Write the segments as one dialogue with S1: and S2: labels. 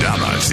S1: caballeros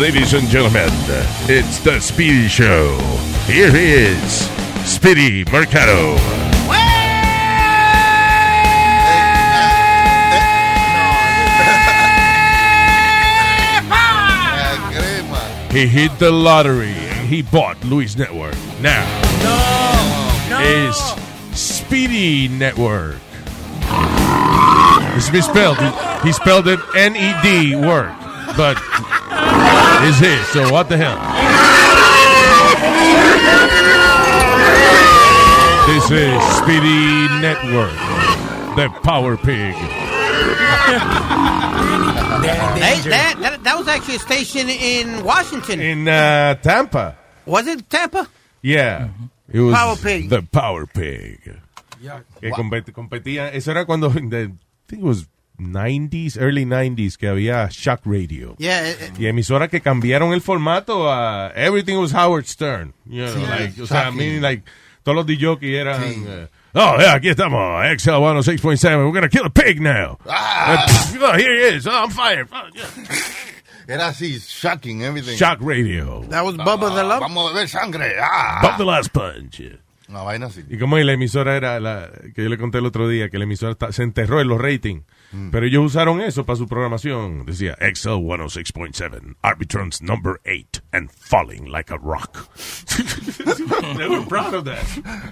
S2: Ladies and gentlemen, it's the Speedy Show. Here he is, Speedy Mercado. He hit the lottery and he bought Luis Network. Now, is Speedy Network. It's misspelled. He- He spelled it N E D work, but it's his. So what the hell? This is Speedy Network, the Power Pig.
S3: Hey, that, that, that was actually a station in Washington.
S2: In uh, Tampa,
S3: was it Tampa?
S2: yeah, Mm-hmm. it was
S3: Power Pig.
S2: the Power Pig. Que compet- competía. Eso era cuando in the, I think it was 90s, early 90s que había Shock Radio.
S3: Yeah. eh, it- it-
S2: Y emisora que cambiaron el formato a Everything was Howard Stern. You know, like, o sea, meaning like, todos los DJ eran. eh, oh, yeah, aquí estamos. oh XL 106.7. We're gonna kill a pig now.
S3: Ah.
S2: Eh, pff, oh, here he is. Oh, I'm fired. Oh, yeah.
S4: Era así, shocking everything.
S2: Shock Radio.
S3: that was Bubba the Love.
S4: Vamos a beber sangre. Ah.
S2: Pop the last punch.
S4: Una vaina así.
S2: Y como la emisora era la que yo le conté el otro día, que la emisora está- se enterró en los ratings.
S3: Mm.
S2: Pero ellos usaron eso para su programación. Decía XL 106.7, Arbitrons number 8, and falling like a rock. They were proud of that.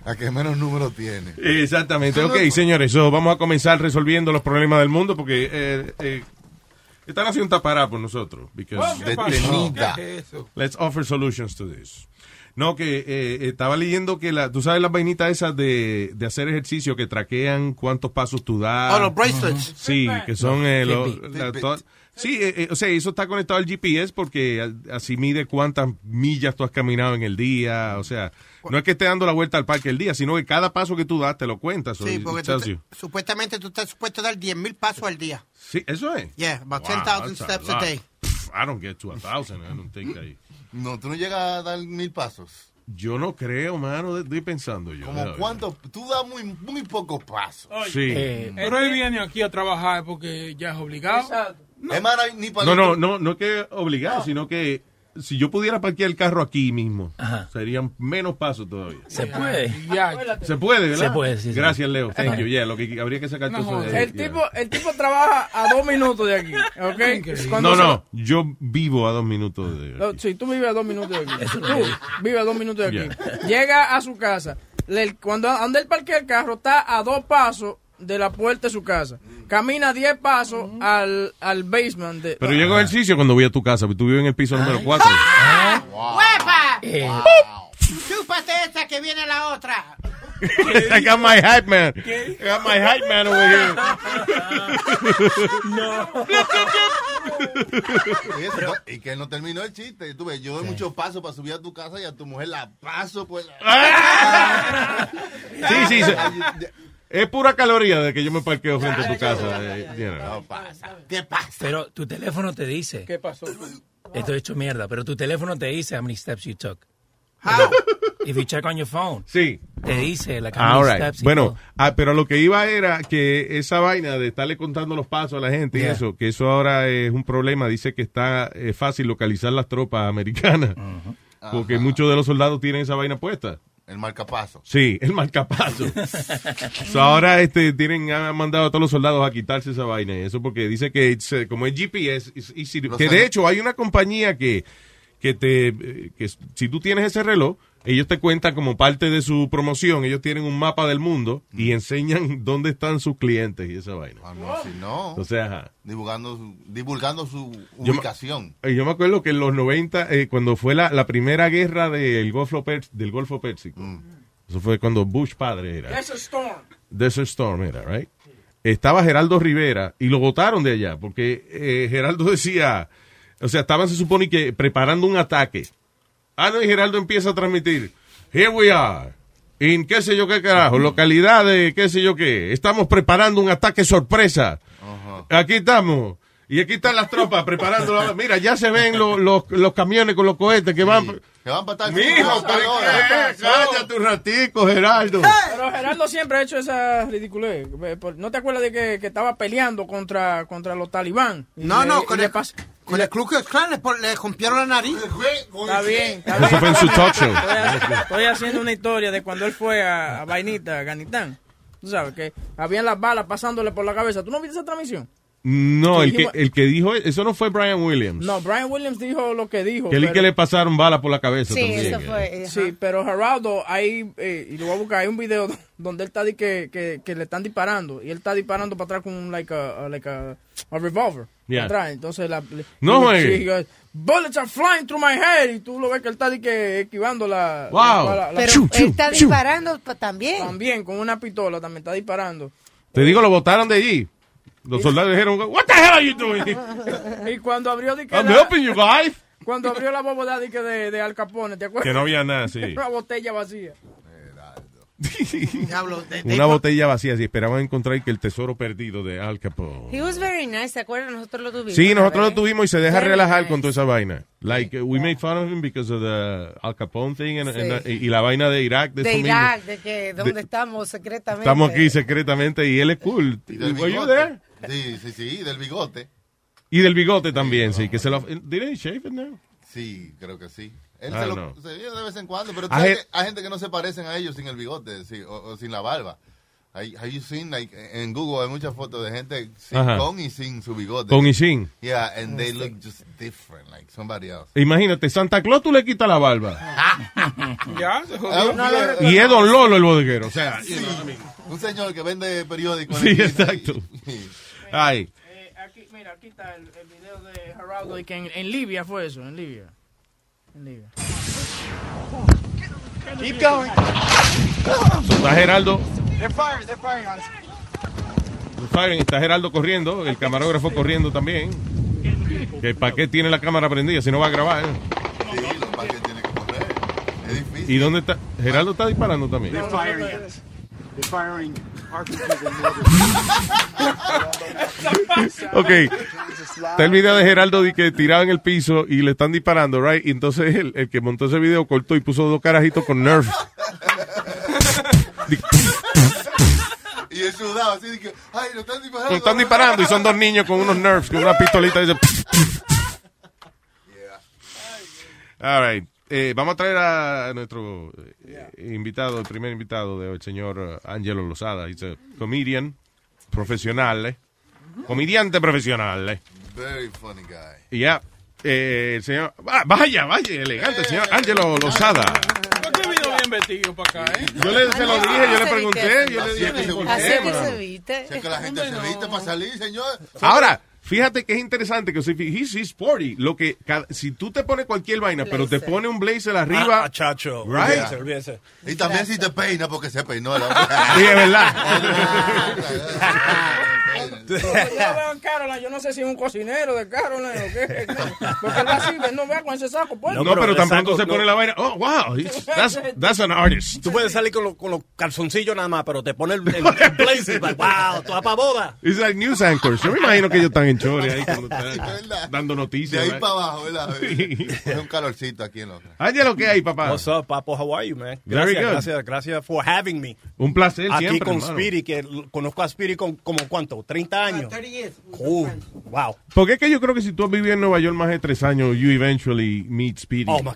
S4: La que menos número tiene.
S2: Exactamente. Ok, señores, so, vamos a comenzar resolviendo los problemas del mundo porque eh, eh, están haciendo un tapará por nosotros. because-
S4: Detenida.
S2: Let's offer solutions to this. No, que eh, estaba leyendo que la, tú sabes las vainitas esas de, de hacer ejercicio que traquean cuántos pasos tú das.
S3: Oh, los bracelets.
S2: Sí, que son eh, los...
S3: Fitbit.
S2: la- to- sí, eh, eh, o sea, eso está conectado al GPS porque a- así mide cuántas millas tú has caminado en el día. O sea, no es que esté dando la vuelta al parque el día, sino que cada paso que tú das te lo cuentas. so
S3: Sí,
S2: it
S3: porque tú
S2: tells
S3: te-
S2: you.
S3: supuestamente tú estás supuesto a dar 10,000 pasos al día.
S2: Sí, eso es.
S3: Yeah, about
S2: Wow,
S3: 10,000
S2: that's a
S3: steps a,
S2: lot.
S3: day.
S2: Pff, I don't get to a thousand. I don't think I-
S4: No, tú no llegas a dar mil pasos.
S2: Yo no creo, mano. Estoy pensando yo.
S4: Como cuánto. Tú das muy, muy pocos pasos.
S2: Sí.
S5: Pero él viene aquí a trabajar porque ya es obligado.
S4: Hermano, ni para
S2: No, no, no, no que obligado, sino que si yo pudiera parquear el carro aquí mismo, serían menos pasos todavía.
S6: Se puede.
S5: Ya.
S2: Se puede, ¿verdad? Ah,
S6: Se puede, sí, sí.
S2: Gracias, Leo. Thank you. Yeah, lo que habría que sacar todo eso de ahí,
S7: El
S2: yeah.
S7: tipo, el tipo trabaja a dos minutos de aquí, ¿ok?
S2: No,
S7: Cuando se-
S2: no, yo vivo a dos minutos de.
S7: No,
S2: aquí.
S7: sí, tú vives a dos minutos de aquí.
S6: no
S7: Tú vives a dos minutos de aquí. Llega a su casa. Le- cuando anda el parque del carro, está a dos pasos de la puerta de su casa. Camina diez pasos al, al basement. De, Ah,
S2: Pero yo hago ejercicio cuando voy a tu casa, porque tú vives en el piso número 4.
S3: ¡Huepa!
S6: Eh,
S3: ¡Chúpate esa que viene la otra!
S2: I got my hype man. I got my hype man over here.
S4: Y, eso, no, y que él no terminó el chiste. Tú ves, yo doy muchos pasos para subir a tu casa y a tu mujer la paso por la-
S2: ¡Ah! Sí, sí. se- Es pura caloría de que yo me parqueo frente a tu casa. eh, you know.
S4: No pasa.
S6: pero tu teléfono te dice.
S7: ¿Qué pasó?
S6: Esto es hecho mierda. Pero tu teléfono te dice how many steps you took.
S3: How?
S6: If you check on your phone,
S2: Sí.
S6: te dice la
S2: Ah,
S6: cantidad
S2: all
S6: de
S2: right.
S6: steps. y
S2: Bueno,
S6: todo.
S2: ah, pero lo que iba era que esa vaina de estarle contando los pasos a la gente y
S6: Yeah.
S2: eso, que eso ahora es un problema. Dice que está eh, fácil localizar las tropas americanas. Porque muchos de los soldados tienen esa vaina puesta.
S8: El marcapaso.
S2: Sí, el marcapaso. So, ahora este, tienen, han mandado a todos los soldados a quitarse esa vaina y eso porque dice que it's, eh, como es GPS, it's easy to-
S8: Los
S2: que de
S8: años-
S2: hecho hay una compañía que, que te eh, que s- si tú tienes ese reloj, ellos te cuentan como parte de su promoción, ellos tienen un mapa del mundo y enseñan dónde están sus clientes y esa vaina.
S8: Mm. Ah, no, si no.
S2: Entonces, ajá.
S8: Divulgando, su- divulgando su
S2: Yo me-
S8: ubicación.
S2: Eh, Yo me acuerdo que en los 90, eh, cuando fue la, la primera guerra del Golfo, Pers- del Golfo Pérsico,
S8: Mm.
S2: eso fue cuando Bush padre era.
S7: That's a storm.
S2: Desert Storm era, right? Estaba Geraldo Rivera y lo votaron de allá porque eh, Geraldo decía, o sea, estaban se supone que preparando un ataque. Ah, no, y Geraldo empieza a transmitir, here we are, en qué sé yo qué carajo, localidad de qué sé yo qué, estamos preparando un ataque sorpresa. Aquí estamos. Y aquí están las tropas preparando. la- Mira, ya se ven los, los, los camiones con los cohetes que van.
S8: Que van para tal
S2: Mijo,
S8: sitio.
S2: pero
S8: Ahora.
S2: ¿qué? cállate un ratico, Geraldo.
S7: Pero Gerardo siempre ha hecho esa ridiculez. Ve, por- ¿No te acuerdas de que, que estaba peleando contra, contra los talibán? Y
S3: No,
S7: le-
S3: no,
S7: y
S3: con
S7: le
S3: el,
S7: pas-
S3: con el Ku Klux Klan le, pon- le rompieron la nariz.
S7: Está bien, está bien.
S2: Eso fue en su talk show.
S7: Estoy, ha- estoy haciendo una historia de cuando él fue a, a Vainita, a Afganistán. Tú sabes que habían las balas pasándole por la cabeza. ¿Tú no viste esa transmisión?
S2: No,
S7: Sí,
S2: el que,
S7: dijimos-
S2: el que dijo e-, eso no fue Brian Williams.
S7: No, Brian Williams dijo lo que dijo.
S2: Mm. que él y
S7: pero-
S2: que le pasaron bala por la cabeza también.
S9: eh,
S7: fue. Sí, pero Geraldo, ahí, eh, y lo voy a buscar, hay un video donde él está di que, que, que le están disparando. Y él está disparando para atrás con un, like a, a- like a, a revolver.
S2: Yeah.
S7: Atrás. Entonces la. le-
S2: No
S7: y-
S2: juegue.
S7: sí, y yo, Bullets are flying through my head. Y tú lo ves que él está di que esquivando la.
S2: Wow.
S7: la- la- la-
S9: Pero él está disparando pa- también.
S7: También con una pistola también está disparando.
S2: Te digo, lo botaron de allí. Los soldados dijeron, What the hell are you doing?
S7: y cuando abrió di que
S2: I'm
S7: la-
S2: helping you guys.
S7: Cuando abrió la bóveda di que de, de Al Capone, ¿te acuerdas?
S2: Que no había nada, sí.
S7: Una botella vacía.
S3: Diablo, de- de-
S2: Una botella vacía, si esperaban encontrar que el tesoro perdido de Al Capone.
S9: He was very nice, ¿se acuerdan? Nosotros lo tuvimos.
S2: Sí, nosotros lo tuvimos y se deja
S9: Very
S2: relajar con toda esa vaina. Like, we made fun of him because of the Al Capone thing and- and- y la vaina de Irak. De,
S9: De
S2: eso mismo.
S9: Irak, de que dónde
S2: De-
S9: estamos secretamente.
S2: Estamos aquí secretamente y él es cool.
S8: Y del
S2: Were you
S8: bigote. Sí, sí, sí, del bigote.
S2: Y del bigote también, sí. Que se lo, ¿Didn't he shave it now? Ah,
S8: Sí, creo que sí. Él
S2: I
S8: se
S2: don't
S8: lo
S2: know.
S8: se ve de vez en cuando, pero
S2: I
S8: tú sabes
S2: had-
S8: que hay gente que no se parecen a ellos sin el bigote sí, o, o sin la barba. Hay, have you seen, like, en Google hay muchas fotos de gente sin,
S2: Ajá.
S8: con y sin su bigote.
S2: Con y sin.
S8: Yeah, and they look just different, like somebody else.
S2: Imagínate, Santa Claus tú le quitas la barba.
S8: ya, se
S2: Y es Don Lolo el bodeguero. O sea,
S8: ah, Un señor que vende periódicos.
S2: sí, exacto. Ay,
S7: Aquí, mira, aquí está el, el video de Geraldo. y que en, en Libia fue eso, en Libia. En Libia.
S10: Keep going.
S2: está Geraldo,
S10: They're firing. They're firing on us.
S2: firing, está Geraldo corriendo, el camarógrafo corriendo también. Que para qué tiene la cámara prendida si no va a grabar. ¿Y dónde está? Geraldo está disparando también.
S10: They're firing at us. They're firing RPGs and mortars.
S2: Ok. Está el video de Geraldo de que tirado en el piso y le están disparando, right? Y entonces el, el que montó ese video cortó y puso dos carajitos con Nerf. Di-
S8: Y él sudaba así, de que, ay, lo están disparando.
S2: Lo están disparando y son dos niños con unos Nerfs, con una pistolita. Y dice, All right. Eh, vamos a traer a nuestro eh, invitado, el primer invitado de hoy, el señor eh, Angelo Lozada. He's a comedian profesional, eh. comediante profesional. eh.
S8: Very funny guy.
S2: Y ya, eh, el señor. ah, vaya, vaya, elegante, el señor Angelo Lozada.
S5: ¿Por qué vino bien vestido para acá, eh?
S2: Eh, Yo le- se lo dije, yo le pregunté, yo le
S8: Así
S2: dije,
S8: es que se
S2: ¿por
S8: viste.
S2: qué,
S8: Así es que
S2: mano?
S8: se viste. Si es que la gente se viste para salir, señor.
S2: Ahora, fíjate que es interesante que si he's, he's sporty, lo que cada- si tú te pones cualquier vaina, pero te pone un blazer arriba,
S8: Ah, chacho.
S2: right?
S8: Olvídese, Y también si te peina, porque se peinó la
S2: Sí, es verdad.
S7: Yo lo veo en Caroline, yo no sé si es un cocinero de Caroline o qué. Porque él va así, él no va con ese saco. pues.
S2: No, pero, tampoco se pone la vaina. Oh, wow, he's- that's, that's an artist.
S11: Tú puedes salir con, los- con los calzoncillos nada más, pero te pone el, el, el blazer, like, wow, toda pa' boda.
S2: It's like news anchors. Yo me imagino que ellos están en chores ahí cuando están dando
S8: De
S2: noticias.
S8: ahí
S2: right?
S8: para abajo, ¿verdad? Es un calorcito aquí en los.
S2: Ángelo, ¿qué hay, papá?
S11: What's up, papo? How are you, man? Gracias,
S2: Very good.
S11: gracias, gracias for having me.
S2: Un placer
S11: Aquí
S2: siempre,
S11: con
S2: hermano.
S11: Speedy, que l- conozco a Speedy con, como cuánto, 30 años. 30 years. Cool. Wow.
S2: Porque es que yo creo que si tú has vivido en Nueva York más de tres años, you eventually meet Speedy.
S11: Oh, my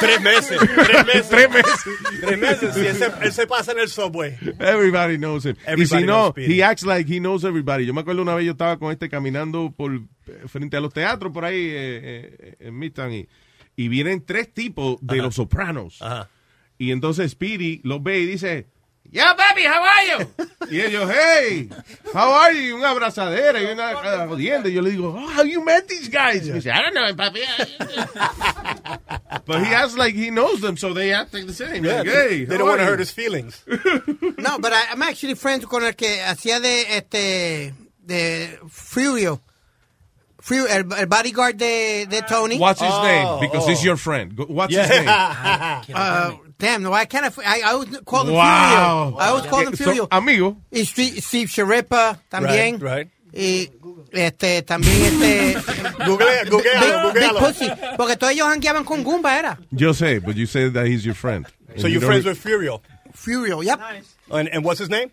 S11: Tres meses. Tres meses. tres meses. tres meses. Sí, él, se, él se pasa en el subway.
S2: Everybody knows him. y
S11: Everybody
S2: si no,
S11: knows Peter.
S2: he acts like he knows everybody. Yo me acuerdo una vez yo estaba con este caminando por eh, frente a los teatros por ahí eh, eh, en Midtown y, y vienen tres tipos de los Sopranos. Y entonces Speedy los ve y dice,
S1: Yeah, baby, how are you?
S2: y ellos, hey, how are you? Y Una abrazadera y una cada jodienda. Y yo le digo, oh, how you met these guys? Y me dice, I don't know, papi. But he acts like he knows them, so they act like the same.
S11: Yeah,
S2: like,
S11: they-
S2: hey,
S11: they
S2: how
S11: don't
S2: are
S11: wanna
S2: you?"
S11: hurt his feelings.
S3: No, but I, I'm actually friends con el que hacía de este de Furio. Furio el, el bodyguard de, de Tony.
S2: What's his name? Because he's your friend. Go- What's his name?
S3: Uh, damn, no, I can't. aff- I, I always call him
S2: Wow.
S3: Furio. I always call him
S2: So,
S3: Furio.
S2: amigo.
S3: Y Steve, Steve Shereppa también.
S11: Right, right.
S3: Y este, también este.
S11: Googlea,
S3: Big,
S11: googlealo,
S3: Big
S11: googlealo.
S3: Pussy. Porque todos ellos jangueaban con Goomba, era.
S2: Yo sé, but you said that he's your friend.
S11: So you're
S2: e-
S11: friends with Furio.
S3: Furio, yep.
S11: And, and what's his name?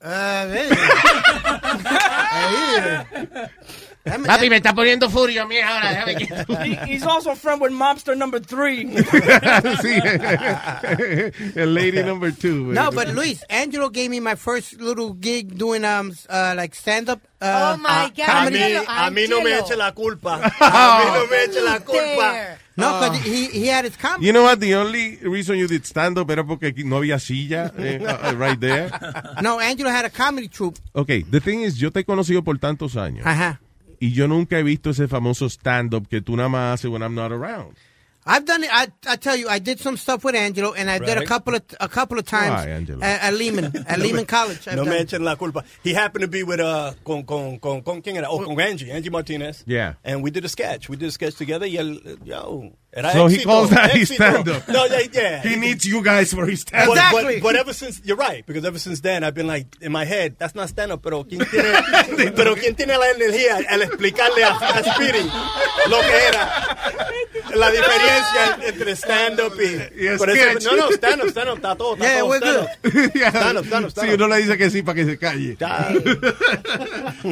S11: Uh,
S1: Papi, me está poniendo furio a mí ahora. Déjame
S7: He-
S1: que...
S7: He's also a friend with mobster number three.
S2: sí. El lady number two.
S3: No, but Luis, Angelo gave me my first little gig doing um uh, like stand up. Uh,
S9: Oh my God,
S11: A
S3: comedy.
S11: mí, a mí no me eche la culpa. A mí
S2: Oh.
S11: no me eche la culpa. Ah.
S3: No, because he, he had his comedy.
S2: You know what? The only reason you did stand up era porque aquí no había silla eh, uh, uh, right there.
S3: No, Angelo had a comedy troupe.
S2: Okay, the thing is, yo te he conocido por tantos años
S3: Ajá.
S2: y yo nunca he visto ese famoso stand up que tú nada más haces when I'm not around.
S3: I've done it. I, I tell you, I did some stuff with Angelo, and I did a
S11: Right.
S3: couple of a couple of times
S2: Why, Angelo?
S3: at, at Lehman at Lehman College. I've
S11: No
S3: done
S11: me
S3: it.
S11: echen la culpa. He happened to be with, uh, con, con, con, con, ¿quién era? Oh, con Angie, Angie Martinez.
S2: Yeah.
S11: And we did a sketch. We did a sketch together. Y él, yo, era
S2: So he
S11: éxito,
S2: calls that his
S11: éxito.
S2: stand-up.
S11: No, yeah, yeah.
S2: He needs you guys for his stand
S11: But,
S2: up.
S11: but, but ever since, you're right, because ever since then, I've been like, in my head, that's not stand-up, pero ¿quién tiene, pero ¿quién tiene la energía al explicarle a, a Spirit lo que era? La diferencia entre stand-up y...
S2: Y el
S11: por eso-
S2: sketch.
S11: no, no, stand-up, stand-up, está todo, está
S3: Yeah,
S11: todo,
S3: we're
S11: stand-up. Stand up, stand up, stand
S2: Sí,
S11: up.
S2: uno le dice que sí para que se calle.
S11: Ya.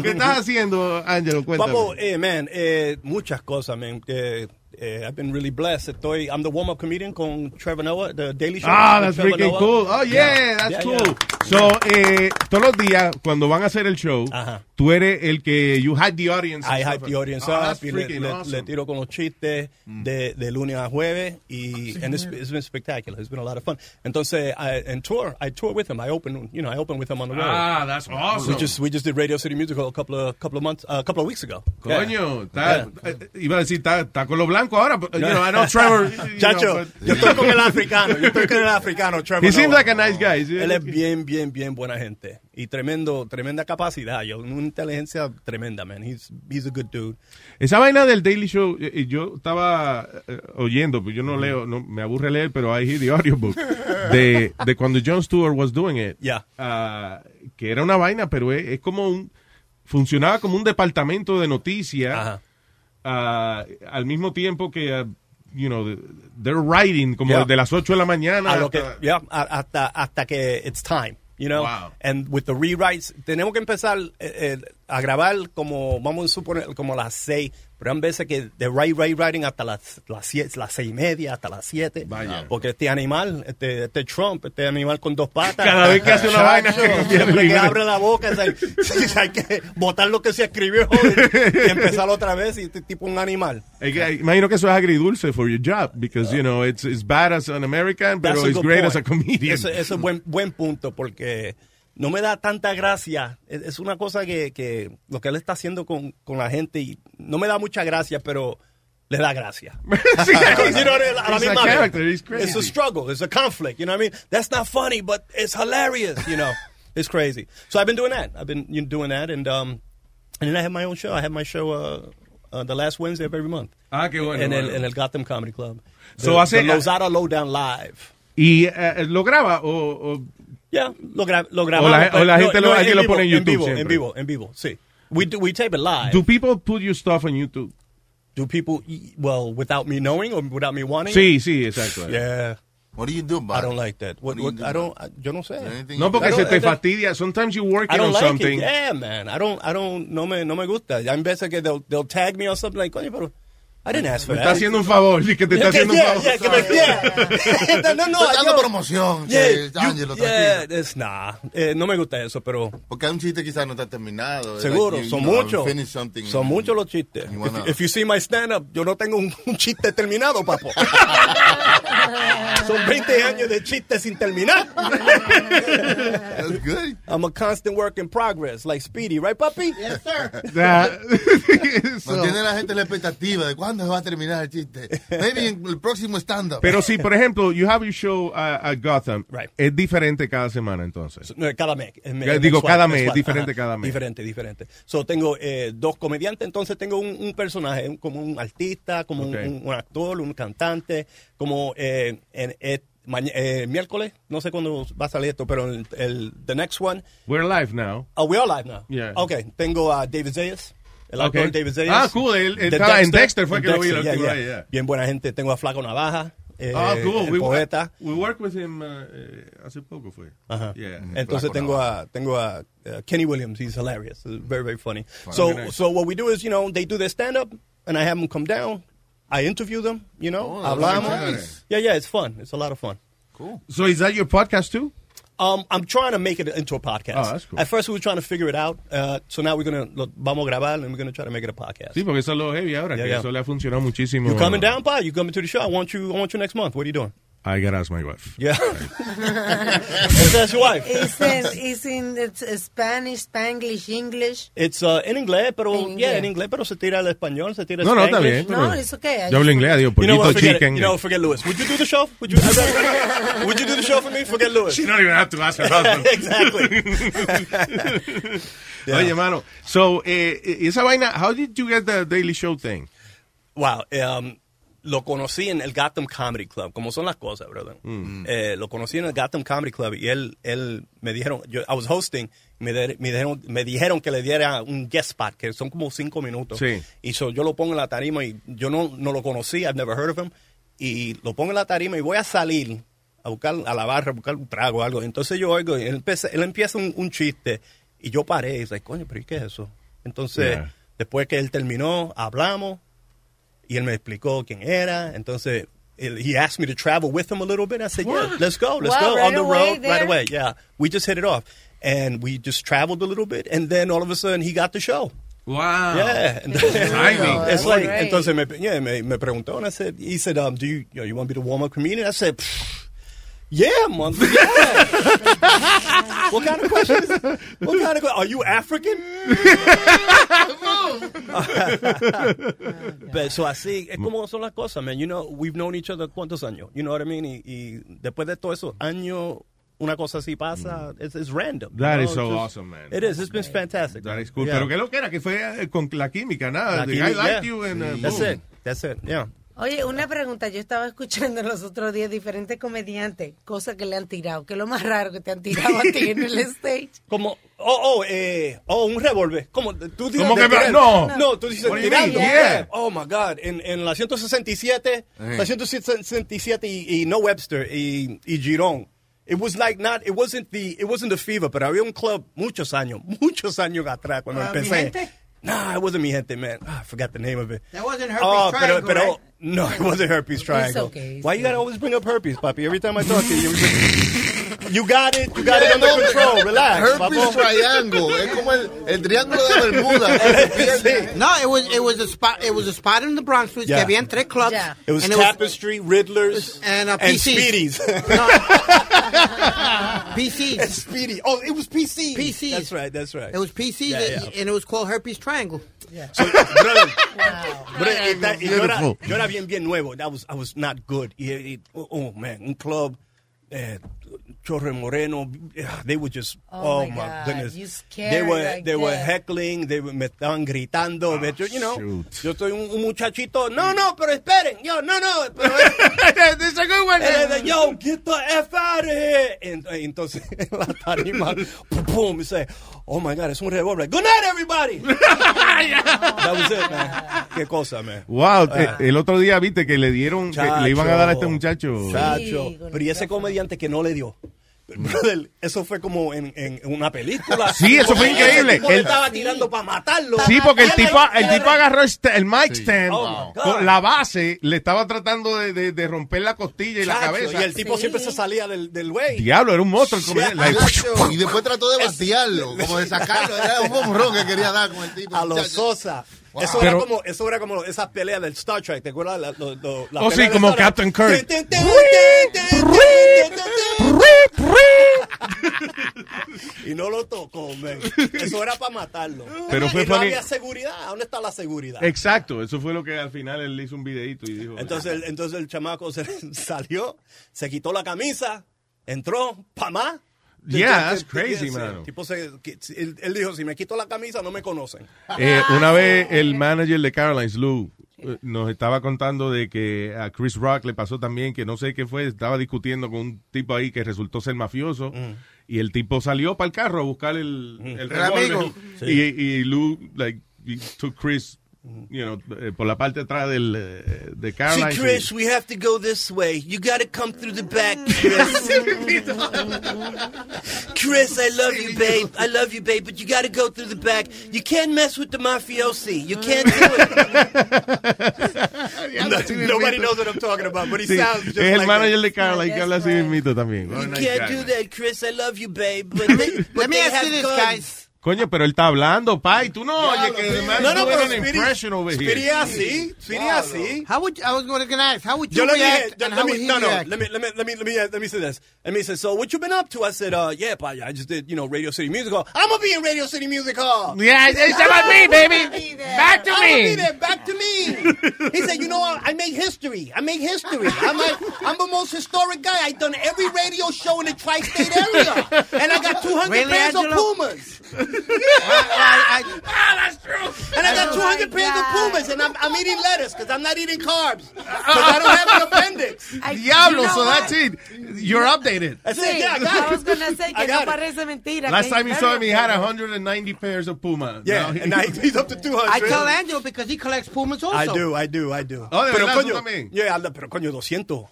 S2: ¿Qué estás haciendo, Ángelo? Cuéntame.
S11: Papo, eh, man, eh, muchas cosas, man. Eh, eh, I've been really blessed. Estoy, I'm the warm-up comedian con Trevor Noah, the Daily Show.
S2: Ah, that's
S11: with Trevor
S2: freaking
S11: Noah.
S2: cool. Oh, yeah, that's
S11: Yeah,
S2: cool.
S11: yeah.
S2: So, eh, todos los días, cuando van a hacer el show,
S11: Ajá.
S2: tú eres el que. You hype the audience.
S11: I hype the audience
S2: Oh,
S11: up
S2: that's
S11: y le,
S2: freaking
S11: le-
S2: awesome. Mm.
S11: le tiro con los chistes de, de lunes a jueves
S2: Ah,
S11: y and it's, it's been spectacular. It's been a lot of fun. Entonces, I, and tour, I tour with him. I open, you know, I open with him on the road.
S2: Ah, that's awesome.
S11: We just we just did Radio City Musical a couple of couple of months, a couple of weeks ago. Yeah.
S2: Coño,
S11: Yeah.
S2: está, eh, iba a decir, está, está con lo blanco ahora. But, you know, I know Trevor. you
S11: Chacho,
S2: know, but-
S11: yo estoy con el africano, yo estoy con el africano, Trevor.
S2: He seems
S11: Noah.
S2: like a nice guy.
S11: Él es bien, bien, bien buena gente. Y tremendo, tremenda capacidad. Yo, una inteligencia tremenda, man. He's, he's a good dude.
S2: Esa vaina del Daily Show, eh, eh, yo estaba eh, oyendo, pues yo no leo, no, me aburre leer, pero I hear the audiobook, de, de cuando Jon Stewart was doing it,
S11: Yeah.
S2: ah, que era una vaina, pero es, es como un, funcionaba como un departamento de noticias, ah, al mismo tiempo que, ah, you know, they're writing como
S11: Yeah.
S2: de las 8 de la mañana.
S11: A lo que,
S2: hasta-
S11: yeah, a- hasta, hasta que it's time, you know.
S2: Wow.
S11: And with the rewrites, tenemos que empezar eh, eh, a grabar como, vamos a suponer, como las seis. Pero hay veces que de write, write, writing hasta las, las, siete, las seis y media, hasta las siete.
S2: Vaya.
S11: Porque este animal, este, este Trump, este animal con dos patas.
S2: Cada vez que hace una
S11: Chacho,
S2: vaina, cambia el
S11: Siempre que
S2: libro.
S11: abre la boca, es like, hay que botar lo que se escribió joder, y empezar otra vez. Y este tipo un animal.
S2: Eh, que, eh, Imagino que eso es agridulce for your job, because, you know, it's, it's bad as an American,
S11: That's
S2: pero
S11: a
S2: it's
S11: good
S2: great
S11: point.
S2: as a comedian.
S11: Eso, eso es buen, buen punto porque no me da tanta gracia. Es, es una cosa que, que lo que él está haciendo con, con la gente y no me da mucha gracia, pero le da gracia.
S2: Sí.
S11: Because, you know, a la
S2: He's a
S11: misma vez,
S2: character, he's crazy.
S11: It's a struggle, it's a conflict, you know what I mean? That's not funny, but it's hilarious, you know. It's crazy. So I've been doing that. I've been you know, doing that and um and then I have my own show. I have my show uh, uh, the last Wednesday of every month.
S2: Ah, qué bueno,
S11: En el,
S2: bueno.
S11: en el Gotham Comedy Club.
S2: So
S11: The-
S2: hace-
S11: the Lozada Lowdown Live.
S2: Y eh, lo graba o, o-
S11: Ya, lo, gra lo
S2: O
S11: grabamos.
S2: la- o la
S11: pero-
S2: gente lo-
S11: en
S2: alguien lo pone en YouTube
S11: vivo,
S2: siempre.
S11: En vivo, en vivo, sí. We, do, we tape it live.
S2: do people put your stuff on YouTube?
S11: Do people, e- well, without me knowing or without me wanting?
S2: Sí, sí, exacto.
S11: Yeah.
S8: What do you do about
S11: I don't
S8: it?
S11: like that. What,
S8: do you
S11: what,
S8: do
S11: I don't, I- yo no sé.
S8: Anything
S2: No porque
S11: I
S2: se
S11: don't-
S2: te
S11: I don't-
S2: fastidia. Sometimes you're
S11: I
S2: working
S11: don't
S2: on
S11: like
S2: something.
S11: it. Yeah, man. I don't, I don't, no me, no me gusta. Hay veces que they'll, they'll tag me or something like, coño, pero I didn't ask
S2: Me
S11: for
S2: está
S11: that.
S2: haciendo un favor, sí, que te está
S11: Yeah,
S2: haciendo un
S11: yeah,
S2: favor.
S11: yeah, que me- yeah. No, no, no,
S8: Está dando
S11: yo-
S8: promoción,
S11: Yeah,
S8: que,
S11: you-
S8: Ángelo,
S11: yeah,
S8: tranquilo.
S11: es- nah, eh, no me gusta eso, pero...
S8: Porque un chiste quizás no está terminado.
S11: Seguro,
S8: Like, you-
S11: son
S8: you know,
S11: muchos.
S8: finish something.
S11: Son muchos los chistes.
S8: You wanna-
S11: If, if you see my stand-up, yo no tengo un, un chiste terminado, papo. Son 20 años de chistes sin terminar. That's
S8: good.
S11: I'm a constant work in progress, like Speedy, right, papi? Yes, sir.
S8: Mantiene la gente la expectativa de cuándo se va a terminar el chiste. Maybe en el próximo stand-up.
S2: Pero si, por ejemplo, you have your show uh, at Gotham,
S11: Right.
S2: es diferente cada semana entonces.
S11: No, cada mes. es me-
S2: Ya
S11: es
S2: digo,
S11: mensual,
S2: cada mes,
S11: mensual,
S2: diferente
S11: ajá.
S2: cada mes.
S11: Diferente, diferente. So, tengo eh, dos comediantes, entonces tengo un, un personaje, un- como un artista, como un-
S2: Ok.
S11: un, un actor, un cantante, como eh, en, eh, maña- eh, miércoles, no sé cuándo va a salir esto, pero el, el- the next one.
S2: We're live now.
S11: Oh, we're all live now.
S2: Yeah.
S11: Okay, tengo a David Zayas. El
S2: Ok.
S11: actor David Zayas.
S2: Ah, cool, él- él
S11: De
S2: estaba en Dexter, fue
S11: en
S2: que lo vi la
S11: yeah,
S2: última
S11: yeah.
S2: vez, yeah.
S11: Bien buena gente. Tengo a Flaco Navaja, eh,
S2: Ah, cool.
S11: el
S2: We-
S11: poeta.
S2: We worked with him uh, eh, hace poco fue.
S11: Ajá.
S2: Yeah.
S11: Entonces
S2: Flaco
S11: tengo
S2: Navaja.
S11: a, tengo a uh, Kenny Williams. He's hilarious. He's Very, very funny.
S2: Funny.
S11: So,
S2: Very nice.
S11: so what we do is, you know, they do their stand up and I have them come down. I interview them, you know.
S8: Oh, that's
S11: hablamos.
S8: nice.
S11: Yeah, yeah, it's fun. It's a lot of fun.
S8: Cool.
S2: So is that your podcast too?
S11: Um, I'm trying to make it into a podcast.
S2: Oh, that's cool.
S11: At first, we were trying to figure it out. Uh, so now we're going to, vamos a grabar, and we're going to try to make it a podcast.
S2: Sí, porque eso es lo heavy ahora,
S11: Yeah,
S2: que
S11: yeah.
S2: eso le ha funcionado muchísimo.
S11: You coming down, Pa? You coming to the show? I want you. I want you next month. What are you doing?
S2: I gotta ask my wife.
S11: Yeah. Is that your wife?
S9: It's in, it's in it's Spanish, Spanglish, English.
S11: It's uh, en inglés, pero
S9: En
S11: yeah,
S9: inglés.
S11: en inglés, pero se tira al español, se tira
S2: No, no, está bien,
S11: Spanglish.
S2: No, pero-
S9: it's okay. I
S2: Yo hablo
S9: just-
S2: inglés, adiós,
S11: You know
S2: pollito,
S11: what, forget
S2: chicken.
S11: it. You know, forget Lewis. Would you do the show? Would you? would you do the show for me? Forget Lewis.
S2: She don't even have to ask her husband.
S11: exactly. Yeah.
S2: Oye, mano, so, eh, esa vaina, how did you get the Daily Show thing?
S11: Wow. um, lo conocí en el Gotham Comedy Club, como son las cosas, brother.
S2: Mm.
S11: Eh, lo conocí en el Gotham Comedy Club y él, él me dijeron, yo, I was hosting, me, de- me dijeron, me dijeron que le diera un guest spot, que son como cinco minutos.
S2: Sí.
S11: Y so, yo lo pongo en la tarima y yo no, no lo conocí, I've never heard of him. Y lo pongo en la tarima y voy a salir a buscar a la barra, a buscar un trago o algo. Entonces yo oigo, y él, empieza- él empieza un, un chiste y yo paré y dice, coño, pero ¿y qué es eso? Entonces,
S2: Yeah.
S11: después que él terminó, hablamos y él me explicó quién era. Entonces, él- he asked me to travel with him a little bit. I said, yeah,
S9: What?
S11: let's go, let's go
S9: Wow, right
S11: on the
S9: away
S11: road
S9: there?
S11: right away. Yeah, we just hit it off. And we just traveled a little bit, and then all of a sudden he got the show.
S2: Wow.
S11: Yeah,
S2: Timing.
S11: and it's
S9: That's
S11: like
S9: great.
S11: entonces me, yeah, me, me preguntó, and I said, he said, um, do you you, know, you want to be the warm up comedian? I said, "Pfft, yeah, man, yeah." what kind of question? Is, what kind of? que- Are you African? But, so así es como son las cosas, man. You know, we've known each other cuántos años. You know what I mean? Y, y después de todos esos años, una cosa así pasa. It's, it's random.
S2: Mm.
S11: you
S2: That
S11: know,
S2: is so
S11: it's just-
S2: awesome, man.
S11: It is. It's been fantastic.
S2: That is cool.
S11: Yeah.
S2: Pero qué lo que era, que fue eh, con la química, nada.
S11: Aquí,
S2: The guy liked
S11: yeah.
S2: you and, uh,
S11: That's
S2: boom.
S11: it. That's it. Yeah.
S9: Oye, una pregunta. Yo estaba escuchando los otros días diferentes comediantes, cosas que le han tirado. que es lo más raro que te han tirado a ti en el stage?
S11: Como, oh, oh, eh, oh, un revólver. Como, tú dices,
S2: ¿Cómo
S11: de
S2: que me-
S11: tirar.
S2: no?
S11: No, tú dices,
S2: What do you
S11: tirando.
S2: mean? Yeah.
S11: Oh, my God. En, en la 167,
S2: Ajá.
S11: la 167 y, y no Webster y, y Girón. It was like not, it wasn't the, it wasn't the fever, pero había un club muchos años, muchos años atrás cuando
S3: Ah, ¿mi
S11: empecé.
S3: gente?
S11: Nah, it wasn't mi gente, man. Ah, I forgot the name of it.
S3: That wasn't herpes
S11: Oh, pero,
S3: triangle,
S11: pero,
S3: right?
S11: no, it wasn't herpes triangle.
S3: okay, it's
S11: Why you gotta always bring up herpes, papi? Every time I talk to you, you bring- you got it, you got it under control. Relax,
S8: Herpes
S11: papo.
S8: Triangle. eh. Es como el, el triángulo de Bermuda. que se pierde.
S3: No, it was it was a spot it was a spot in the Bronx which
S11: Yeah.
S3: que habían tres clubs.
S9: Yeah.
S11: It was
S3: and
S11: tapestry, riddlers,
S3: and, uh,
S11: and
S3: PCs.
S11: speedies.
S3: PC.
S11: Speedy. Oh, it was PC.
S3: PC.
S11: That's right. That's right.
S3: It was PC
S11: Yeah,
S3: that-
S11: yeah.
S3: and it was called herpes triangle.
S11: Brother, brother, y ta- y yo, era,
S2: Beautiful.
S11: yo era bien, bien nuevo. I was, I was not good. Y- y- oh, oh, man, un club, eh, Chorre Moreno. ah, They were just,
S9: Oh,
S11: oh,
S9: my
S11: my,
S9: God,
S11: goodness.
S9: you
S11: they
S9: scared
S11: were,
S9: like
S11: they were
S9: that.
S11: heckling. They were, me estaban gritando. me- yo, you know,
S2: Ah, shoot.
S11: yo soy un, un muchachito. No, no, pero esperen. Yo, no, no. Pero,
S1: This is a good one.
S11: And then, yo, get the F out of here. And, eh, entonces, en la tarima, pum, pum, y say, oh my God, es un revólver. Good night, everybody. That was it, man. Qué cosa, man.
S2: Wow, eh, el otro día viste que le dieron, que le iban a dar a este
S11: Ah. Chacho.
S2: muchacho.
S11: Chacho. Pero y ese comediante que no le dio. Brother, eso fue como en, en una película.
S2: Sí, eso fue
S11: Ese
S2: increíble.
S11: tipo le
S2: El-
S11: estaba tirando para matarlo.
S2: Sí, porque el
S11: Y él
S2: tipo,
S11: era-
S2: el tipo agarró el, sta- el mic stand,
S11: Oh, my God.
S2: con la base, le estaba tratando de, de- de romper la costilla y la
S11: Chacho,
S2: cabeza.
S11: Y el tipo siempre se salía del del güey.
S2: Diablo, era un monstruo. el comediante. Like,
S8: Y después trató de batearlo, como de sacarlo. Era un bombrón que quería dar con el tipo.
S11: A los
S8: muchacho.
S11: Sosa.
S8: Wow.
S11: Eso,
S2: Pero-
S11: era como, eso era como esas peleas del Star Trek, ¿te acuerdas? La, lo- lo- la
S2: Oh, sí,
S11: pelea de
S2: como
S11: Star
S2: Captain
S11: Trek.
S2: Kirk.
S11: Tin, tin, tin, tin, tin, tin, tin, tin. Y no lo tocó, man. Eso era para matarlo.
S2: Pero fue
S11: y no
S2: funny.
S11: había seguridad. ¿Dónde está la seguridad?
S2: Exacto, eso fue lo que al final él hizo un videito y dijo.
S11: Entonces, el- entonces el chamaco se, salió, se quitó la camisa, entró, pa' más.
S2: Yeah,
S11: Entonces,
S2: that's crazy,
S11: sí,
S2: mano.
S11: tipo se- que- él, él dijo, si me quito la camisa no me conocen.
S2: Eh,
S11: Ah,
S2: una vez el manager de Carolines, Lou, eh, nos estaba contando de que a Chris Rock le pasó también que no sé qué fue, estaba discutiendo con un tipo ahí que resultó ser mafioso
S11: Mm.
S2: y el tipo salió para el carro a buscar el, el
S12: El
S2: revólver.
S12: amigo.
S2: Y, y Lou, like, he took Chris, you know, eh, por la parte de atrás del, eh, de Carolines.
S11: Mm. See, Chris, we have to go this way. You got to come through the back,
S3: Mm.
S11: Chris. Chris, I love you, babe. I love you, babe, but you got to go through the back. You can't mess with the mafiosi. You can't do it. No- nobody knows what I'm talking about, but he
S2: Sí,
S11: sounds
S2: es
S11: just
S2: el
S11: like
S2: manager
S11: that.
S2: de Carolines que habla así mismito también. Oh,
S11: You can't do that, Chris. I love you, babe, but they, but
S3: Let me
S11: they
S3: ask
S11: have
S3: you this,
S11: guns.
S3: guys.
S2: Coño, pero él está hablando, pai. Tú no
S11: Ya,
S2: oyes
S11: lo
S2: que
S11: sé.
S2: además
S11: No, no,
S2: tú
S11: pero
S2: eres un
S11: Spirit-
S2: impression over here.
S11: Spirit así, Spirit así.
S3: How would I was going to ask? How would you
S11: Yo le dije,
S3: react?
S11: yo- let
S3: and how
S11: me-
S3: would he
S11: no, no,
S3: react?
S11: let me, let me, let me, let me, let me say this. And me said, so what you been up to? I said, uh, yeah, pa, I just did, you know, Radio City Music Hall. I'm gonna be in Radio City Music Hall.
S1: Yeah, it's about me, baby. Back to
S11: I'm gonna be
S1: me.
S11: there. Back to me. He said, you know, I, I make history. I make history. I'm like, I'm the most historic guy. I've done every radio show in the tri-state area, and I got 200
S3: Really,
S11: pairs of
S3: Angelo?
S11: Pumas. Ah,
S3: I- I-
S11: And I got
S3: Oh
S11: 200
S3: my
S11: pairs of
S3: God.
S11: Pumas, and I'm, I'm eating lettuce because I'm not eating carbs because I don't have an appendix.
S2: Diablo, so that's it. You're updated.
S11: I said,
S9: Sí,
S11: yeah, I got
S9: I
S11: it.
S9: was gonna say
S11: I
S9: que
S11: got
S9: no
S11: it.
S9: parece mentira.
S2: Last
S9: que-
S2: time you saw him, he had 190 pairs of Puma.
S11: Yeah, and now he's up to 200.
S3: I tell Angelo because he collects Pumas also.
S11: I do, I do, I do.
S2: Oh, de
S11: pero
S2: verdad, tú
S11: coño,
S2: también.
S11: Yeah, anda, pero coño, 200.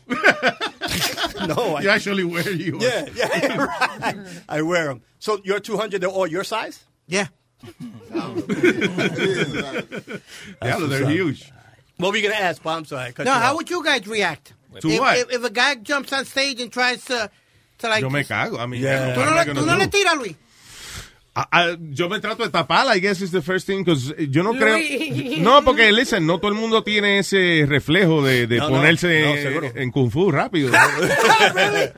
S11: no,
S2: You actually wear you.
S11: yeah, yeah, right. I wear them. So your 200, they're all your size?
S3: Yeah.
S2: Diablo, they're huge.
S11: What were you going to ask, Bob? I'm sorry. I cut
S3: No,
S11: you
S3: how
S11: off.
S3: would you guys react?
S2: To
S3: if,
S2: what?
S3: If, if a guy jumps on stage and tries to, to like,
S2: Yo me cago. I mean,
S11: Yeah.
S3: tú
S2: what
S3: no,
S2: am
S3: le-
S2: I
S3: tú no
S2: gonna
S3: le
S2: do?
S3: tiras, Luis.
S2: I- I- yo me trato de tapar, I guess is the first thing, because yo no
S9: Luis.
S2: creo... No, porque, listen, no todo el mundo tiene ese reflejo de, de
S11: No, no, no,
S2: ponerse
S11: seguro.
S2: en Kung Fu rápido.
S11: Eh,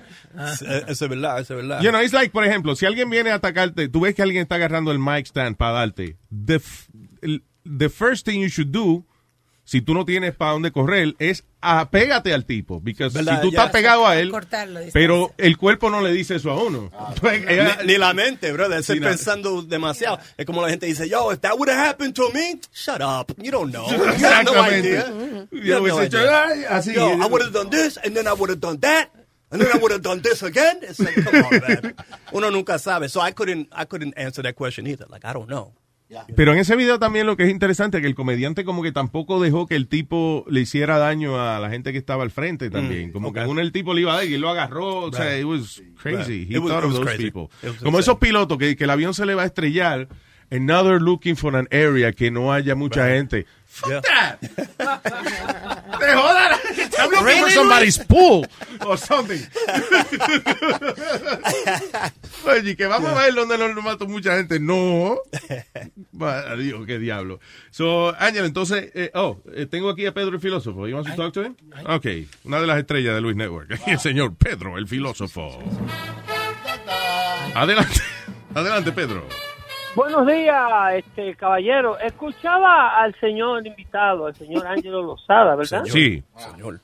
S11: Eso es verdad, eso es verdad.
S2: You know, it's like, por ejemplo, si alguien viene a atacarte, tú ves que alguien está agarrando el mic stand para darte. The, f- el- the first thing you should do, si tú no tienes para dónde correr, es apégate al tipo. Porque si
S11: ¿Verdad?
S2: tú
S11: Ya.
S2: estás pegado a él,
S9: Cortarlo, distancia.
S2: pero el cuerpo no le dice eso a uno. Pues, ella-
S11: ni, ni la mente, brother. Estoy
S2: Sí, no.
S11: pensando demasiado. Es como la gente dice, yo, if that would have happened to me, shut up. You don't know. You have no
S2: Exactamente.
S11: idea.
S2: Yo
S11: You have no
S2: hubiese dicho, "Ay,
S11: idea.
S2: así".
S11: Yo, I would have done this, and then I would have done that. And then I would have done this again. It's like, come on, man. Uno nunca sabe. So I couldn't, I couldn't answer that question either. Like, I don't know.
S2: Pero en ese video también lo que es interesante es que el comediante como que tampoco dejó que el tipo le hiciera daño a la gente que estaba al frente también. como que a uno el tipo le iba a dar y lo agarró. O sea,
S11: Right.
S2: it was crazy.
S11: Right.
S2: He
S11: It was-
S2: thought
S11: it
S2: of
S11: was
S2: those
S11: crazy.
S2: people.
S11: It was
S2: Como
S11: insane.
S2: esos pilotos que, que el avión se le va a estrellar and now they're looking for an area que no haya mucha gente. Fuck
S11: Yeah.
S2: that! ¡Te jodan! I'm looking for
S3: Really,
S2: somebody's pool or something. Oye, que vamos a ver dónde no nos mató mucha gente. No. Va, Dios, qué diablo. So, Ángel, entonces, eh, oh, eh, tengo aquí a Pedro el filósofo. You want to talk to him? Okay, una de las estrellas de Luis Network. Aquí el señor Pedro el filósofo. Adelante, adelante, Pedro.
S13: Buenos días, este caballero. Escuchaba al señor invitado, al señor Ángelo Lozada, ¿verdad?
S2: Sí.
S11: Señor.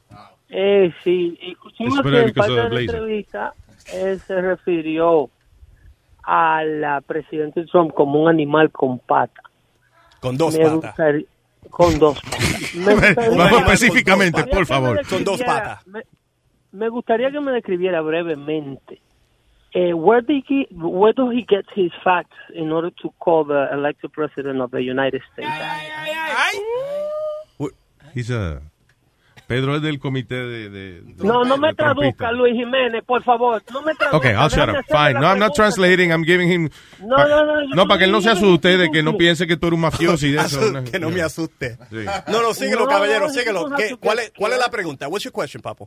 S13: Eh, sí, escuchamos
S2: Espera,
S13: que en
S2: because
S13: parte
S2: of
S13: de
S2: the
S13: la
S2: blazer.
S13: entrevista él se refirió a la presidente Trump como un animal con pata.
S11: Con dos
S13: Me
S11: patas.
S13: gustaría- con dos patas. Me gustaría-
S2: Vamos específicamente, por favor.
S11: Con dos patas.
S13: Me, me gustaría que me describiera brevemente. eh, where, did he, where does he get his facts in order to call the elected president of the United States?
S2: He's a Pedro es del comité de... de- de-
S13: No, no me
S2: de trompistas.
S13: traduzca, Luis Jiménez, por favor. No me traduzca.
S2: Ok, I'll shut up.
S13: déjame hacerle
S2: Fine.
S13: la
S2: No, I'm not
S13: pregunta.
S2: translating. I'm giving him.
S13: No,
S2: pa-
S13: no, no, yo
S2: No, para que él no se
S13: estoy-
S2: asuste de que no piense que tú eres un mafioso y de eso. una-
S11: que no me asuste.
S2: Sí.
S11: No, no, síguelo,
S13: No,
S11: caballero,
S13: no,
S11: síguelo.
S13: no,
S11: ¿Qué-
S13: no,
S11: cuál, es, ¿Cuál es la pregunta? What's your question, papo?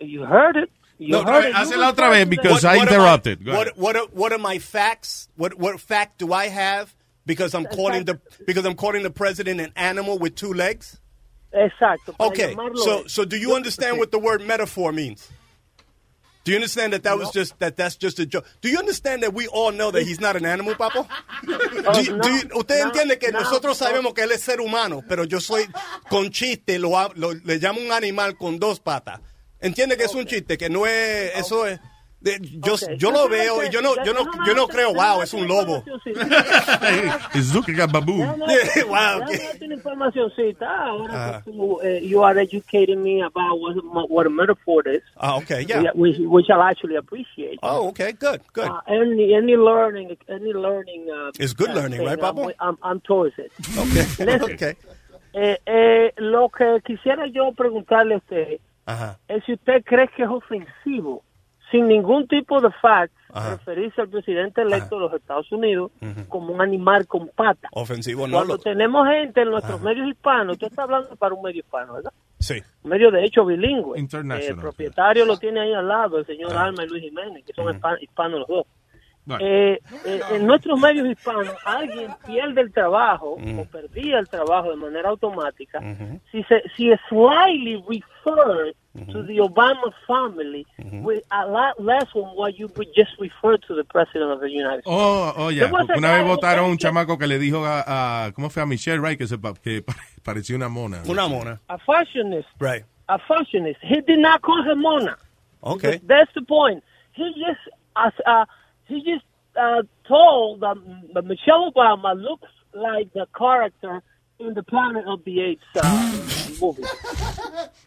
S13: You heard it. You
S11: No,
S13: heard it.
S2: hazla otra vez, because I
S11: am
S2: interrupted. Go
S11: What, what, are, what are my facts? What, what fact do I have? Because I'm calling the because I'm calling the president an animal with two legs.
S13: Exacto. para
S11: Okay,
S13: llamarlo
S11: so
S13: eso.
S11: so do you understand what the word metaphor means? Do you understand that that was just that that's just a joke? Do you understand that we all know that he's not an animal, papo?
S13: Oh,
S11: Do you- do you- usted entiende que nosotros sabemos que él es ser humano, pero yo soy con chiste lo, ha- lo- le llamo un animal con dos patas. Entiende que es un chiste, que no es eso es de- yo yo lo veo y yo no yo no yo no creo, wow, es un lobo.
S2: It's Zucca Babu.
S13: Déjame
S11: Yeah, wow, Ah.
S13: déjame
S11: okay.
S13: darte una informacioncita ahora
S11: Ajá.
S13: que tú, eh, you are educating me about what, a- what a metaphor is.
S11: Ah, okay, yeah.
S13: Which, which I'll actually appreciate.
S11: Oh, okay, good, good.
S13: Uh, any any learning any learning uh,
S11: It's good
S13: uh,
S11: learning,
S13: thing,
S11: right, Pablo?
S13: I'm, I'm, I'm towards it.
S11: Okay.
S13: Listen.
S11: okay.
S13: Eh, eh, lo que quisiera yo preguntarle a usted
S11: Ajá.
S13: es si usted cree que es ofensivo, sin ningún tipo de fact,
S11: Ajá. Mm.
S13: referirse al presidente electo de los Estados Unidos como un animal con patas.
S11: Ofensivo no
S13: Cuando
S11: lo
S13: tenemos gente en nuestros
S11: Ajá.
S13: medios hispanos, usted está hablando para un medio hispano, ¿verdad?
S11: Sí.
S13: Un medio de hecho bilingüe.
S2: International.
S13: Eh, El propietario lo tiene ahí al lado, el señor Alma y Luis Jiménez, que son hispa- hispanos los dos.
S2: Right.
S13: Eh, eh, en nuestros medios hispanos, alguien pierde el trabajo
S2: Mm.
S13: o perdía el trabajo de manera automática si se si es slightly referred to the Obama family with a lot less than what you would just referred to the president of the United States.
S2: Oh, oh, ya.
S13: There was a
S2: Una
S13: guy
S2: vez votaron
S13: in
S2: a un
S13: Connecticut-
S2: chamaco que le dijo a, a- ¿Cómo fue? A Michelle, right? Que, se pa- que pa- parecía una mona.
S11: Una mona.
S13: a fashionist,
S11: Right.
S13: a fashionist. He did not call her Mona.
S11: Okay.
S13: That's the point. He just as uh, he just uh, told um, that Michelle Obama looks like the character in the Planet of the Apes uh, movie.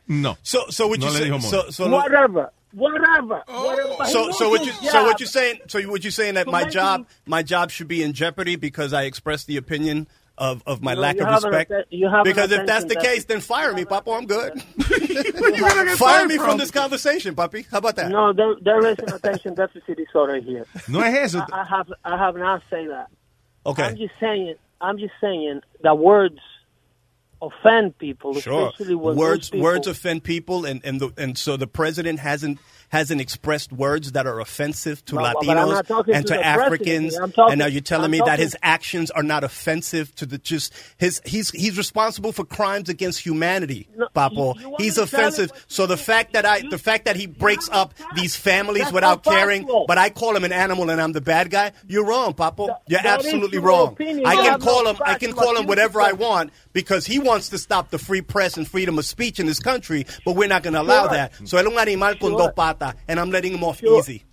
S2: No.
S11: So so would you
S2: No le
S11: say,
S2: dijo
S11: so
S2: mono.
S11: so Oh.
S13: whatever, whatever, whatever. He
S11: So,
S13: lost
S11: so what you,
S13: his
S11: so what
S13: job.
S11: you saying? So you, what you saying that
S13: So
S11: my
S13: maybe-
S11: job, my job should be in jeopardy because I express the opinion of, of my
S13: No,
S11: lack
S13: you
S11: of
S13: have an
S11: respect?
S13: offen- you have an
S11: because if that's
S13: offense
S11: the
S13: in that-
S11: case, then fire me, Papo. I'm good.
S13: get
S11: fire
S13: fired
S11: me from
S13: from.
S11: this conversation, Papi. How about that?
S13: No, there, there is an attention deficit disorder here.
S2: No es eso.
S13: I, I have I have not said that.
S11: Okay.
S13: I'm just saying I'm just saying that words offend people,
S11: Sure.
S13: especially when those
S11: Words
S13: people-
S11: words offend people, and and the, and so the president hasn't hasn't expressed words that are offensive to
S13: No, but- but I'm
S11: Latinos
S13: not talking
S11: and
S13: to
S11: to,
S13: the
S11: Africans.
S13: president. I'm talking-
S11: and now you're telling
S13: I'm
S11: me that
S13: talking-
S11: his actions are not offensive to the just his he's he's responsible for crimes against humanity, Papo.
S13: you want
S11: he's
S13: me to tell you
S11: offensive. So the fact that I the fact that he breaks up these families
S13: That's
S11: without
S13: not
S11: caring,
S13: factual.
S11: but I call him an animal and I'm the bad guy. You're wrong, Papo. You're
S13: that is
S11: absolutely
S13: your
S11: wrong.
S13: opinion.
S11: I
S13: You
S11: can
S13: have no
S11: call him I
S13: facts.
S11: can
S13: You
S11: call him
S13: accuse
S11: whatever I
S13: yourself.
S11: want want because he wants to stop the free press and freedom of speech in this country, but we're not going to allow
S13: Sure.
S11: that. So él es un animal con
S13: Sure.
S11: dos patas, and I'm letting him off
S13: Sure.
S11: easy.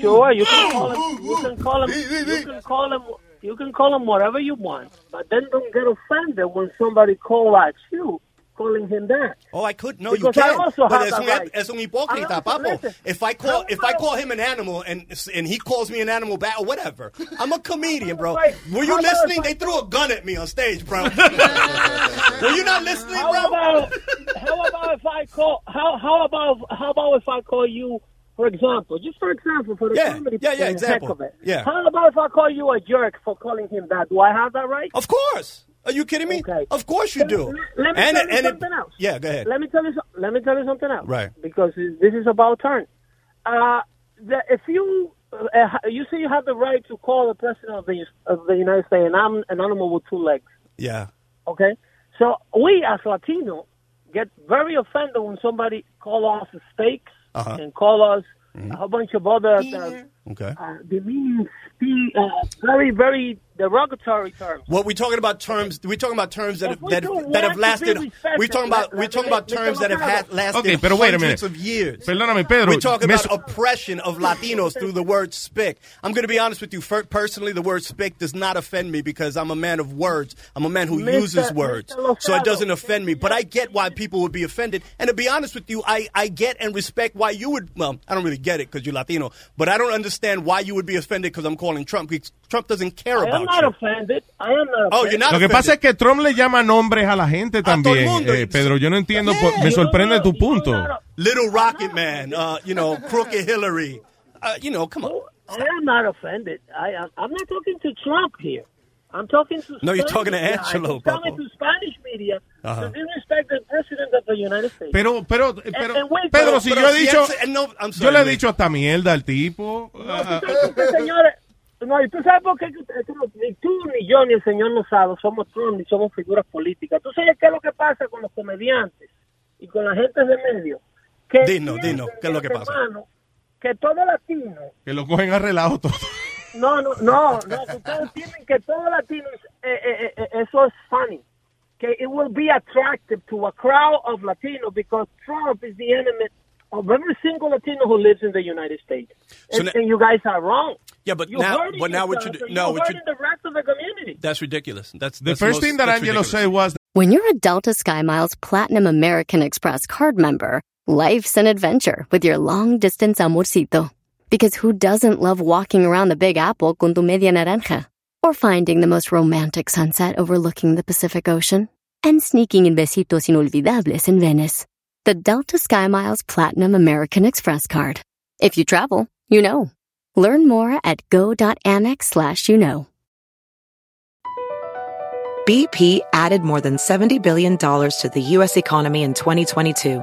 S13: Sure, you can call him. You can call him. You can call him. You can call him whatever you want, but then don't get offended when somebody calls out you, calling him that.
S11: Oh, I could. No,
S13: Because
S11: you
S13: I
S11: can.
S13: also
S11: but
S13: have
S11: es
S13: that
S11: un,
S13: right.
S11: es un hipócrita,
S13: I'm also-
S11: papo.
S13: listen,
S11: If I call if I call him an animal and and he calls me an animal back or whatever, I'm a comedian, bro.
S13: Right.
S11: Were you
S13: How about
S11: listening?
S13: if I-
S11: They threw a gun at me on stage, bro. Were you not listening,
S13: How
S11: bro?
S13: about how about if I call how how about how about if I call you for example, just for example, for the
S11: Yeah,
S13: comedy
S11: yeah, yeah,
S13: for the
S11: example.
S13: heck of it.
S11: Yeah.
S13: How about if I call you a jerk for calling him that? Do I have that right?
S11: Of course. Are you kidding me?
S13: Okay.
S11: Of course you do.
S13: Let me
S11: And
S13: tell
S11: it-
S13: you
S11: and it-
S13: something else.
S11: Yeah, go ahead.
S13: Let me tell you. so- Let me tell you something else.
S11: Right.
S13: Because this is about turn. Uh, the, if you uh, ha- you say you have the right to call the president of the of the United States and I'm an animal with two legs.
S11: Yeah.
S13: Okay. So we as Latino get very offended when somebody call us steaks
S11: Uh-huh. Mm-hmm.
S13: and call us a whole bunch of other uh,
S11: Okay.
S13: uh, demeaning, spe- uh, very very derogatory terms.
S11: Well, we're talking about terms. We're talking about terms that
S13: If we
S11: that,
S13: don't
S11: that have
S13: want to
S11: lasted.
S13: be respected,
S11: We're talking about
S13: let-
S11: we're
S13: let
S11: talking
S13: me-
S11: about
S13: let me
S11: terms that have had,
S13: talk about it.
S11: lasted
S2: Okay, pero wait a
S11: hundreds
S2: minute.
S11: of years.
S2: Perdóname, Pedro.
S11: We're talking
S2: me
S11: about
S2: so-
S11: oppression of Latinos through the word "spick." I'm going to be honest with you. Fir- personally, the word "spick" does not offend me because I'm a man of words. I'm a man who
S13: Mr.
S11: uses words,
S13: Mr.
S11: so it
S13: Lozado.
S11: doesn't offend me. But I get why people would be offended. And to be honest with you, I I get and respect why you would. Well, I don't really get it because you're Latino, but I don't understand why you would be offended because I'm calling Trump. because Trump doesn't care
S13: I am
S11: about
S13: not
S11: you.
S13: offended. I am not
S11: Oh, you're
S13: offended.
S11: not
S2: Lo que
S11: offended.
S2: pasa es que Trump le llama nombres a la gente también. eh, Pedro, yo no entiendo. por- me sorprende tu punto.
S11: Little Rocket Man, uh, you know, Crooked Hillary. Uh, you know, come on.
S13: I am not offended. I am, I'm not talking to Trump here. I'm talking to
S11: No, you're
S13: Spanish
S11: talking to
S13: guys.
S11: Angelo, Uh-huh.
S13: I'm talking to Spanish media
S11: Ajá.
S13: to disrespect the president of the United States.
S2: Pero, pero,
S13: And-
S2: pero,
S13: and wait,
S2: Pedro,
S13: pero-
S2: si
S13: pero
S2: yo he
S13: si
S2: dicho,
S13: él se- él no- I'm
S2: yo
S13: sorry,
S2: le he
S13: Luis.
S2: dicho hasta mierda al tipo. Ah,
S13: Entonces, señores, no, y tú sabes por qué que ustedes no- ni tú, ni yo, ni el señor Lozado somos Trump, ni somos figuras políticas. ¿Tú sabes qué es lo que pasa con los comediantes y con la gente de medio? Que
S11: Dinos, dinos, ¿qué es lo que pasa?
S13: hermano, que todo latino,
S2: que lo cogen a relajo todo.
S13: no, no, no, no, que ustedes tienen que todo latino, es- eh, eh, eh, eso es funny. Que it will be attractive to a crowd of Latinos because Trump is the enemy of every single Latino who lives in the United States.
S11: So
S13: and,
S11: now-
S13: and you guys are wrong.
S11: Yeah, but
S13: You're
S11: now,
S13: hurting
S11: but now what you
S13: yourself
S11: do?
S13: and
S11: No,
S13: you're
S11: what you?
S13: hurting the rest of the community.
S11: That's ridiculous. That's
S2: The first thing that Angelo said was,
S12: When you're a Delta SkyMiles Platinum American Express card member, life's an adventure with your long distance amorcito. Because who doesn't love walking around the Big Apple con tu media naranja? Or finding the most romantic sunset overlooking the Pacific Ocean? And sneaking in besitos inolvidables in Venice. The Delta SkyMiles Platinum American Express card. If you travel, you know. Learn more at go.amex slash you know.
S14: BP added more than $70 billion to the U.S. economy in 2022.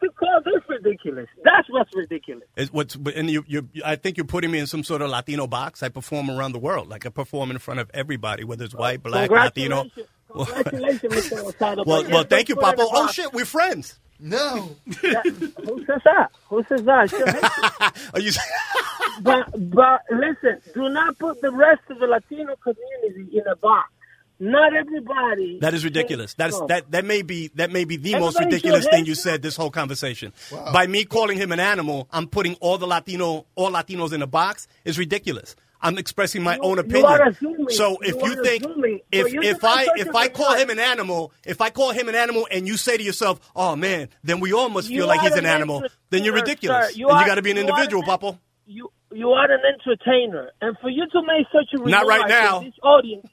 S13: to call this ridiculous. That's what's ridiculous.
S11: It's what's but- and you, you, I think you're putting me in some sort of Latino box. I perform around the world. Like I perform in front of everybody, whether it's white, black, Latino.
S13: Congratulations. Congratulations, Mr. Lozado.
S11: Well,
S13: but
S11: well,
S13: you're
S11: thank you,
S13: put in
S11: Papa.
S13: a
S11: Oh
S13: box.
S11: shit, we're friends. No.
S13: Who says that? Who says that? Sure,
S11: Are you?
S13: but but listen, do not put the rest of the Latino community in a box. Not everybody.
S11: That is ridiculous. That is
S13: No.
S11: that that may be that may be the most
S13: Everybody
S11: ridiculous
S13: should
S11: thing you said this whole conversation. By me calling him an animal, I'm putting all the Latino all Latinos in a box is ridiculous. I'm expressing my own opinion.
S13: are assuming-
S11: so if
S13: you
S11: you,
S13: are
S11: think
S13: assuming.
S11: if
S13: So you're
S11: if
S13: not
S11: I
S13: such
S11: if
S13: a
S11: I call
S13: good
S11: him an animal, if I call him an animal and you say to yourself, "Oh man," then we all must
S13: You
S11: feel like
S13: are
S11: he's an
S13: an
S11: animal, then you're
S13: entertainer,
S11: ridiculous.
S13: sir. You
S11: and
S13: are-
S11: you got to be an
S13: you are an
S11: individual, Papo.
S13: You you are an entertainer, and for you to make such a
S11: Not right
S13: remark
S11: now.
S13: to this audience.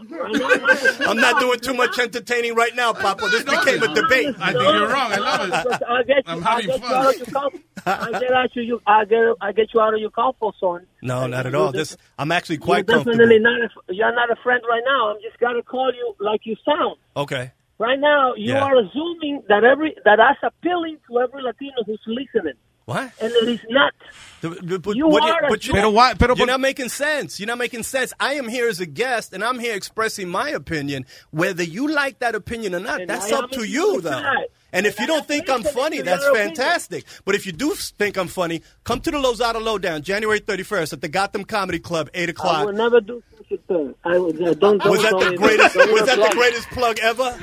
S11: I'm not doing too much entertaining right now, Papo. This became a debate.
S13: I think you're wrong. I love it. I get you. I'm having I get You out of your comfort. I get out you. you- I get. I get you out of your comfort zone.
S11: No, not at all. This I'm actually
S13: You're
S11: quite comfortable.
S13: definitely not. A, you're not a friend right now. I'm just gonna call you like you sound.
S11: Okay.
S13: Right now, you
S11: Yeah.
S13: are assuming that every that that's appealing to every Latino who's listening,
S11: What?
S13: and it is not.
S11: But, but,
S13: You
S11: but
S13: are a
S11: but you-
S13: Pero why- pero
S11: you're
S13: por-
S11: not making sense. You're not making sense. I am here as a guest, and I'm here expressing my opinion. Whether you like that opinion or not, that's
S13: I
S11: up
S13: am
S11: to
S13: here
S11: you,
S13: to
S11: though.
S13: decide.
S11: And if you don't think I'm funny,
S13: to
S11: that's
S13: your opinion.
S11: fantastic. But if you do think I'm funny, come to the Lozada Lowdown, January 31st at the Gotham Comedy Club, 8
S13: I
S11: o'clock.
S13: will never do such a thing. I will, uh, don't.
S11: Was that
S13: don't
S11: the
S13: even-
S11: greatest?
S13: don't
S11: Was that
S13: apply.
S11: the greatest plug ever?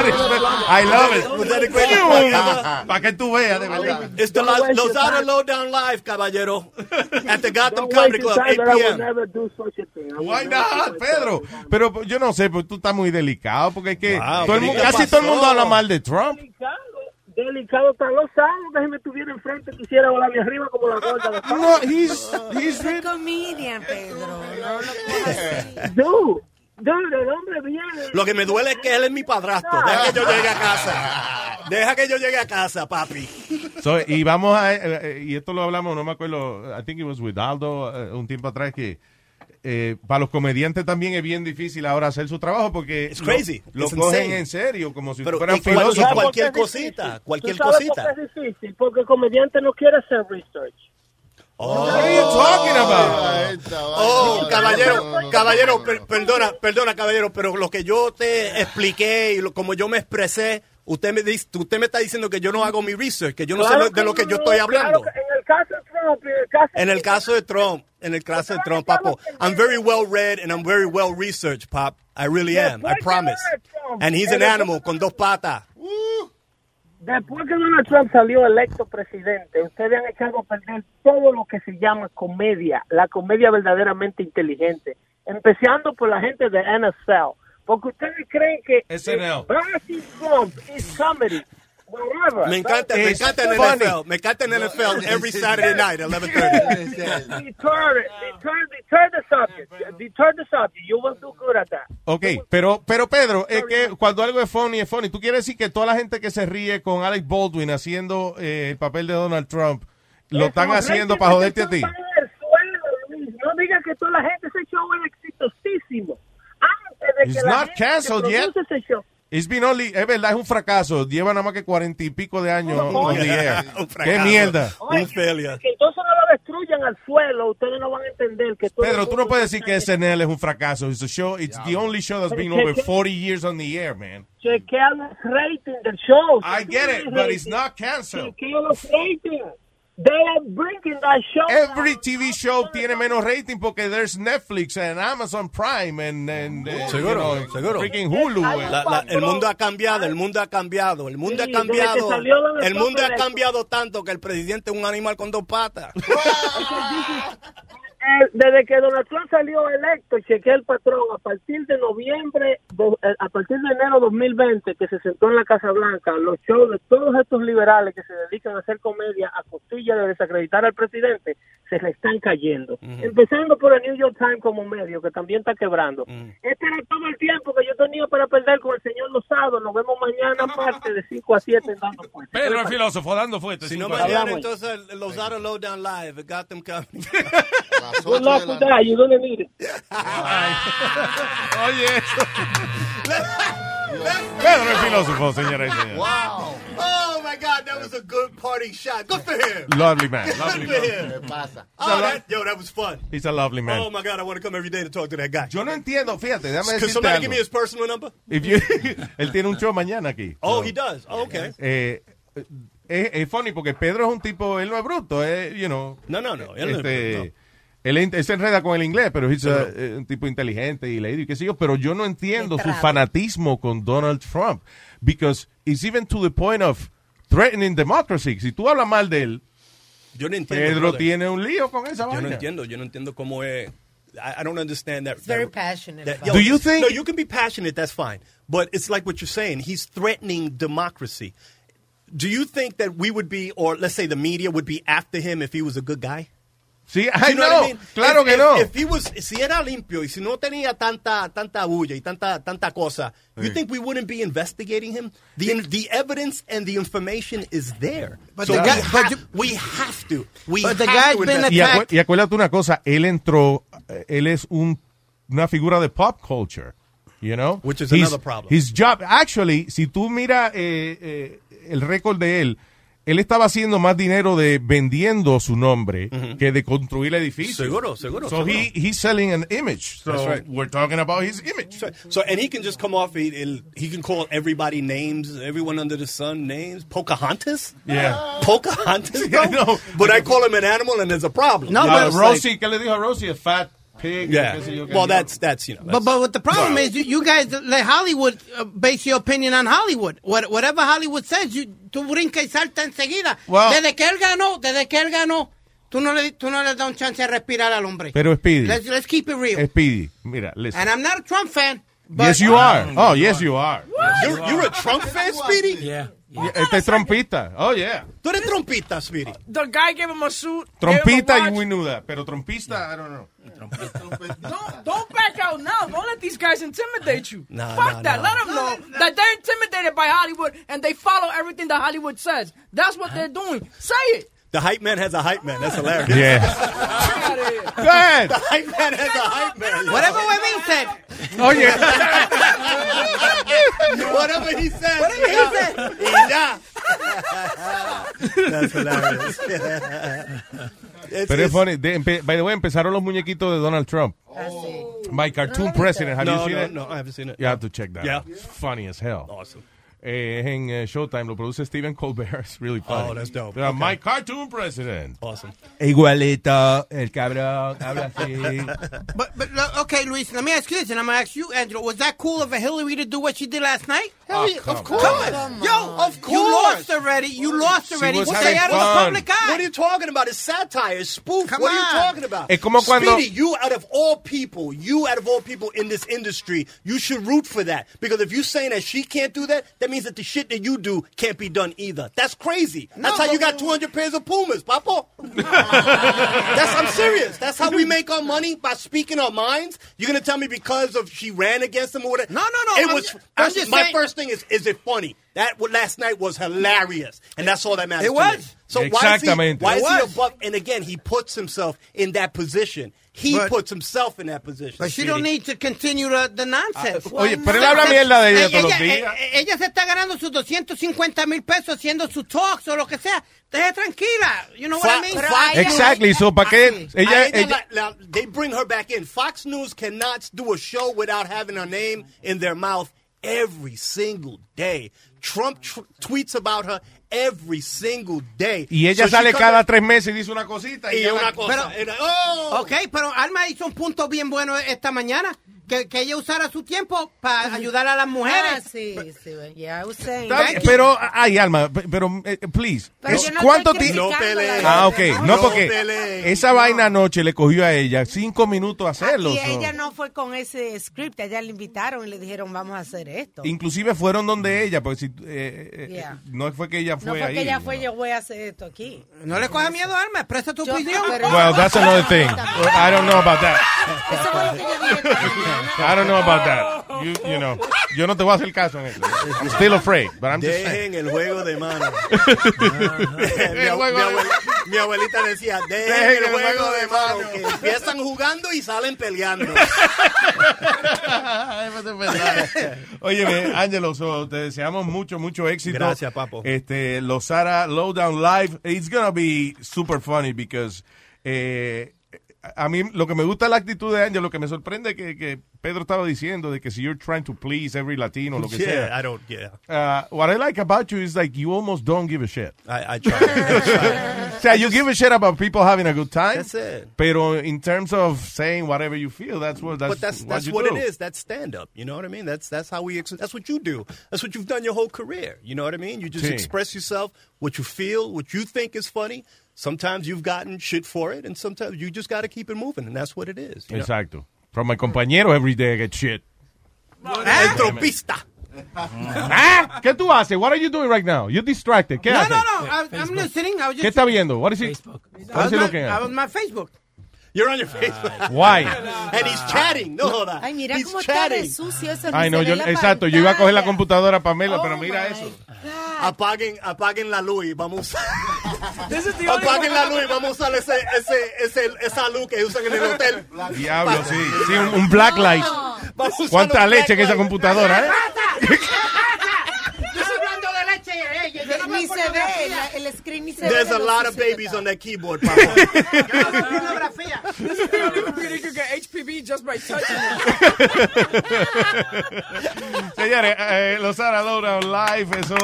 S2: I love it.
S11: Was that the greatest plug ever?
S2: Para que tú veas, de verdad.
S11: It's the
S13: Don't
S11: Lo-
S13: waste your
S11: Lozada
S13: time.
S11: Lowdown Live, caballero, at the Gotham
S13: Don't
S11: Comedy Club,
S13: waste your time
S11: 8
S13: that I will
S11: p.m.
S13: never do such a thing. I will
S2: Why
S13: never
S2: not,
S13: do such a
S2: Pedro? Pero yo no sé, porque tú estás muy delicado, porque es que
S11: Wow,
S2: todo el
S11: pero
S2: mu-
S11: ¿qué
S2: casi
S11: pasó?
S2: todo el mundo habla mal de Trump.
S13: thing. Delicado está Lozano, que si me estuviera enfrente quisiera volarle arriba como la gorda. Lozano.
S2: No, he's he's
S9: a comedian, Pedro. No lo cojas así.
S13: Dude, dude, el hombre viene.
S11: Lo que me duele es que él es mi padrastro. Deja que yo
S2: Ah.
S11: llegue a casa. Deja que yo llegue a casa, papi.
S2: So, y vamos a, eh, eh, y esto lo hablamos, no me acuerdo, I think it was with Aldo eh, un tiempo atrás que eh, para los comediantes también es bien difícil ahora hacer su trabajo porque
S11: It's
S2: lo-
S11: crazy.
S2: lo,
S11: It's
S2: cogen
S11: insane.
S2: en serio, como si
S11: Pero,
S2: fueran
S11: y cual-
S2: filósofos.
S11: y cualquier
S13: ¿Tú sabes por qué es
S11: cosita,
S13: difícil?
S11: cualquier
S13: ¿Tú sabes
S11: cosita.
S13: por qué es difícil? Porque el comediante no quiere hacer research.
S2: What are you talking about?
S11: Oh, caballero, caballero, per- perdona, perdona, caballero, pero lo que yo te expliqué y lo- como yo me expresé, usted me dice, usted me está diciendo que yo no hago mi research, que yo no sé
S13: Claro
S11: lo- de lo que
S13: no,
S11: yo estoy
S13: claro
S11: hablando.
S13: que en el caso de Trump, en el caso
S11: En el caso de Trump, en el clase de Trump, papo. I'm very well read and I'm very well researched, pop. I really am. I promise. And he's an animal con dos patas.
S13: Después que Donald Trump salió electo presidente, ustedes han echado a perder todo lo que se llama comedia, la comedia verdaderamente inteligente, empezando por la gente de NFL, porque ustedes creen que
S2: SNL.
S13: Brasil Trump is comedy, whatever.
S11: Me encanta, me
S13: It's
S11: encanta el
S13: funny.
S11: NFL. Me encanta el NFL every Saturday night, 11:30.
S13: Deter, deter, deter the subject, deter the subject, you will do good at that.
S2: Ok, pero, pero Pedro, es que cuando algo es funny, es funny. ¿Tú quieres decir que toda la gente que se ríe con Alec Baldwin haciendo eh, el papel de Donald Trump, lo están
S13: correcto,
S2: haciendo para joderte a ti?
S13: están en el suelo, Luis. No digas que toda la gente, ese show es exitosísimo. Antes de
S2: It's
S13: que la
S2: not
S13: gente
S2: canceled
S13: produce
S2: yet.
S13: ese show.
S2: It's been only, es verdad, es un fracaso. Lleva nada más que cuarenta y pico de años.
S13: Oh,
S2: on the
S13: yeah.
S2: air.
S13: Un
S2: ¡Qué
S13: fracaso. Oh,
S2: mierda!
S13: Oye, Que entonces no lo destruyan al suelo, ustedes no van a entender que todo
S2: Pedro,
S13: el
S2: tú no
S13: mundo-
S2: puedes decir que SNL es un fracaso. It's a show, it's the only show that's been over 40 years on the air, man.
S13: Chequea los ratings del show.
S2: I get it, but it's not canceled.
S13: Chequea los ratings. They are bringing that show.
S2: Every TV show tiene menos rating porque there's Netflix and Amazon Prime and, and eh,
S11: Seguro,
S2: you know,
S11: seguro.
S2: freaking Hulu. eh.
S11: La- la- el mundo ha cambiado, el mundo ha cambiado, el
S2: Sí,
S11: mundo ha
S2: desde que
S11: cambiado.
S2: salió Donald
S11: El
S2: Trump
S11: mundo ha
S2: electo.
S11: cambiado tanto que el presidente es un animal con dos patas.
S13: Eh, Desde que Donald Trump salió electo, chequea el patrón. A partir de noviembre, do- eh, a partir de enero 2020, que se sentó en la Casa Blanca, los shows de todos estos liberales que se dedican a hacer comedia a costilla de desacreditar al presidente, se le están cayendo. Empezando por el New York Times como medio, que también está quebrando. Este era todo el tiempo que yo tenía para perder con el señor Lozado. Nos vemos mañana, martes, de 5 a 7, en dando Puertas.
S2: Pedro el filósofo, dando fuerte.
S11: Si no
S2: cinco
S11: me
S2: a
S11: dieron,
S2: cero.
S11: entonces los Lozado Lowdown Live, it got them coming.
S13: Good luck with that. You're gonna need it.
S2: Oye, eso. Pedro el filósofo, señoras y señores.
S11: Wow. Oh my God, that was a good party shot. Good for him.
S2: Lovely man, lovely
S11: Good for him. Oh, that, yo, that was fun.
S2: He's a lovely man.
S11: Oh my God, I want to come every day to talk to that guy.
S2: Yo no entiendo, fíjate, déjame
S11: Could
S2: decirte
S11: somebody give
S2: algo.
S11: me his personal number?
S2: If you- él tiene un show mañana aquí.
S11: Oh, he does. Oh, okay.
S2: Eh, eh, es, es funny porque Pedro es un tipo, él no es bruto, es, you know.
S11: No, no, no, él no es
S2: este,
S11: bruto.
S2: Él, en- él se enreda con el inglés, pero es un tipo inteligente y leído y qué sé yo. Pero yo no entiendo su fanatismo con Donald Trump. Because it's even to the point of threatening democracy. Si tú hablas mal de él,
S11: Yo no entiendo.
S2: Pedro
S11: brother.
S2: tiene un lío con esa
S11: Yo no
S2: vaina.
S11: entiendo. Yo no entiendo cómo es. I, I don't understand that.
S9: very
S11: that-
S9: passionate
S11: that- yo,
S9: about it. Do
S2: you think-
S11: No, you can be passionate. That's fine. But it's like what you're saying. He's threatening democracy. Do you think that we would be, or let's say the media would be after him if he was a good guy?
S2: Sí, I
S11: You what
S2: know. Claro
S11: If-
S2: que
S11: if-
S2: no.
S11: if he was- si era limpio y si no tenía tanta tanta bulla y tanta tanta cosa, you
S2: Sí.
S11: think we wouldn't be investigating him? The in- the evidence and the information is there.
S3: But
S11: so
S3: the
S11: we,
S3: guy-
S11: ha-
S3: but you-
S11: we have to. We
S3: But the
S11: have
S3: guy's
S11: to
S3: been
S2: Y, acu-
S11: investigate.
S2: y acuérdate una cosa, él entró, eh, él es un, una figura de pop culture, you know?
S11: Which is another problem.
S2: His job, actually, si tú miras el récord de él, él estaba haciendo más dinero de vendiendo su nombre que de construir el edificio.
S11: Seguro, seguro,
S2: So
S11: seguro.
S2: He, he's selling an image. So
S11: That's right.
S2: we're talking about his image.
S11: So, so- and he can just come off. He, he'll- he can call everybody names, everyone under the sun names. Pocahontas,
S2: Yeah.
S11: Pocahontas.
S2: Yeah, I
S11: bro?
S2: know.
S11: But I call him an animal, and there's a problem.
S3: No,
S11: You
S3: but-
S11: know, it's
S2: Rosie,
S11: like-
S2: ¿qué le dijo a Rosie? A fat pig.
S11: yeah.
S2: qué sé yo, qué
S11: Well,
S2: sé yo.
S11: that's that's you know.
S3: But but what the problem is, you, you guys let Hollywood uh, base your opinion on Hollywood. What, whatever Hollywood says, you, tú brinca y salta enseguida.
S2: Well-
S3: desde que él ganó, desde que él ganó, tú no le tú no le das un chance de respirar al hombre.
S2: Pero Speedy.
S3: let's, let's keep it real.
S2: Speedy, mira, listen.
S3: And I'm not a Trump fan. But
S2: Yes, you are.
S11: Mm.
S2: Oh, yes, you are.
S11: You're, you're a Trump fan, Speedy.
S6: Yeah.
S2: Este es trompista. Oh, yeah.
S11: Tú eres trompista, Speedy.
S7: The guy gave him a suit. gave him a
S2: Trompista y
S7: watch.
S2: we knew that, pero trompista, I don't know.
S7: Don't don't back out now. Don't let these guys intimidate you.
S2: Nah, nah,
S7: Fuck that.
S2: nah.
S7: Let
S5: 'em
S7: them know that they're intimidated by Hollywood and they follow everything that Hollywood says. That's what they're doing. Say it.
S11: The hype man has a hype man. That's hilarious.
S2: Yeah.
S11: Go
S2: ahead.
S11: The hype man has a hype man.
S3: Whatever Webin said.
S2: Oye,
S11: Whatever he said. Whatever
S3: he said.
S11: Yeah. That's hilarious. It's-
S2: pero es
S11: it's-
S2: funny. De- empe- by the way, empezaron los muñequitos de Donald Trump. My cartoon president, have
S11: Ah, No,
S2: you seen
S11: no,
S2: it?
S11: no, I haven't seen it.
S2: You have to check that.
S11: Yeah.
S2: out. It's funny as hell.
S11: Awesome.
S2: eh, es en eh, Showtime, lo produce Stephen Colbert. It's really funny.
S11: Oh, that's dope.
S2: They are
S11: Okay.
S2: My cartoon president.
S11: Awesome.
S2: Igualito, el cabrón, habla así.
S3: But, but uh, okay, Luis, let me ask you this, and I'm gonna ask you, Angelo. Was that cool of Hillary to do what she did last night?
S11: Hell yeah, of
S3: Come
S11: course.
S3: on.
S11: Oh, Come
S3: yo, of course. You lost already. You lost
S11: She
S3: already.
S11: was
S3: Put
S11: having
S3: that out of the
S11: fun.
S3: public eye.
S11: What are you talking about? It's satire. It's spoof.
S3: Come
S11: what are
S3: on.
S11: you talking about?
S2: Es como cuando-
S11: Speedy, you out of all people, you out of all people in this industry, you should root for that. Because if you're saying that she can't do that, that means that the shit that you do can't be done either. That's crazy. That's how you got 200 pairs of Pumas, Papa. That's I'm serious. That's how we make our money by speaking our minds. You're gonna tell me because of she ran against him or whatever? No, no,
S3: no,
S11: It
S3: I'm
S11: was.
S3: ju- I'm
S11: first-
S3: just
S11: my
S3: saying-
S11: first thing is, is it funny? That what last night was hilarious, and that's all that matters.
S3: It
S11: to
S3: was.
S11: me. So why is he?
S2: Exactamente.
S11: Why
S2: It
S11: is he
S2: was.
S11: a buck? And again, he puts himself in that position. He
S3: But-
S11: puts himself in that position.
S3: But she don't need to continue the, the nonsense.
S11: Ah, oye, pero él habla mierda de ella todos los días.
S3: eh, Ella, se está ganando sus 250 mil pesos haciendo sus talks o lo que sea. Deje tranquila. You know what I mean?
S2: Exactly, so ¿para qué?
S11: A
S2: Ella,
S11: ella
S2: ella,
S11: la- la- they bring her back in. Fox News cannot do a show without having her name in their mouth every single day. Trump tr- tweets about her every single day.
S2: y ella
S11: So she
S2: sale
S11: comes-
S2: cada tres meses y dice una cosita.
S11: Y
S2: ya
S11: una
S2: la-
S11: cosa.
S3: Pero-
S11: Era- ¡Oh!
S3: Ok, pero Alma hizo un punto bien bueno esta mañana. Que, que ella usara su tiempo para ayudar a las
S9: Ah,
S3: mujeres.
S9: sí, sí. güey. Yeah, I was saying.
S2: Está bien, pero, ay, Alma, pe- pero, eh, please.
S9: Pero
S2: es-
S9: yo no
S2: ¿Cuánto
S9: estoy
S2: ti-
S9: criticándola, No peleen.
S2: Ah, ok. No,
S9: no
S2: porque
S9: peleen.
S2: esa vaina anoche le cogió a ella cinco minutos hacerlo.
S9: Y
S2: so.
S9: ella no fue con ese script. Allá le invitaron y le dijeron, vamos a hacer esto.
S2: Inclusive fueron
S9: Mm.
S2: donde ella, porque si, eh, eh,
S9: Yeah.
S2: no fue que ella
S9: No
S2: fue
S9: fue que
S2: ahí.
S9: ella fue, yo voy a hacer esto aquí.
S3: No le coja miedo, Alma. Expresa tu
S9: Yo-
S3: opinión.
S9: pero-
S2: Well, that's another thing. I don't know about that.
S9: Eso fue lo que yo dije.
S2: I don't know about that. You, you know, yo no te voy a hacer caso en eso. I'm still afraid, but I'm just saying.
S11: Dejen el juego de manos. mi,
S2: El
S11: ab-
S2: juego
S11: mi
S2: de-
S11: abuel- mi abuelita decía, dejen, el juego, de manos. que empiezan jugando y salen peleando.
S2: Óyeme, Ángelo, so, te deseamos mucho, mucho éxito.
S11: Gracias, papo.
S2: Este, Lozara Lowdown Live, it's gonna be super funny because eh, a mí lo que me gusta es la actitud de Ángelo, lo que me sorprende que, que Pedro estaba diciendo de que si you're trying to please every latino, lo que
S11: Yeah,
S2: sea.
S11: I don't- yeah.
S2: Uh, what I like about you is like you almost don't give a shit.
S11: I, I try.
S2: O sea, you give a shit about people having a good time.
S11: That's it.
S2: Pero in terms of saying whatever you feel, that's what that's
S11: but that's
S2: what,
S11: that's
S2: you
S11: what
S2: do.
S11: it is. That's stand up. You know what I mean? That's that's how we. Ex- that's what you do. That's what you've done your whole career. You know what I mean? You just
S2: Sí.
S11: express yourself, what you feel, what you think is funny. Sometimes you've gotten shit for it, and sometimes you just got to keep it moving, and that's what it is. You know?
S2: Exacto. From my compañero every day I get shit.
S11: El trompista.
S2: ¿Ah? ¿Qué tú haces? What are you doing right now? You're distracted. ¿Qué
S3: No,
S2: haces?
S3: no, no.
S11: Eh,
S3: Ah, I, I'm listening. I was just.
S2: ¿Qué está viendo? What is it?
S3: I
S2: What
S3: was,
S2: is he
S3: my,
S2: looking
S3: I
S2: at? Ah,
S3: was my Facebook.
S11: You're on your Facebook.
S2: Why?
S11: And he's chatting. No, hold on.
S9: Ay, mira
S11: he's
S9: cómo está de
S11: chatting.
S9: sucio eso.
S2: Ay,
S9: ni
S2: no,
S9: se
S2: yo,
S9: ve la
S2: exacto. Yo iba a coger la
S9: pantalla.
S2: computadora Pamela,
S9: Oh
S2: pero mira
S9: my
S2: eso.
S11: Apaguen, apaguen la luz y vamos.
S7: This is the only
S11: apaguen
S7: one-
S11: la luz y vamos a usar ese, ese, ese, esa luz que usan en el hotel.
S2: Diablo, sí. Sí, un, un black light.
S11: Vamos a usar
S2: ¿Cuánta
S11: un
S2: leche en esa
S11: blacklight.
S2: computadora, eh?
S3: Yo estoy hablando de leche. eh, yo- yo no veo
S9: Ni se ve,
S3: pornografía.
S9: la- el screen ni se ve.
S11: There's
S9: de
S11: a
S9: lo
S11: lot of
S9: sucio que
S11: babies
S9: está.
S11: on that keyboard. Papa.
S3: Yo no veo pornografía.
S7: This is the only computer you could get HPV just by touching it.
S2: eh? Señores, eh, los Sara Laura Live, eso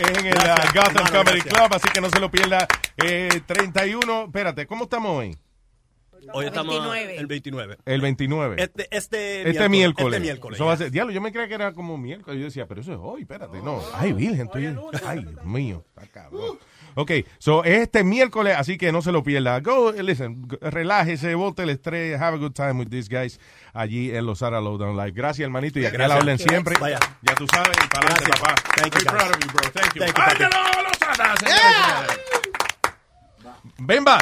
S2: es en el
S11: Gracias,
S2: uh, Gotham
S11: hermano,
S2: Comedy
S11: gracias.
S2: Club, así que no se lo pierda. Eh, 31, espérate, ¿cómo estamos hoy?
S11: Hoy estamos
S9: 29.
S11: el 29.
S2: El 29.
S11: Este, este,
S2: este miércoles.
S11: Este miércoles.
S2: Eso va a ser- diablo, yo me creía que era como miércoles. Yo decía, pero eso es hoy, espérate. No. Ay, virgen, estoy. Ay, Dios mío, está cabrón. Ok, so es este miércoles, así que no se lo pierda. Go, listen, g- relájese, bote el estrés, have a good time with these guys allí en los Sara Lowdown Live. Gracias, hermanito, y aquí la
S11: Gracias.
S2: hablen siempre.
S11: Vaya.
S2: Ya tú sabes, y para adelante,
S11: Gracias.
S2: papá.
S11: Thank you,
S2: Very
S11: guys.
S2: proud of you, bro. Thank you.
S11: Thank you, thank you.
S2: Ángelo Lozada, señores y señores. Ven, va.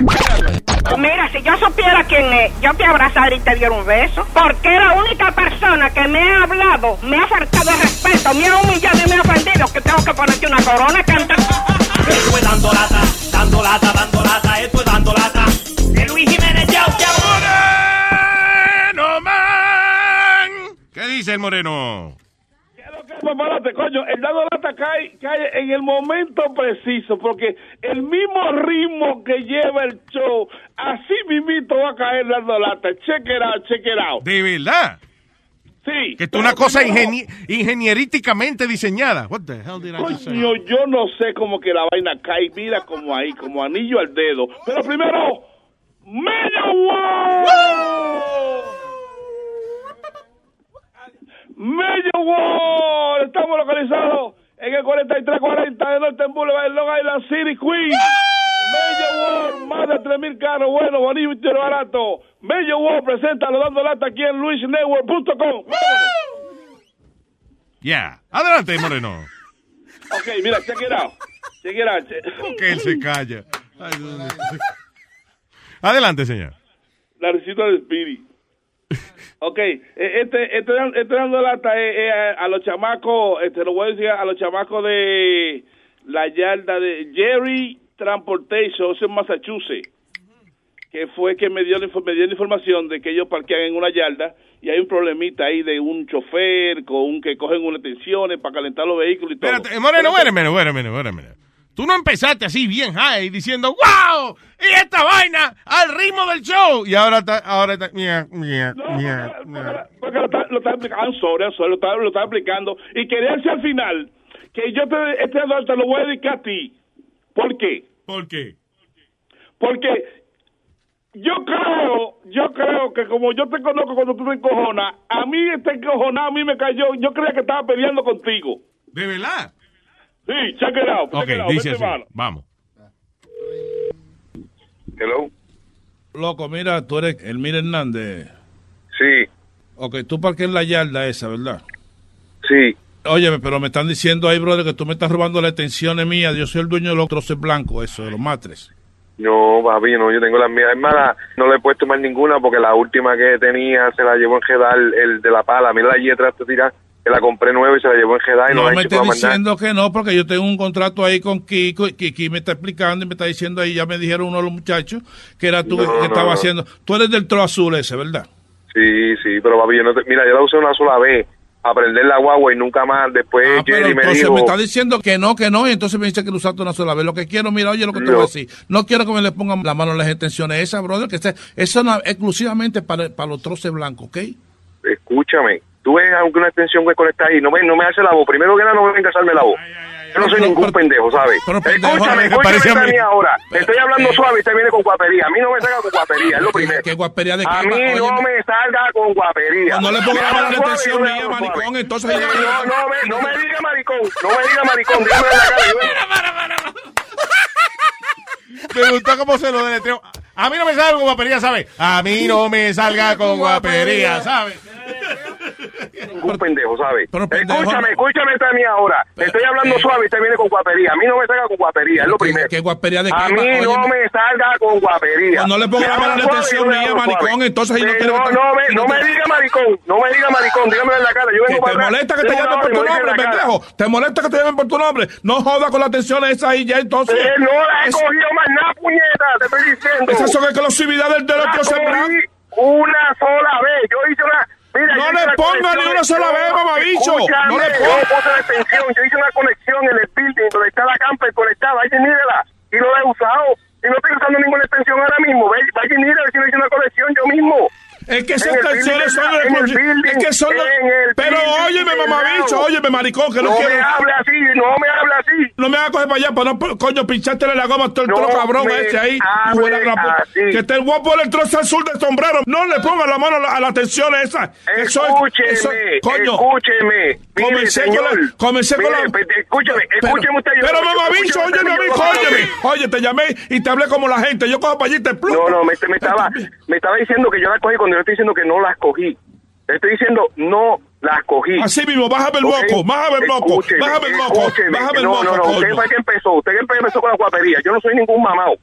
S15: Pues Mira, si yo supiera quién es, yo te abrazara y te diera un beso. Porque es la única persona que me ha hablado, me ha faltado el respeto, me ha humillado y me ha ofendido que tengo que ponerte una corona cantar.
S16: Esto es dando lata, dando lata, dando lata, esto es dando lata. De Luis Jiménez Yao,
S2: Moreno Man. ¿Qué dice el Moreno?
S17: Prepárate, coño, el dado lata cae, cae en el momento preciso, porque el mismo ritmo que lleva el show, así mismito va a caer el dado lata. Check it out, check it out.
S2: De verdad.
S17: Sí.
S2: Que esto es una cosa ingenie- ingenierísticamente diseñada. What the hell did I just say?
S17: Coño, yo no sé cómo que la vaina cae, mira como ahí, como anillo al dedo. Pero primero, media wall. Media wall. Estamos localizados en el 4340 de Norte en Boulevard, en Long Island City, Queens. Media Wall, más de 3.000 carros, bueno, bonito y barato. Media Wall presenta lo dando lata aquí en luisnetwork.com.
S2: Yeah. Adelante, Moreno.
S17: Ok, mira, check it out. Check it out. che-
S2: Que él se calla. Adelante, señor.
S17: La recita de Speedy. Ok, eh, este, este, dan- este dando lata eh, eh, a, a los chamacos, este, lo voy a decir a los chamacos de la yarda de Jerry Transportation, eso en Massachusetts, que fue que me dio, la info- me dio la información de que ellos parquean en una yarda y hay un problemita ahí de un chofer con un que cogen unas tensiones para calentar los vehículos y todo.
S2: Eh, Moreno, wait a minute, wait a minute, wait a minute. Tú no empezaste así bien high diciendo, wow, y esta vaina al ritmo del show. Y ahora está, ahora está, mia, mia, mia, mia.
S17: Porque lo está, lo está aplicando, I'm sorry, I'm sorry, lo está, lo está aplicando. Y quería decir al final que yo te, este don te lo voy a dedicar a ti. ¿Por qué?
S2: ¿Por qué?
S17: Porque yo creo, yo creo que como yo te conozco cuando tú te encojonas, a mí este encojonado a mí me cayó, yo creía que estaba peleando contigo.
S2: ¿De verdad?
S17: Sí, check it out, check
S2: Ok,
S17: it out,
S2: dice
S17: vete,
S2: así.
S17: mano.
S2: Vamos.
S18: Hello.
S19: Loco, mira, tú eres Elmira Hernández.
S18: Sí,
S19: Ok, tú parques en la yarda esa, ¿verdad?
S18: sí.
S19: Óyeme, pero me están diciendo ahí, brother, que tú me estás robando las extensiones mías. Yo soy el dueño de los troces blancos, eso, de los matres.
S18: No, papi, no, yo tengo las mías. Es mala, no le he puesto más ninguna porque la última que tenía se la llevó en Gedal, el de la pala. Mira la yetra esta tirada, que la compré nueva y se la llevó en Gedal y no,
S19: No
S18: la he
S19: me
S18: hecho
S19: estén
S18: para mandar.
S19: diciendo que no, porque yo tengo un contrato ahí con Kiko y Kiki me está explicando y me está diciendo ahí, ya me dijeron uno de los muchachos que era tú
S18: No,
S19: que
S18: no,
S19: estaba
S18: no.
S19: haciendo. Tú eres del tro azul ese, ¿verdad?
S18: Sí, sí, pero papi, yo no te- mira, yo la usé una sola vez, aprender la guagua y nunca más. Después
S19: Ah, Pero
S18: Jerry me
S19: entonces
S18: dijo,
S19: me está diciendo que no, que no, y entonces me dice que lo usaste una sola vez. Lo que quiero, mira, oye lo que te
S18: No.
S19: voy a decir. No quiero que me le pongan la mano en las extensiones esas, brother, que esa- eso no- exclusivamente para, para los troces blancos, ¿ok?
S18: escúchame, tú ves aunque una extensión que conecta ahí, no me, no me hace la voz. Primero que nada, no me vengas a hacerme la voz. Yo no soy ningún pendejo, ¿sabes? escúchame, escúchame
S19: parece a
S18: esta
S19: mí.
S18: mía ahora. Estoy hablando suave y usted viene con guapería. A mí no me salga con guapería, es lo primero.
S19: ¿Qué guapería de qué?
S18: A mí
S19: Oye,
S18: no me salga con guapería.
S19: No le ponga la mala
S18: Suave,
S19: atención
S18: yo le
S19: mía,
S18: hablo suave.
S19: maricón, entonces-
S18: No, no, no me, no me diga maricón, no me diga maricón, dígame en la cara. yo-
S2: Me gustó cómo se lo deletreo. A mí no me salga con guapería, ¿sabes? A mí no me salga con guapería, ¿sabes?
S18: Ningún pendejo, ¿sabes?
S19: pendejo- eh.
S18: Escúchame, escúchame esta mía ahora. Estoy hablando suave y usted viene con guapería. A mí no me salga con guapería, es lo primero.
S19: ¿Qué guapería de qué?
S18: A mí no
S19: Óyeme.
S18: me salga con guapería.
S19: Pues no le ponga la mala
S18: Suave,
S19: atención
S18: yo le
S19: mía,
S18: hablo
S19: maricón,
S18: suave.
S19: entonces ahí no
S18: Sí,
S19: tiene
S18: no,
S19: que-
S18: no, me,
S19: no
S18: no me
S19: tiene-
S18: diga maricón, no me diga maricón, dígamelo en la cara. Yo
S19: Que
S18: vengo
S19: te
S18: para atrás,
S19: molesta que te
S18: tengo
S19: llamen
S18: una
S19: por tu
S18: hora y me
S19: nombre,
S18: diga en la cara.
S19: pendejo. Te molesta que te llamen por tu nombre. No jodas con la atención esa ahí ya entonces.
S18: Eh, no la he
S19: Es-
S18: cogido más nada, puñeta, te estoy diciendo.
S19: Esas son exclusividades del
S18: La
S19: otro
S18: cogí Una sola vez, yo hice una. Mira,
S19: No le
S18: yo hice una
S19: ponga
S18: conexión-
S19: ni una sola vez, mamabicho.
S18: Escúchame,
S19: No le
S18: Yo
S19: ponga.
S18: puse la extensión, yo hice una conexión en el building donde está la camper conectada. Vaya y mírela. Y no la he usado. Y no estoy usando ninguna extensión ahora mismo. Ve- Vaya y mírela si no hice una conexión yo mismo.
S19: Es que esas
S18: En el
S19: canciones
S18: building,
S19: son
S18: en el
S19: de
S18: building,
S19: Es que son de-
S18: en el
S19: Pero
S18: building
S19: óyeme,
S18: del
S19: mamabicho,
S18: lado.
S19: óyeme, maricón, que no,
S18: No me
S19: quiero.
S18: hable así, no me hable así.
S19: No me hagas coger para allá, pues no, pues, coño, pinchástele la goma a todo el
S18: No
S19: trozo cabrón
S18: me
S19: ese ahí.
S18: hable
S19: hijo de la gran puta.
S18: así.
S19: Que te voy a poner el trozo azul del sombrero. No le ponga la mano a la, a la atención esa. Eso es-
S18: Escúcheme,
S19: eso- coño.
S18: escúcheme. Mire,
S19: Comencé con
S18: señor,
S19: la. Comencé con
S18: mire,
S19: la.
S18: pe- escúcheme,
S19: Pero-
S18: escúcheme usted, yo-
S19: Pero
S18: yo-
S19: mamabicho,
S18: escúcheme usted,
S19: óyeme a mí,
S18: yo- yo-
S19: óyeme. Oye, te llamé y te hablé como la gente. Yo cojo para allí y te plum.
S18: No, no, me, me estaba, me estaba diciendo que yo las cogí cuando yo estoy diciendo que no las cogí. Le estoy diciendo no las cogí.
S19: Así mismo, bájame el
S18: ¿Ok?
S19: moco, bájame el moco,
S18: Escúcheme,
S19: bájame el moco,
S18: escúcheme.
S19: bájame el
S18: no,
S19: moco,
S18: No, no, usted
S19: coño.
S18: fue el que empezó, usted que empezó con la guapería. Yo no soy ningún mamado.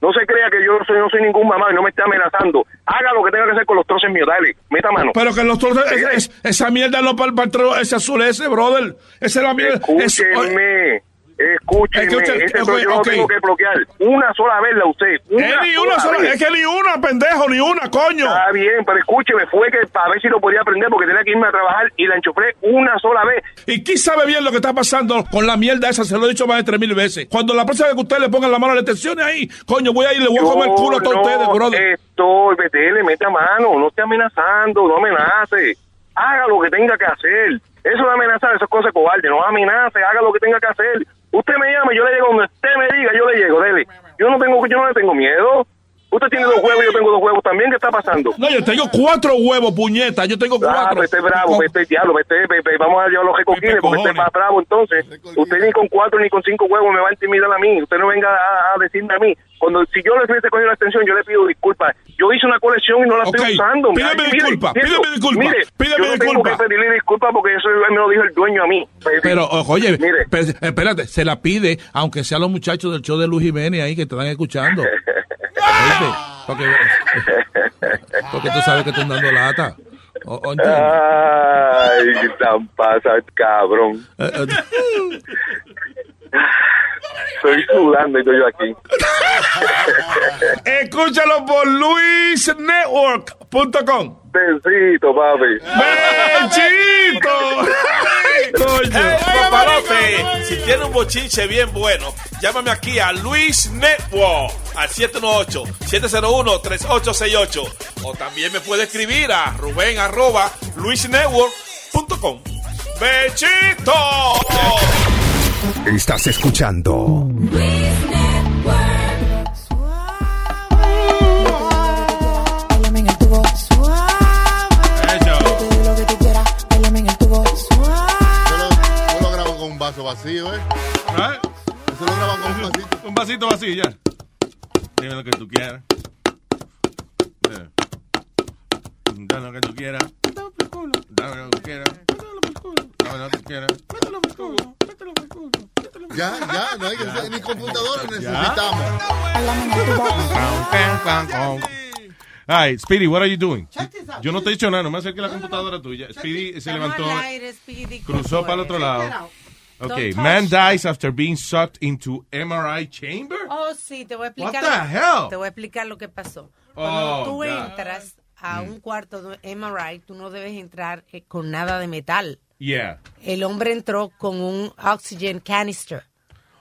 S18: No se crea que yo no soy, no soy ningún mamado y no me está amenazando. Haga lo que tenga que hacer con los troces míos, dale, meta mano.
S19: Pero que los trozos, es-
S18: Mire.
S19: es- esa mierda no para el patrón, ese azul ese, brother. Esa es la mierda. es- oye,
S18: Escúcheme, escúcheme,
S19: Es que usted-
S18: ese trozo
S19: ok,
S18: yo no
S19: ok.
S18: tengo que bloquear. Una sola vez la usé. Una
S19: es ni una sola,
S18: vez.
S19: es que ni una, pendejo, ni una, coño.
S18: Está bien, pero escúcheme, fue que para ver si lo podía aprender porque tenía que irme a trabajar y la enchufé una sola vez.
S19: Y quién sabe bien lo que está pasando con la mierda esa, se lo he dicho más de tres mil veces. Cuando la próxima vez que ustedes le pongan la mano a las tensiones ahí, coño, voy a ir y le voy a comer el culo a todos
S18: Yo
S19: ustedes,
S18: no
S19: brother.
S18: Estoy, vete, le mete a mano, no esté amenazando, no amenace. haga lo que tenga que hacer. Eso de amenazar, eso es cosa de cobarde. No amenace, haga lo que tenga que hacer. Usted me llama, yo le llego donde usted me diga, yo le llego, dele. Yo no tengo, yo no le tengo miedo. Usted tiene dos huevos, yo tengo dos huevos también. ¿Qué está pasando?
S19: No, yo tengo cuatro huevos, puñeta. Yo tengo
S18: Ah,
S19: cuatro.
S18: pues este es bravo, pues este es diablo, pues este, pues, pues, vamos a llevar los recoquines porque este es más bravo. Entonces, usted ni con cuatro ni con cinco huevos me va a intimidar a mí. Usted no venga a, a decirme a mí. Cuando, si yo le hubiese cogido la extensión, yo le pido disculpas. Yo hice una colección y no la estoy
S19: Ok,
S18: usando.
S19: pídeme
S18: Mire,
S19: disculpa,
S18: mire,
S19: pídeme disculpa,
S18: mire,
S19: pídeme
S18: yo no tengo que
S19: disculpa.
S18: pedirle disculpas porque eso me lo dijo el dueño a mí.
S20: Pero, o- oye, pero, espérate, se la pide, aunque sean los muchachos del show de Luis Jiménez ahí que te están escuchando. ¿Oíste? Porque, porque tú sabes que están dando lata. O- o- ¿entiendes?
S18: Ay, qué tan pasa, cabrón.
S19: Eh,
S18: Estoy sudando y estoy yo aquí.
S19: Escúchalo por luisnetwork.com.
S18: Besito, papi.
S19: ¡Bechito!
S21: Papalote, si tiene un bochinche bien bueno, llámame aquí a Luis Network al 718-701-3868. O también me puede escribir a Rubén arroba luisnetwork.com. ¡Bechito!
S22: Estás escuchando
S23: Bailame en el tubo suave. Yo te doy lo que tú quieras. Bailame en el tubo
S8: Yo lo grabo con un vaso vacío, ¿eh? Eso lo grabo con un vasito.
S2: Un vasito vacío, ya. Dime lo que tú quieras. Eh. Dame lo que tú quieras. Dame lo que tú quieras. Dame lo que tú quieras.
S8: Ya, ya, no hay que ser ni computadora necesitamos.
S2: Ay, Speedy, what are you doing? Yo no te he dicho nada, no me acerque la computadora tuya. Speedy se levantó, cruzó para el otro lado. Ok, man dies after being sucked into MRI chamber.
S9: Oh, sí, te voy a explicar.
S2: What the hell?
S9: Te voy a explicar lo que pasó.
S2: Oh,
S9: Cuando tú
S2: God.
S9: entras a
S2: Mm.
S9: un cuarto de MRI, tú no debes entrar eh, con nada de metal.
S2: Yeah.
S9: El hombre entró con un oxygen canister.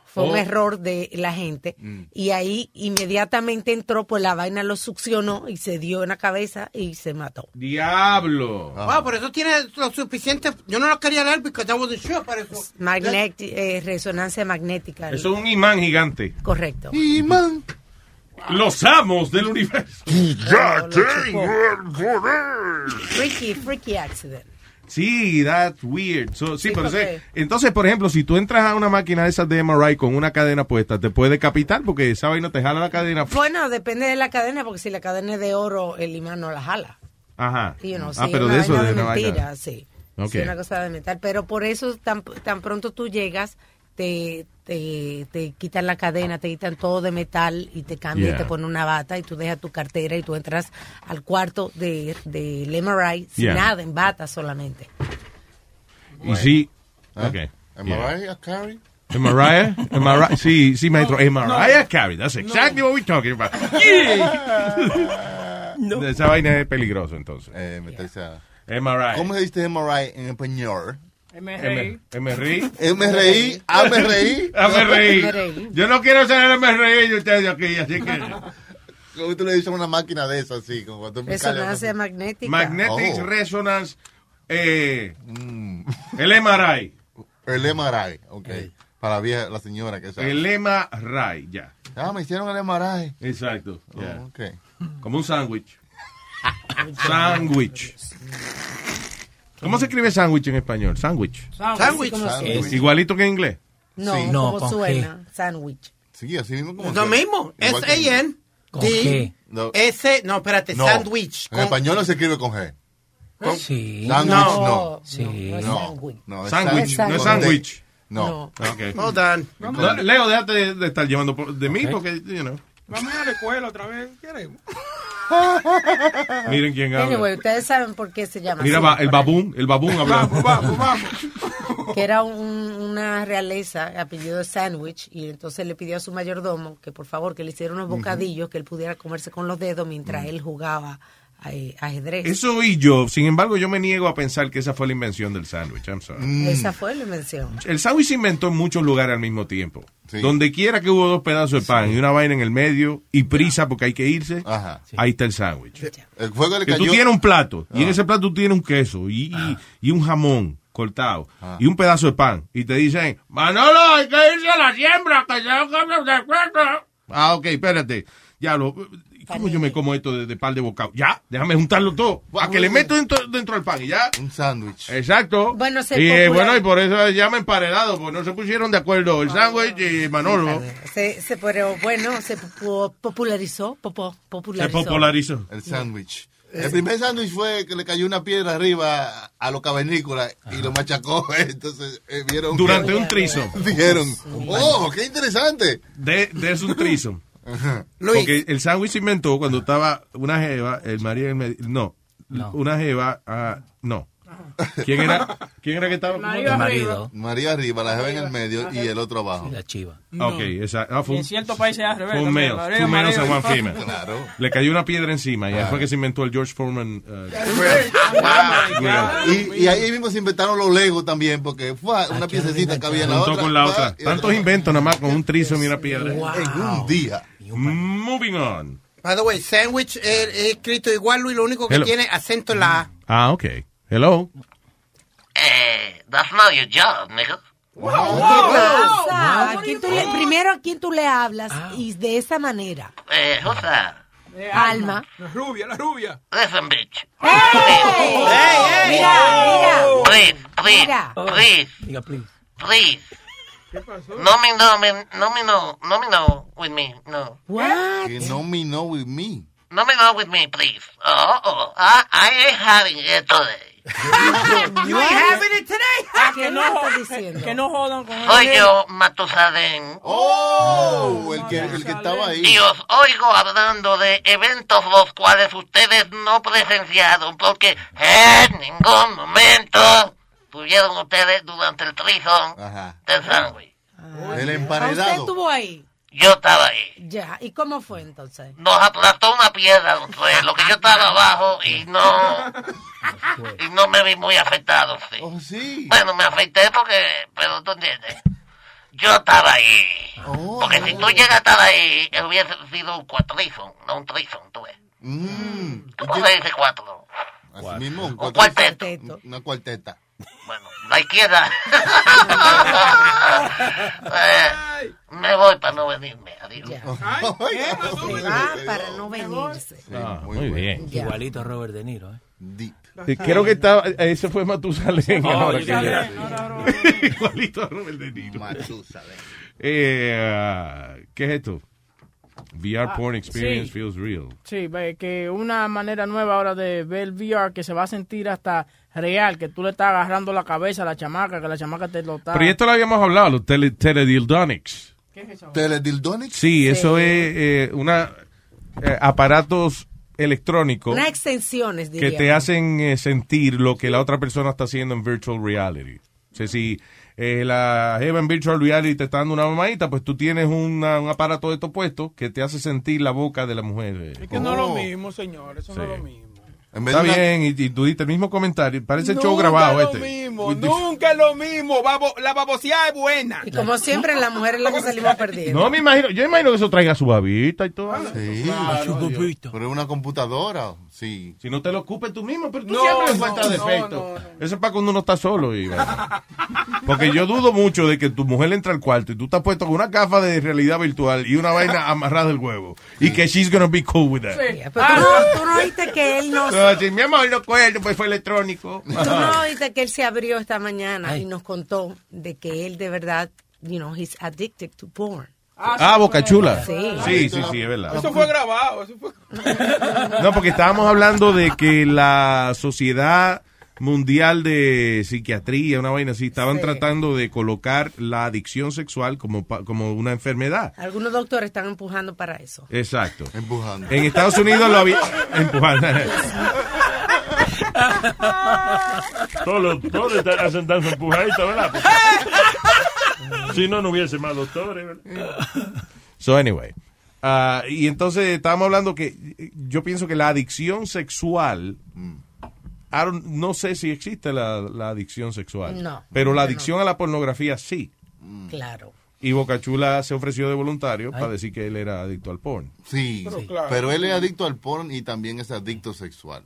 S9: Fue
S2: Oh.
S9: un error de la gente.
S2: Mm.
S9: Y ahí inmediatamente entró, pues la vaina lo succionó y se dio en la cabeza y se mató.
S2: Diablo.
S3: Wow, Ah, pero eso tiene lo suficiente. Yo no lo quería leer porque I wasn't sure, pero eso.
S9: Magneti- eh, resonancia magnética.
S2: Eso es un imán gigante.
S9: Correcto.
S3: Imán.
S2: Los amos del universo.
S9: Ya tengo el Freaky, freaky accident.
S2: Sí, that's weird. So, sí,
S9: Sí,
S2: pero
S9: porque-
S2: sé- entonces, por ejemplo, si tú entras a una máquina de esas de MRI con una cadena puesta, te puede decapitar porque esa vaina te jala la cadena.
S9: Bueno, depende de la cadena, porque si la cadena es de oro, el imán no la jala.
S2: Ajá.
S9: Y, you know,
S2: ah,
S9: si
S2: pero
S9: una
S2: de eso,
S9: vaina
S2: de
S9: de
S2: una vaina.
S9: mentira, sí.
S2: Ok.
S9: Sí, una cosa de metal. Pero por eso, tan, tan pronto tú llegas, te, te, te quitan la cadena, te quitan todo de metal y te cambian,
S24: Yeah.
S9: te ponen una bata y tú dejas tu cartera y tú entras al cuarto de, de MRI sin
S2: Yeah.
S9: nada, en bata solamente.
S2: Y sí.
S8: ¿Ah?
S2: Ok.
S8: ¿Am I
S2: Yeah.
S8: right, I carry?
S2: MRI? MRI? Sí, sí, maestro. MRI a carry. That's exactly what we're talking about. Esa vaina es peligroso, entonces.
S8: Eh, meterse a...
S2: MRI.
S8: ¿Cómo se dice MRI en español?
S2: M- MRI.
S8: MRI, AMRI.
S2: AMRI. Yo no quiero ser el MRI de ustedes aquí, así que.
S8: ¿Cómo tú le dices a una máquina de esas así? Como cuando tú me callas, no sé.
S9: Resonancia magnética.
S2: Magnetic
S8: Oh. Mm,
S2: Resonance. Eh, El MRI.
S8: El MRI, ok. Para la vieja, la señora que sabe.
S2: Eh. El MRI, ya.
S8: Ah, me hicieron el MRI.
S2: Exacto. ya.
S8: ok.
S2: Como un sándwich. sándwich. ¿Cómo se escribe sándwich en español? Sándwich.
S3: Sándwich.
S2: Es Igualito que en inglés.
S9: No,
S2: Sí. No,
S9: como
S2: ¿con
S9: suena, sandwich.
S8: Sí, así mismo como.
S3: Lo mismo.
S8: Igual que-
S3: S-A-N.
S8: ¿Con
S3: D.
S8: qué? No.
S3: S. No, espérate.
S8: No.
S3: Sandwich.
S8: En español no se escribe este con G. ¿Con?
S3: Sí.
S8: Sándwich
S3: No.
S8: no.
S3: Sí. No,
S8: No. No, es
S3: es sándwich.
S2: Sándwich, no
S8: con
S2: es
S8: D.
S2: sándwich. Ah,
S8: No.
S2: Ok.
S3: Hold on.
S2: No, Leo, déjate de, de estar llevando por- de mí porque, you know.
S5: Vamos a la escuela otra vez. Queremos.
S2: Miren quién habla.
S9: Anyway, ustedes saben por qué se llama
S2: Mira,
S9: así,
S2: va- el babún, el babún hablando.
S9: que era un- una realeza, apellido Sandwich, y entonces le pidió a su mayordomo que por favor que le hiciera unos
S25: Ujú.
S9: bocadillos que él pudiera comerse con los dedos mientras él jugaba eh, ajedrez.
S2: Eso y yo, sin embargo, yo me niego a pensar que esa fue la invención del sándwich. I'm sorry.
S9: Esa fue la invención.
S2: El sándwich se inventó en muchos lugares al mismo tiempo. Donde quiera que hubo dos pedazos de pan y una vaina en el medio y prisa porque hay que irse, ahí está el sándwich.
S8: El fuego le
S2: Que tú
S8: cayó. Ah.
S2: tienes un plato y en ese plato tú tienes un queso y, y- y un jamón cortado
S8: Ah.
S2: y un pedazo de pan y te dicen, Manolo, hay que irse a la siembra, que ya comen de cuerpo. Ah, ok, espérate. Ya lo. ¿Cómo yo me como esto de, de par de bocado? Ya, déjame juntarlo todo. A que le meto dentro, dentro del pan y ya.
S8: Un sándwich.
S2: Exacto.
S9: Bueno, se
S2: y eh,
S9: popular- Ah,
S2: bueno, y por eso se llama emparedado, porque no se pusieron de acuerdo el sándwich y Manolo.
S9: Se, se, pero bueno, se popu- popularizó, popo- popularizó.
S8: El sándwich. El primer sándwich fue que le cayó una piedra arriba a los cavernícolas y lo machacó. Entonces eh, vieron.
S2: Durante un trizo.
S8: Dijeron, oh, qué interesante.
S2: De, de es un trisom.
S8: Ajá.
S2: Porque el sándwich se inventó cuando estaba una jeva, el marido del medio- No,
S8: No.
S2: una jeva, ah, no. ¿Quién era, ¿Quién era que estaba?
S8: María María arriba, la jeva en el medio y el otro abajo. La
S6: chiva.
S2: Ah, Ok, esa, ah, fue
S5: Y
S2: un,
S5: en ciertos países es al revés.
S2: fue un
S5: también,
S2: male,
S5: María,
S2: two
S5: María,
S2: males and one
S5: María.
S2: female.
S8: Claro.
S2: Le cayó una piedra encima y ahí
S8: Ah.
S2: fue que se inventó el George Foreman. eh,
S8: Y, y ahí mismo se inventaron los legos también, porque
S2: Ah,
S8: fue una piececita que había en la
S2: junto
S8: otra.
S2: con la
S8: fue,
S2: otra.
S8: y
S2: Tantos inventos nada más con un trisom y una piedra.
S8: En un día.
S2: Moving on.
S3: By the way, sandwich es es escrito igual, Luis, lo único que
S2: Hello.
S3: tiene acento en la A.
S2: Ah, ok. Hello.
S4: Eh, that's not your job, mijo.
S9: Ah, ¿a quién tú le- primero, ¿a quién tú le hablas? Y de esa manera.
S4: Eh, Josa,
S9: Alma.
S5: La rubia, la rubia.
S4: listen, bitch.
S9: ¡Ey! Mira,
S4: Please, please,
S9: Mira.
S4: please,
S6: Diga, please.
S4: please. No me no, me- no me no, no me no with me, no.
S9: What?
S8: Que no me know with me.
S4: No me no with me, please. Oh, oh, I, I ain't having it today.
S5: Ah, que, no,
S9: está
S5: jodan- que no jodan con
S4: Soy
S5: él.
S4: yo, Matusadén.
S8: Oh, el que, el que estaba ahí.
S4: Y os oigo hablando de eventos los cuales ustedes no presenciaron porque en ningún momento tuvieron ustedes durante el trison del sándwich.
S8: El
S9: Ah, ¿Usted estuvo ahí?
S4: Yo estaba ahí.
S9: Ya. ¿Y cómo fue entonces?
S4: Nos aplastó una piedra al suelo, que yo estaba abajo y no y no me vi muy afectado, sí. Bueno, me afecté porque, pero tú entiendes, yo estaba ahí. porque si tú llegas a estar ahí, hubiese sido un cuatrison, no un trison, tú ves. ¿Cómo se dice cuatro?
S8: Mm, Así mismo, un
S4: Un
S8: cuarteto.
S4: cuarteto.
S8: Una cuarteta.
S4: La izquierda. Eh, me voy para no venirme, adiós.
S9: Se va Ah, para no venirse.
S2: Ah, muy bien.
S6: Igualito a Robert De Niro. ¿eh?
S2: Eh, Creo que estaba, ese fue Matusalén.
S6: No,
S2: ahora que
S6: Matusalén,
S2: ya-
S6: no, no,
S2: Igualito a Robert De Niro. Eh, ah, ¿Qué es esto? VR
S5: Ah,
S2: porn experience
S5: sí.
S2: feels real.
S5: Sí, ve que una manera nueva ahora de ver el VR que se va a sentir hasta real, que tú le estás agarrando la cabeza a la chamaca, que la chamaca te lo
S6: Ah.
S5: está...
S2: Pero ya esto lo habíamos hablado, los tele, teledildonics.
S5: ¿Qué es eso?
S8: ¿Teledildonics?
S2: Sí, eso es eh, una eh, aparatos electrónicos
S9: Unas extensiones, diría.
S2: que te hacen eh, sentir lo que la otra persona está haciendo en virtual reality. O sea, si eh, la jeva en virtual reality te está dando una mamadita, pues tú tienes una- un aparato de estos puestos que te hace sentir la boca de la mujer. eh.
S5: Que no es lo mismo, señor, eso no es lo mismo.
S2: Está bien, y, y tú diste el mismo comentario. Parece el show
S5: Nunca
S2: grabado
S5: es
S2: este.
S5: lo mismo, nunca es lo mismo. Babo- la baboseada es buena.
S9: Y como siempre, las mujeres es la que salimos perdiendo.
S2: No, me imagino, yo imagino que eso traiga su babita y todo.
S5: Ah,
S8: Ah, Sí, pero es una computadora. Sí.
S2: Si no te lo ocupes tú mismo, pero tú
S8: No,
S2: siempre le
S8: no,
S2: encuentras
S8: no,
S2: defecto. Eso es para cuando uno está solo. y- porque yo dudo mucho de que tu mujer entra al cuarto y tú estás puesto con una gafa de realidad virtual y una vaina amarrada del huevo. Y que she's gonna be cool with that.
S9: Pero tú,
S5: Ah.
S9: no, tú no oíste que él no...
S2: No, si mi amor, no cuerdo, pues fue electrónico.
S9: Tú
S5: Ah.
S9: no oíste que él se abrió esta mañana y nos contó de que él de verdad, you know, he's addicted to porn.
S2: Ah, Boca Chula.
S9: Sí.
S2: sí, sí, sí, es verdad.
S5: Eso fue grabado, eso fue...
S2: No, porque estábamos hablando de que la Sociedad Mundial de Psiquiatría, una vaina así, estaban
S9: Sí.
S2: tratando de colocar la adicción sexual como, pa- como una enfermedad.
S9: Algunos doctores están empujando para eso.
S2: Exacto.
S8: Empujando.
S2: En Estados Unidos lo había... Empujando.
S26: Todos los todos están- hacen danza empujadita, ¿verdad? Porque- si no, no hubiese más doctores, ¿verdad?
S2: So anyway, Ah, y entonces estábamos hablando que yo pienso que la adicción sexual, I don't- no sé si existe la, la adicción sexual,
S9: No.
S2: pero la
S9: No,
S2: adicción a la pornografía sí.
S9: Claro.
S2: Y Bocachula se ofreció de voluntario para decir que él era adicto al porn.
S8: Sí, pero, él es adicto al porn y también es adicto sexual.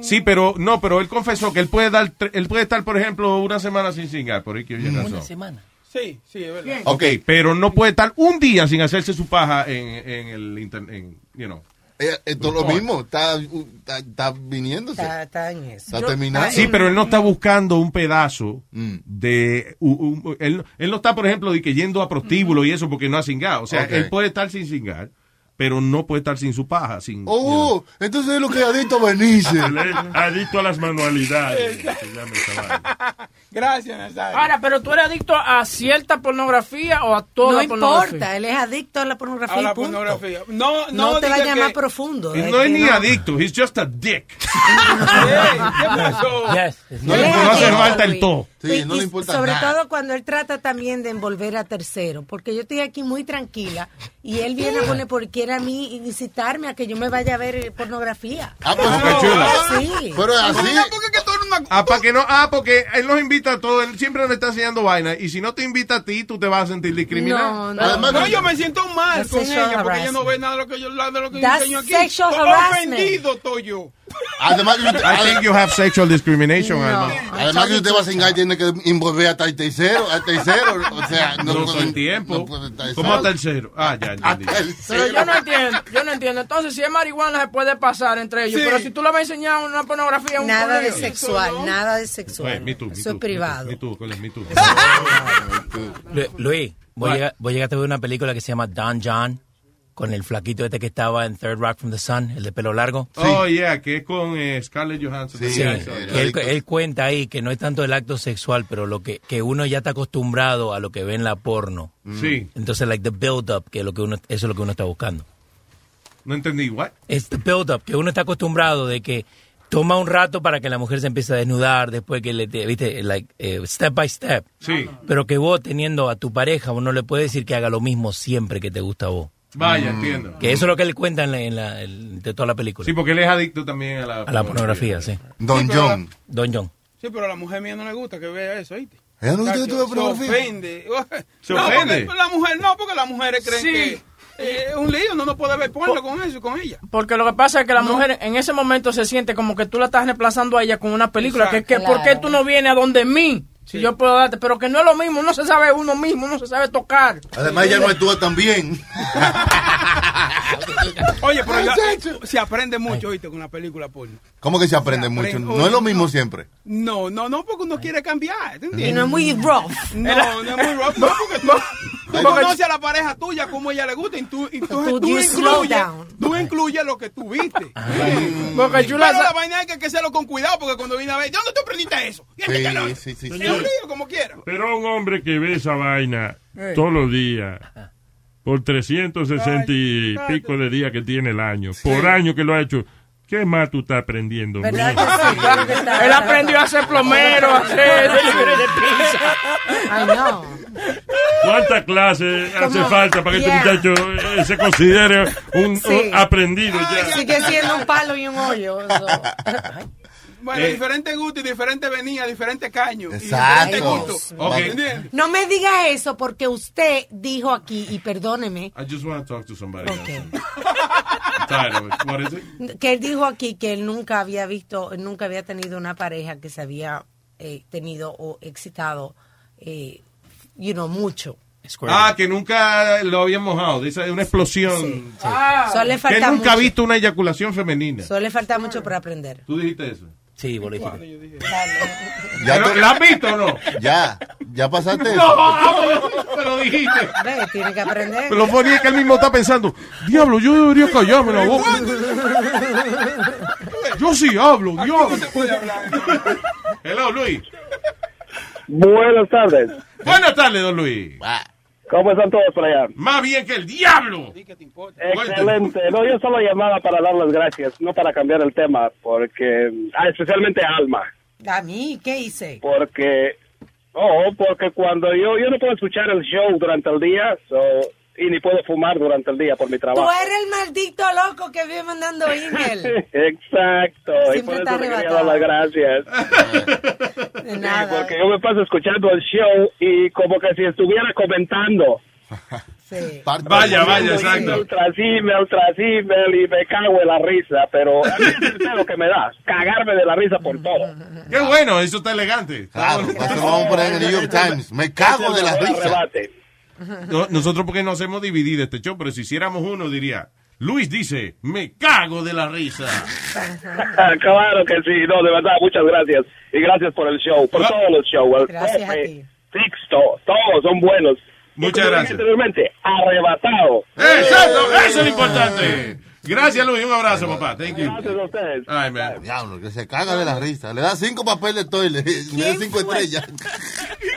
S2: Sí, pero no, pero él confesó que él puede dar, tre- él puede estar, por ejemplo, una semana sin cingar, por ahí que oye razón.
S6: semana.
S5: Sí, sí, es verdad.
S2: Ok, pero no puede estar un día sin hacerse su paja en, en el internet, you know.
S8: Esto es eh, lo mismo, está, uh, está, está viniéndose.
S9: Está, está en eso.
S8: Está Mm. terminando.
S2: Sí, pero él no está buscando un pedazo de... u- u- él, él no está, por ejemplo, de que yendo a prostíbulo y eso porque no ha cingado. O sea,
S8: Ok.
S2: él puede estar sin cingar, pero no puede estar sin su paja, sin...
S8: Oh, entonces es lo que es adicto a Benicio.
S26: Adicto a las manualidades. se llama esa vaina.
S5: Gracias, Nazario. Ahora, pero tú eres adicto a cierta pornografía o a toda
S9: No
S5: pornografía.
S9: importa, él es adicto a la pornografía.
S5: A
S9: y
S5: la
S9: punto.
S5: pornografía. No,
S9: no,
S5: no
S9: te
S5: diga
S9: vayas más
S5: que-
S9: profundo.
S2: Él no es ni adicto, he's just a dick. No,
S9: Él es
S2: no hace
S9: adicto,
S2: falta el
S9: Luis.
S2: to.
S9: Y- y sobre todo cuando él trata también de envolver a terceros, porque yo estoy aquí muy tranquila y él viene a poner por quiera a mí y visitarme a que yo me vaya a ver eh, pornografía.
S8: Ah,
S2: pero- Boca Chula.
S9: Sí.
S8: Pero es así.
S2: Ah, para que no, ah, porque él los invita a todos, él siempre le está enseñando vaina y si no te invita a ti, tú te vas a sentir discriminado.
S5: Además, no, yo me siento mal
S9: No
S5: con
S9: sexual
S5: ella porque ella no
S9: harassment.
S5: ve nada de lo que yo, nada de lo que yo
S9: That's
S5: enseño aquí.
S9: sexual
S5: Estoy
S9: harassment.
S5: ofendido estoy yo.
S8: Además,
S2: I think you have sexual discrimination, Alma.
S8: Además que usted va a cingar, tiene que envolver hasta el tercero, al tercero. O sea, no,
S2: No
S8: puede-
S2: todo el tiempo.
S8: estar
S2: ¿Cómo
S8: solo.
S2: hasta el cero? Ah, ya entendí.
S5: Pero yo no entiendo, yo no entiendo. Entonces, si es marihuana, se puede pasar entre ellos.
S9: Sí.
S5: Pero si tú le vas a enseñar una pornografía, un
S9: Nada de
S5: porno-
S9: sexual,
S5: Eso no.
S9: nada de sexual.
S6: Oye, me too, me
S9: Eso es
S6: too,
S9: privado.
S6: me
S2: Tú, Cole, me too.
S6: Lu- Luis, voy a, llegar- voy a llegar a ver una película que se llama Don John con el flaquito este que estaba en Third Rock from the Sun, el de pelo largo.
S2: Oh, yeah, que es con eh, Scarlett Johansson.
S6: Sí, que él, él cuenta ahí que no es tanto el acto sexual, pero lo que, que uno ya está acostumbrado a lo que ve en la porno.
S2: Sí.
S6: Entonces, like the build up, que lo que uno, eso es lo que uno está buscando.
S2: No entendí, what?
S6: Es the build up, que uno está acostumbrado de que toma un rato para que la mujer se empiece a desnudar, después que le, te- viste, like, eh, step by step.
S2: Sí.
S6: Pero que vos teniendo a tu pareja, vos no le puedes decir que haga lo mismo siempre que te gusta a vos.
S2: Vaya, entiendo.
S6: Que eso es lo que le cuentan en la- en la- en- de toda la película.
S2: Sí, porque él es adicto también a la,
S6: a la pornografía, sí.
S8: Don
S5: Sí, pero- John.
S6: Don John.
S5: Sí, pero a la mujer mía no le gusta que vea eso, ¿oíste?
S8: Ella no le gusta que tú veas
S5: Se
S8: pornografía.
S5: ofende.
S2: Se
S5: No,
S2: ofende.
S5: porque La mujer no, porque las mujeres creen que eh, es un lío, no, no puede ver porno con eso, con ella.
S7: Porque lo que pasa es que la
S5: No.
S7: mujer en ese momento se siente como que tú la estás reemplazando a ella con una película. Que,
S5: Exacto.
S7: que ¿Por qué
S5: Claro.
S7: tú no vienes a donde mí? Si yo puedo darte. Pero que no es lo mismo. No se sabe uno mismo. No se sabe tocar.
S8: Además, ya no actúa tan bien.
S5: Oye, pero ya, se aprende mucho, ¿oíste? Con la película porno.
S8: ¿Cómo que se aprende mucho? No es lo mismo siempre.
S5: No, no, no, porque uno quiere cambiar, ¿te entiendes?
S8: Y no es muy
S9: rough.
S5: No, no es muy rough, no, porque tú, tú conoces a la pareja tuya como ella le gusta y tú, y tú,
S9: Tú-
S5: tú
S9: you slow
S5: incluyes,
S9: down.
S5: tú incluyes lo que tú viste.
S7: Porque
S5: Pero
S7: Chula
S5: la vaina es que hay que hacerlo con cuidado, porque cuando viene a ver, ¿de dónde tú aprendiste eso? Y este
S26: Sí,
S5: calor.
S26: sí, sí, sí.
S5: Es un lío como quiera.
S26: Pero un hombre que ve esa vaina
S5: Eh.
S26: todos los días, por 360 y pico de días que tiene el año, por año que lo ha hecho, ¿qué más tú estás aprendiendo?
S7: ¿Verdad
S26: mijo?
S7: Él aprendió a ser plomero, a ser delivery de pizza.
S9: Ay, no.
S26: ¿Cuántas clases hace
S9: Como-
S26: falta para que
S9: Yeah.
S26: este muchacho eh, se considere un,
S9: Sí.
S2: Oh,
S26: un aprendido ya?
S9: Sigue siendo un palo y un hoyo. eso.
S5: Bueno,
S26: Eh.
S5: diferente gusto y diferente venía, diferente caño. y
S8: Exacto.
S5: diferente gusto.
S2: Ok.
S5: ¿Entiendes?
S9: No me diga eso porque usted dijo aquí, y perdóneme,
S2: I just want to talk to somebody else. I'm tired of it. What is it?
S9: que él dijo aquí que él nunca había visto, nunca había tenido una pareja que se había eh, tenido o excitado, eh, you know, mucho.
S2: Ah, que nunca lo habían mojado. Dice, una explosión. Ah,
S9: Ah. Solo le
S2: Que él
S9: falta
S2: nunca ha
S9: mucho.
S2: visto una eyaculación femenina.
S9: Solo le falta mucho para aprender.
S2: ¿Tú dijiste eso?
S6: Sí, vos
S2: Pero, ¿La has visto o no?
S8: Ya, ya pasaste
S2: No,
S8: eso.
S2: pero dijiste.
S9: Ve, tiene que aprender.
S2: Lo funny es que él mismo está pensando, diablo, yo debería callarme la boca. Yo sí hablo, yo. Hello, Luis.
S18: Buenas tardes.
S2: Buenas tardes, don Luis.
S8: Ah.
S18: ¿Cómo están todos por allá?
S2: Más bien que el diablo.
S18: Excelente. No, yo solo llamaba para dar las gracias, no para cambiar el tema, porque, ah, especialmente a Alma,
S9: A mí, ¿qué hice?
S18: porque, oh, porque cuando yo, yo no puedo escuchar el show durante el día, so,
S1: y ni puedo fumar durante el día por mi
S9: Tú
S1: trabajo.
S9: eres el maldito loco que vive mandando email.
S1: Exacto, y
S9: Siempre
S1: por
S9: está
S1: eso te quería
S9: arrebatado.
S1: dar las gracias.
S9: De nada.
S1: Porque yo me paso escuchando el show y como que si estuviera comentando.
S10: Vaya, vaya, exacto.
S1: Email tras email, tras email, y me cago en la risa, pero a mí es lo que me da, cagarme de la risa por todo.
S2: Qué bueno, eso está elegante.
S8: Claro, eso lo vamos a poner en el New York Times. Me cago de la risa.
S2: No- nosotros porque nos hemos dividido este show, pero si hiciéramos uno diría, Luis dice, me cago de la risa.
S1: claro que sí, no, de verdad, muchas gracias. Y gracias por el show, por todos los shows. El
S9: Gracias a
S1: Pepe,
S9: ti.
S1: Sixto, todos son buenos.
S2: Muchas
S1: Y como
S2: gracias.
S1: dije Anteriormente, arrebatado.
S2: Exacto, eso es lo importante. Gracias Luis, un abrazo papá. Thank you. Gracias
S1: a ustedes.
S2: Ay, man.
S8: Diablo, que se caga de la risa. Le da cinco papeles de toile. Le da cinco estrellas.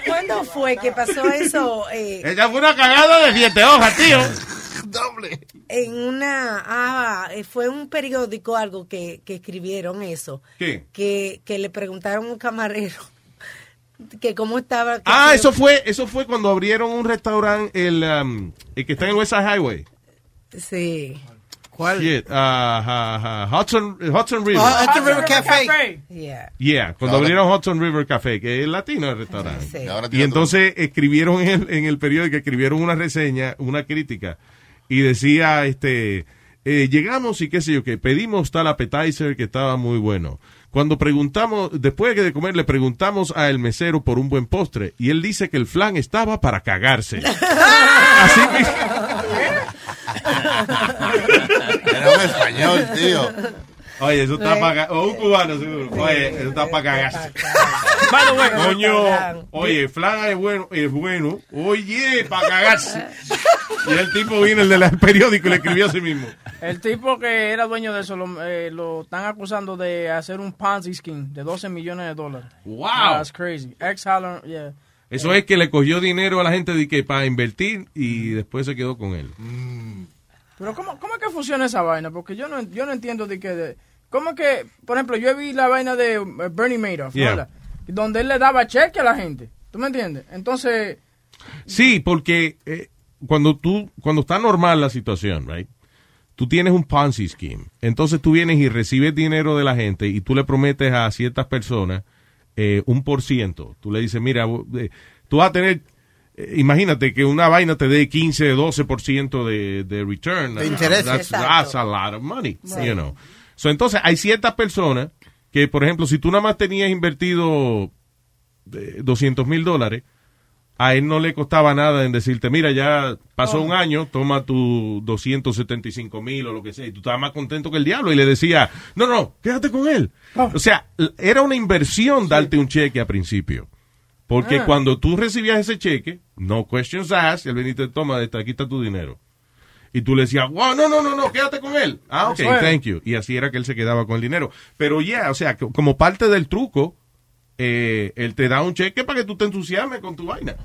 S9: ¿Cuándo fue que pasó eso? Eh,
S2: Ella fue una cagada de siete hojas, tío.
S13: oh?
S9: en una. Ah, eh, fue un periódico, algo que, que escribieron eso.
S2: ¿Qué?
S9: Que, que le preguntaron a un camarero que cómo estaba. que
S2: Ah,
S9: se-
S2: eso fue, eso fue cuando abrieron un restaurante, el, um, el que está en West Side Highway.
S9: Sí.
S2: ¿Cuál? uh, Hudson, Hudson River.
S9: Ah,
S3: Oh, Hudson River Cafe.
S9: Yeah.
S2: Yeah, cuando
S8: Ahora-
S2: abrieron Hudson River Café, que es latino el restaurante.
S8: Sí. Ahora
S2: Y
S8: tiene
S2: entonces escribieron en el, en el periódico, escribieron una reseña, una crítica, y decía, este, eh, llegamos y qué sé yo qué, pedimos tal appetizer que estaba muy bueno. Cuando preguntamos, después de comer, le preguntamos al mesero por un buen postre, y él dice que el flan estaba para cagarse. Así mismo.
S8: Era un español, tío.
S2: Oye, eso está para O un cubano, seguro. Oye, eso está para cagarse. Coño, oye, flan es bueno, es bueno. Oye, para cagarse. Y el tipo vino, el del periódico, y le escribió a sí mismo.
S7: El tipo que era dueño de eso lo, eh, lo están acusando de hacer un Ponzi scheme de 12 millones de dólares.
S2: Wow.
S7: That's crazy. Ex Halloran, yeah.
S2: Eso es que le cogió dinero a la gente de que para invertir y después se quedó con él.
S8: Mm.
S7: Pero ¿cómo, cómo es que funciona esa vaina? Porque yo no, yo no entiendo de que... de- ¿Cómo es que, por ejemplo, yo vi la vaina de eh, Bernie Madoff,
S2: Yeah.
S7: ¿verdad? donde él le daba cheque a la gente. ¿Tú me entiendes? Entonces,
S2: Sí, porque eh, cuando tú, cuando está normal la situación, right? Tú tienes un Ponzi scheme. Entonces tú vienes y recibes dinero de la gente y tú le prometes a ciertas personas eh, un por ciento. Tú le dices, mira, vo- eh, tú vas a tener, eh, imagínate que una vaina te dé 15, 12 por ciento de, de return.
S3: De intereses.
S2: That's,
S3: Exacto.
S2: that's a lot of money,
S3: Sí.
S2: you know. So, entonces hay ciertas personas que, por ejemplo, si tú nada más tenías invertido 200 mil dólares, a él no le costaba nada en decirte, mira, ya pasó un año, toma tu 275 mil o lo que sea, y tú estabas más contento que el diablo. Y le decía, no, no, quédate con él. O sea, l- era una inversión darte un cheque al principio. Porque
S12: Ah.
S2: cuando tú recibías ese cheque, no questions asked, él venía y te toma, está- aquí está tu dinero. Y tú le decías, wow, no, no, no, no, quédate con él. Ah, ok,
S12: Eso es.
S2: thank you. Y así era que él se quedaba con el dinero. Pero ya, o sea, co- como parte del truco, eh, él te da un cheque para que tú te entusiasmes con tu vaina.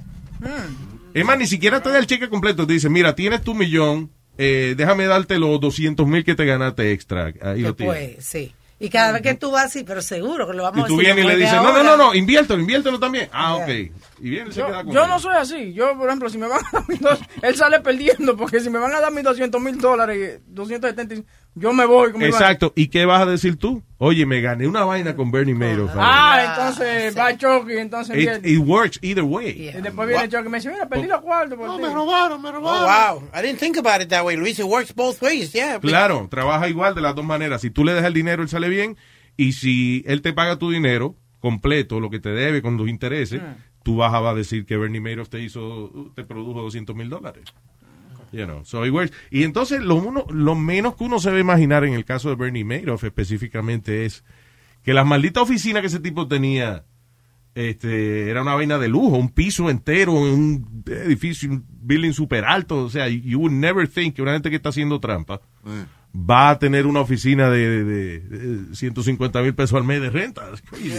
S2: Es más, ni siquiera te da el cheque completo. Te dice, mira, tienes tu millón, eh, déjame darte los 200 mil que te ganaste extra. Ahí lo tienes.
S9: Pues sí. Y cada vez que tú vas así, pero seguro que lo vamos
S2: Y
S9: a
S2: tú
S9: decir
S2: vienes y le
S9: desde
S2: dices, no, no, no,
S9: ahora.
S2: no, inviértelo, inviértelo también. Ah, ok. Y viene y se
S7: yo,
S2: queda con
S7: yo
S2: él.
S7: no soy así. Yo, por ejemplo, si me van a dar mis dos- él sale perdiendo porque si me van a dar mis 200 mil dólares, 270, yo me voy. con mi vaina.
S2: Exacto. ¿Y qué vas a decir tú? Oye, me gané una vaina con Bernie Madoff.
S7: Ah, entonces va Chucky, entonces
S2: it,
S7: pierde.
S2: it works either way.
S7: Y después viene Chucky y me dice, mira, perdí los cuartos. No, me
S8: robaron, me
S3: Oh, wow. I didn't think about it that way, Luis. It works both ways, yeah.
S2: Claro, trabaja igual de las dos maneras. Si tú le das el dinero, él sale bien. Y si él te paga tu dinero completo, lo que te debe con los intereses, tú vas a, vas a decir que Bernie Madoff te hizo, te produjo 200 mil dólares. You know, so it works. Y entonces lo, uno, lo menos que uno se ve imaginar en el caso de Bernie Madoff específicamente es que las malditas oficinas que ese tipo tenía este, era una vaina de lujo, un piso entero, un edificio, un building super alto. O sea, you would never think que una gente que está haciendo trampa va a tener una oficina de, de- de 150 mil pesos al mes de renta. That's crazy.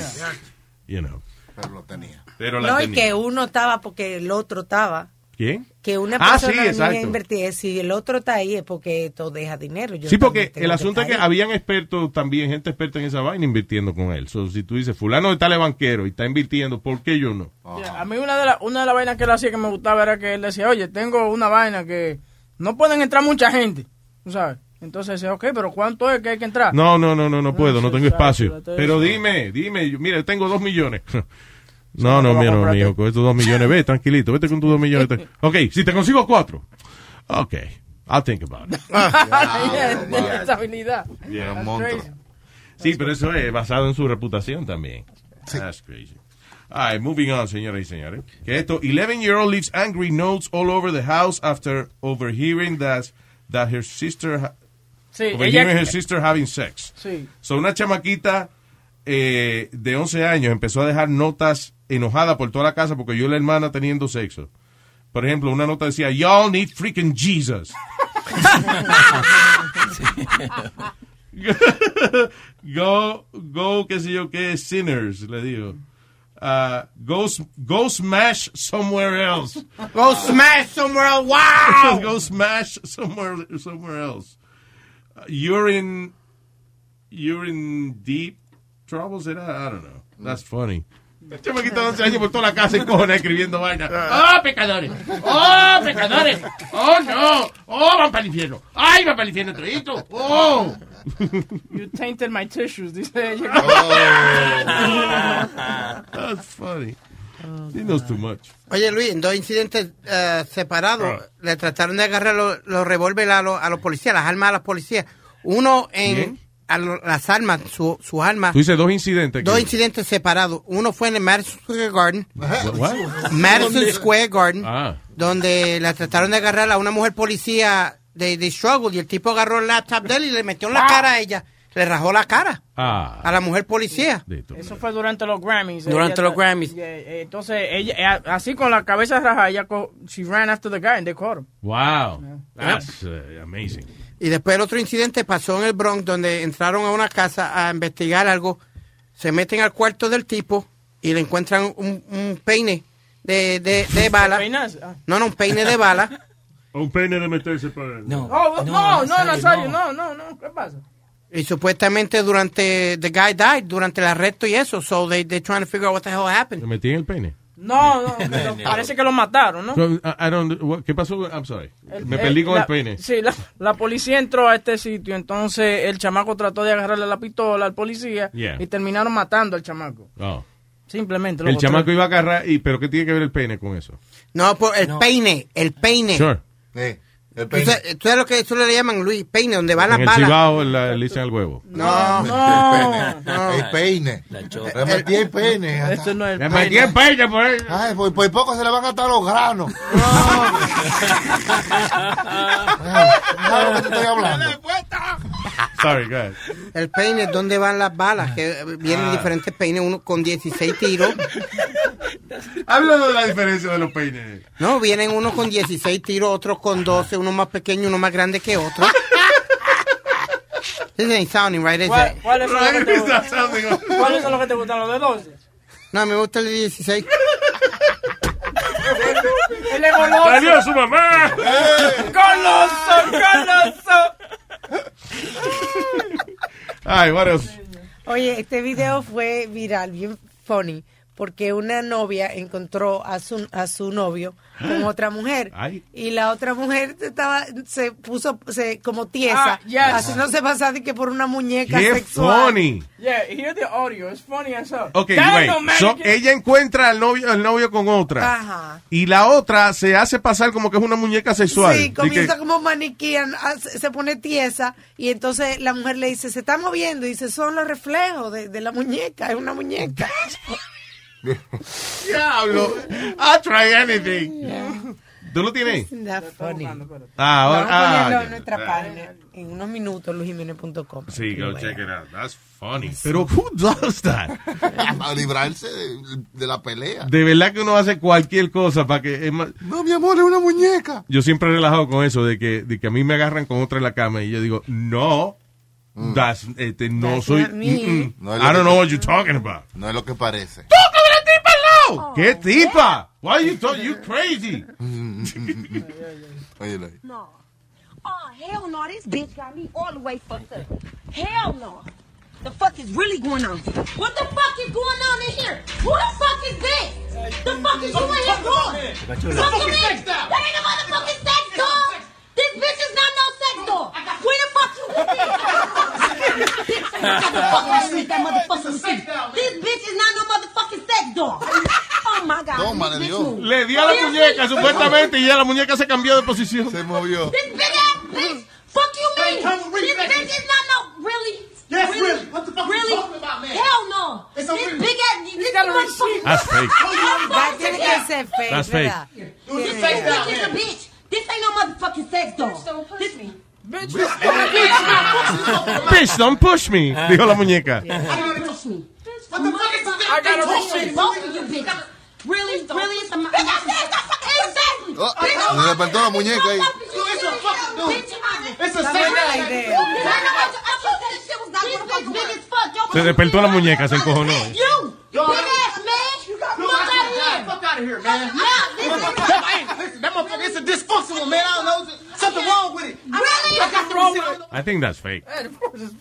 S2: You know.
S8: Pero lo tenía.
S2: Pero la
S9: No, y
S2: tenía.
S9: que uno estaba porque el otro estaba.
S2: ¿Quién?
S9: Que una
S2: Ah, sí,
S9: persona venía a
S2: exacto.
S9: invertir. Si el otro está ahí es porque esto deja dinero. Yo
S2: Sí,
S9: también
S2: porque
S9: tengo
S2: el asunto es que
S9: estar ahí.
S2: habían expertos también, gente experta en esa vaina invirtiendo con él. So, si tú dices, fulano de tal es banquero y está invirtiendo, ¿por qué yo no?
S7: Ah. Yeah, A mí una de, la- una de las vainas que él hacía que me gustaba era que él decía, oye, tengo una vaina que no pueden entrar mucha gente, tú sabes. Entonces, ok, pero ¿cuánto es que hay que entrar?
S2: No, no, no, no, no puedo, no tengo espacio.
S7: espérate.
S2: Pero dime, dime, yo- mira, tengo dos millones. No, no, mira, no, mijo, con estos dos millones, ve, tranquilito, vete con tus dos millones. te- Ok, si te consigo cuatro. Ok, I'll think about
S7: Ah,
S2: it.
S7: Esa habilidad.
S2: Yeah,
S7: That's
S2: un monstruo.
S7: crazy.
S2: Sí, pero eso es basado en su reputación también. That's crazy. All right, moving on, señoras y señores. Que esto, 11-year-old leaves angry notes all over the house after overhearing that, that her sister... ha-
S7: Sí,
S2: overhearing
S7: ella-
S2: her sister having sex.
S7: Sí.
S2: So, una chamaquita eh, de 11 años empezó a dejar notas enojada por toda la casa porque yo y la hermana teniendo sexo. Por ejemplo, una nota decía, y'all need freaking Jesus. go, go, qué sé yo qué, sinners, le digo. Ah, go, s- go smash somewhere else.
S3: Go smash somewhere else. Wow.
S2: go smash somewhere, somewhere else. Uh, you're in, you're in deep trouble, será? I don't know. That's funny. Yo me quito 11 años por toda la casa y cojones escribiendo vaina. ¡Ah,
S13: ¡Oh, pecadores! ¡Oh, pecadores! ¡Oh, no! ¡Oh, van para el infierno! ¡Ay, van para el infierno todito! ¡Oh!
S7: You tainted my tissues, dice ella.
S2: Oh. That's funny. He knows too much.
S3: Oye, Luis, en dos incidentes eh,
S2: Ah.
S3: separados le trataron de agarrar los, los revólveres a, los- a los policías, las armas a los policías. Uno en
S2: Bien.
S3: a lo- las armas, su- sus armas.
S2: Tú dices dos incidentes.
S3: Dos
S2: que-
S3: incidentes separados. Uno fue en el Madison Square Garden.
S2: What?
S3: Madison Square Garden.
S2: Ah.
S3: Donde la trataron de agarrar a una mujer policía de, de struggle y el tipo agarró el laptop de él y le metió en la cara a ella. Le rajó la cara
S2: Ah.
S3: a la mujer policía.
S7: Eso fue durante los Grammys.
S3: Durante los Grammys.
S7: Yeah, eh, entonces, ella, eh, así con la cabeza rajada, ella co- she ran after the guy and they caught him.
S2: Wow. That's uh, amazing.
S3: Y después el otro incidente pasó en el Bronx, donde entraron a una casa a investigar algo. Se meten al cuarto del tipo y le encuentran un, un peine de, de, de bala.
S7: Peinas- ah.
S3: No, no, un peine de bala.
S26: O un peine de meterse para... No.
S7: Oh, no, no, no, Nazario, no,
S26: Nazario,
S7: no, no, ¿qué pasa?
S3: Y supuestamente durante the guy died, durante el arresto y eso. So they, they trying to figure out what the hell happened.
S2: ¿Le metí en el peine?
S7: No, no, pero parece que lo mataron, ¿no?
S2: So, I- I don't- what- ¿Qué pasó? I'm sorry.
S7: El-
S2: Me
S7: eh,
S2: perdí con
S7: la-
S2: el peine.
S7: Sí, la, la policía entró a este sitio, entonces el chamaco trató de agarrarle la pistola al policía
S2: Yeah.
S7: y terminaron matando al chamaco.
S2: Oh.
S7: Simplemente. lo
S2: El
S7: botaron.
S2: chamaco iba a agarrar, y, pero ¿qué tiene que ver el peine con eso?
S3: No, por el peine, el peine.
S2: Sure.
S3: Tú sabes- tú sabes lo que eso le llaman, Luis, peine, donde van las
S2: en el
S3: balas.
S2: chivao la- le dicen al huevo.
S3: No,
S8: No.
S3: no.
S8: El peine. Le metí el peine. Esto
S7: no es
S8: Le
S2: peine. metí el peine por
S8: Ay, por, por poco se le van a gastar los granos.
S3: Ah. no,
S8: estoy hablando.
S2: Sorry, guys.
S3: El peine es donde van las balas, que vienen
S2: Ah.
S3: diferentes peines, uno con 16 tiros.
S2: Habla de la diferencia de los peines.
S3: No, vienen uno con 16 tiros, otro con 12, uno más pequeño, uno más grande que otro. This ain't sounding right, is
S7: ¿Cuál-
S3: it?
S7: ¿Cuáles son, los que te
S2: gustan?
S7: ¿Cuáles son los que te gustan? ¿Los de 12?
S3: No, me gusta el de 16.
S7: Él es goloso.
S26: ¡Salió su mamá!
S7: ¡Goloso, goloso!
S2: Ay, what else?
S9: Oye, este video fue viral, bien funny, porque una novia encontró a su, a su novio con otra mujer.
S2: Ay.
S9: Y la otra mujer estaba, se puso se, como tiesa,
S7: Ah, yes.
S9: haciéndose pasar de que por una muñeca
S2: Qué
S9: sexual.
S2: funny.
S7: Yeah, hear the audio. It's funny as hell.
S2: Ok,
S7: That
S2: wait.
S7: no
S2: So,
S7: mannequin-
S2: ella encuentra al novio, al novio con otra.
S9: Ajá.
S2: Y la otra se hace pasar como que es una muñeca sexual.
S9: Sí,
S2: Y
S9: comienza
S2: que-
S9: como maniquí, ah, se se pone tiesa y entonces la mujer le dice, se está moviendo, y dice, son los reflejos de, de la muñeca, es una muñeca.
S2: Diablo, I'll try anything. ¿Tú lo tienes?
S9: That's funny.
S2: Ah, ahora-
S9: Vamos a ponerlo
S2: ah,
S9: en
S2: ya,
S9: nuestra
S2: ya.
S9: página en unos minutos, luisjiménez.com.
S2: Sí, go check it out. That's funny. Pero who does that?
S8: Para librarse de, de la pelea.
S2: De verdad que uno hace cualquier cosa para que... es más-
S8: No, mi amor, es una muñeca.
S2: Yo siempre he relajado con eso, de que, de que a mí me agarran con otra en la cama y yo digo, no, that's- este, no
S8: That's
S2: soy...
S8: not me.
S2: mm-mm.
S8: Mm. No es
S2: I
S8: lo que-
S2: don't know what you're talking about.
S8: No es lo que parece.
S2: No, ¿Qué tipa? Why are you talking? You crazy.
S8: Óyelo.
S12: No. Oh, hell no. This bitch got me all the way fucked up. Hell no. The fuck is really going on? What the fuck is going on in here? Who the fuck is this? The fuck is you in here doing?
S23: Pikachu.
S12: Fucking me. That ain't a motherfucking sex dog. This motherfucker ain't that motherfucking seat. This bitch is not no motherfucking sex doll. Oh my god.
S8: Toma,
S12: this
S8: le
S12: bitch
S8: dio.
S12: moved.
S8: Le
S2: dio a la muñeca, supuestamente, y ya la muñeca se cambió de posición.
S8: Se movió.
S12: This big ass bitch. Fuck you mean? This bitch is not no really.
S10: Yes,
S12: really.
S10: really. What the fuck
S12: really?
S10: you talking about, man?
S12: Hell no.
S10: It's a
S12: This
S10: really.
S12: big ass. This motherfucking.
S2: That's fake.
S9: Va, tiene que ser fake,
S2: That's
S9: ¿verdad?
S12: Dude, this
S9: Tiene
S12: sex
S9: que-
S12: bitch is a bitch. This ain't no motherfucking sex doll. Don't push me. Bitch,
S2: Bitch, don't push me, dijo la muñeca.
S12: push me. What the fuck is this? I
S10: gotta push
S12: push
S10: me.
S12: me. Both of you bitches. Really, really, it's a Exactly.
S8: Oh, le despertó la muñeca ahí.
S12: It's a fucking dude.
S10: It's a
S12: That's
S10: sex
S12: not
S10: doll.
S12: like that. I know what you- I thought that shit was not gonna fucking work.
S2: Se despertó la muñeca, se encojonó.
S12: You, you big ass man. You got
S10: Fuck
S12: fuck out of here.
S10: Fuck out of here, man.
S12: Nah, this is-
S10: That- hey, listen, that motherfucker is a dysfunctional, man. I don't know. Something wrong with it.
S12: Really?
S10: I got the wrong
S2: I think that's fake.
S7: Es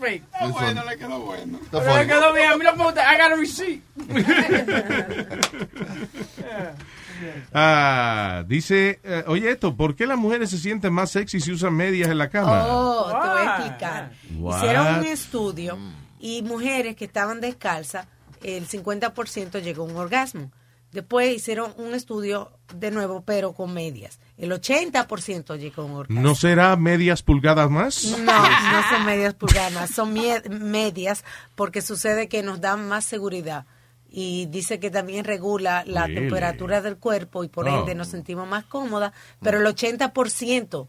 S7: fake.
S8: Está bueno,
S7: le quedó bueno.
S8: Está bueno.
S7: Le quedó bien. A mí lo pregunté. I got a receipt.
S2: Ah, dice, eh, oye esto, ¿por qué las mujeres se sienten más sexy si usan medias en la cama?
S9: Oh, te voy a explicar.
S2: What?
S9: Hicieron un estudio y mujeres que estaban descalzas, el 50% llegó a un orgasmo. Después hicieron un estudio de nuevo, pero con medias. El 80% llegó a un orgasmo.
S2: ¿No será medias pulgadas más?
S9: No, no son medias pulgadas, son mie- medias porque sucede que nos dan más seguridad. Y dice que también regula la
S2: Really?
S9: temperatura del cuerpo y por
S2: Oh.
S9: ende nos sentimos más cómodas, pero el 80%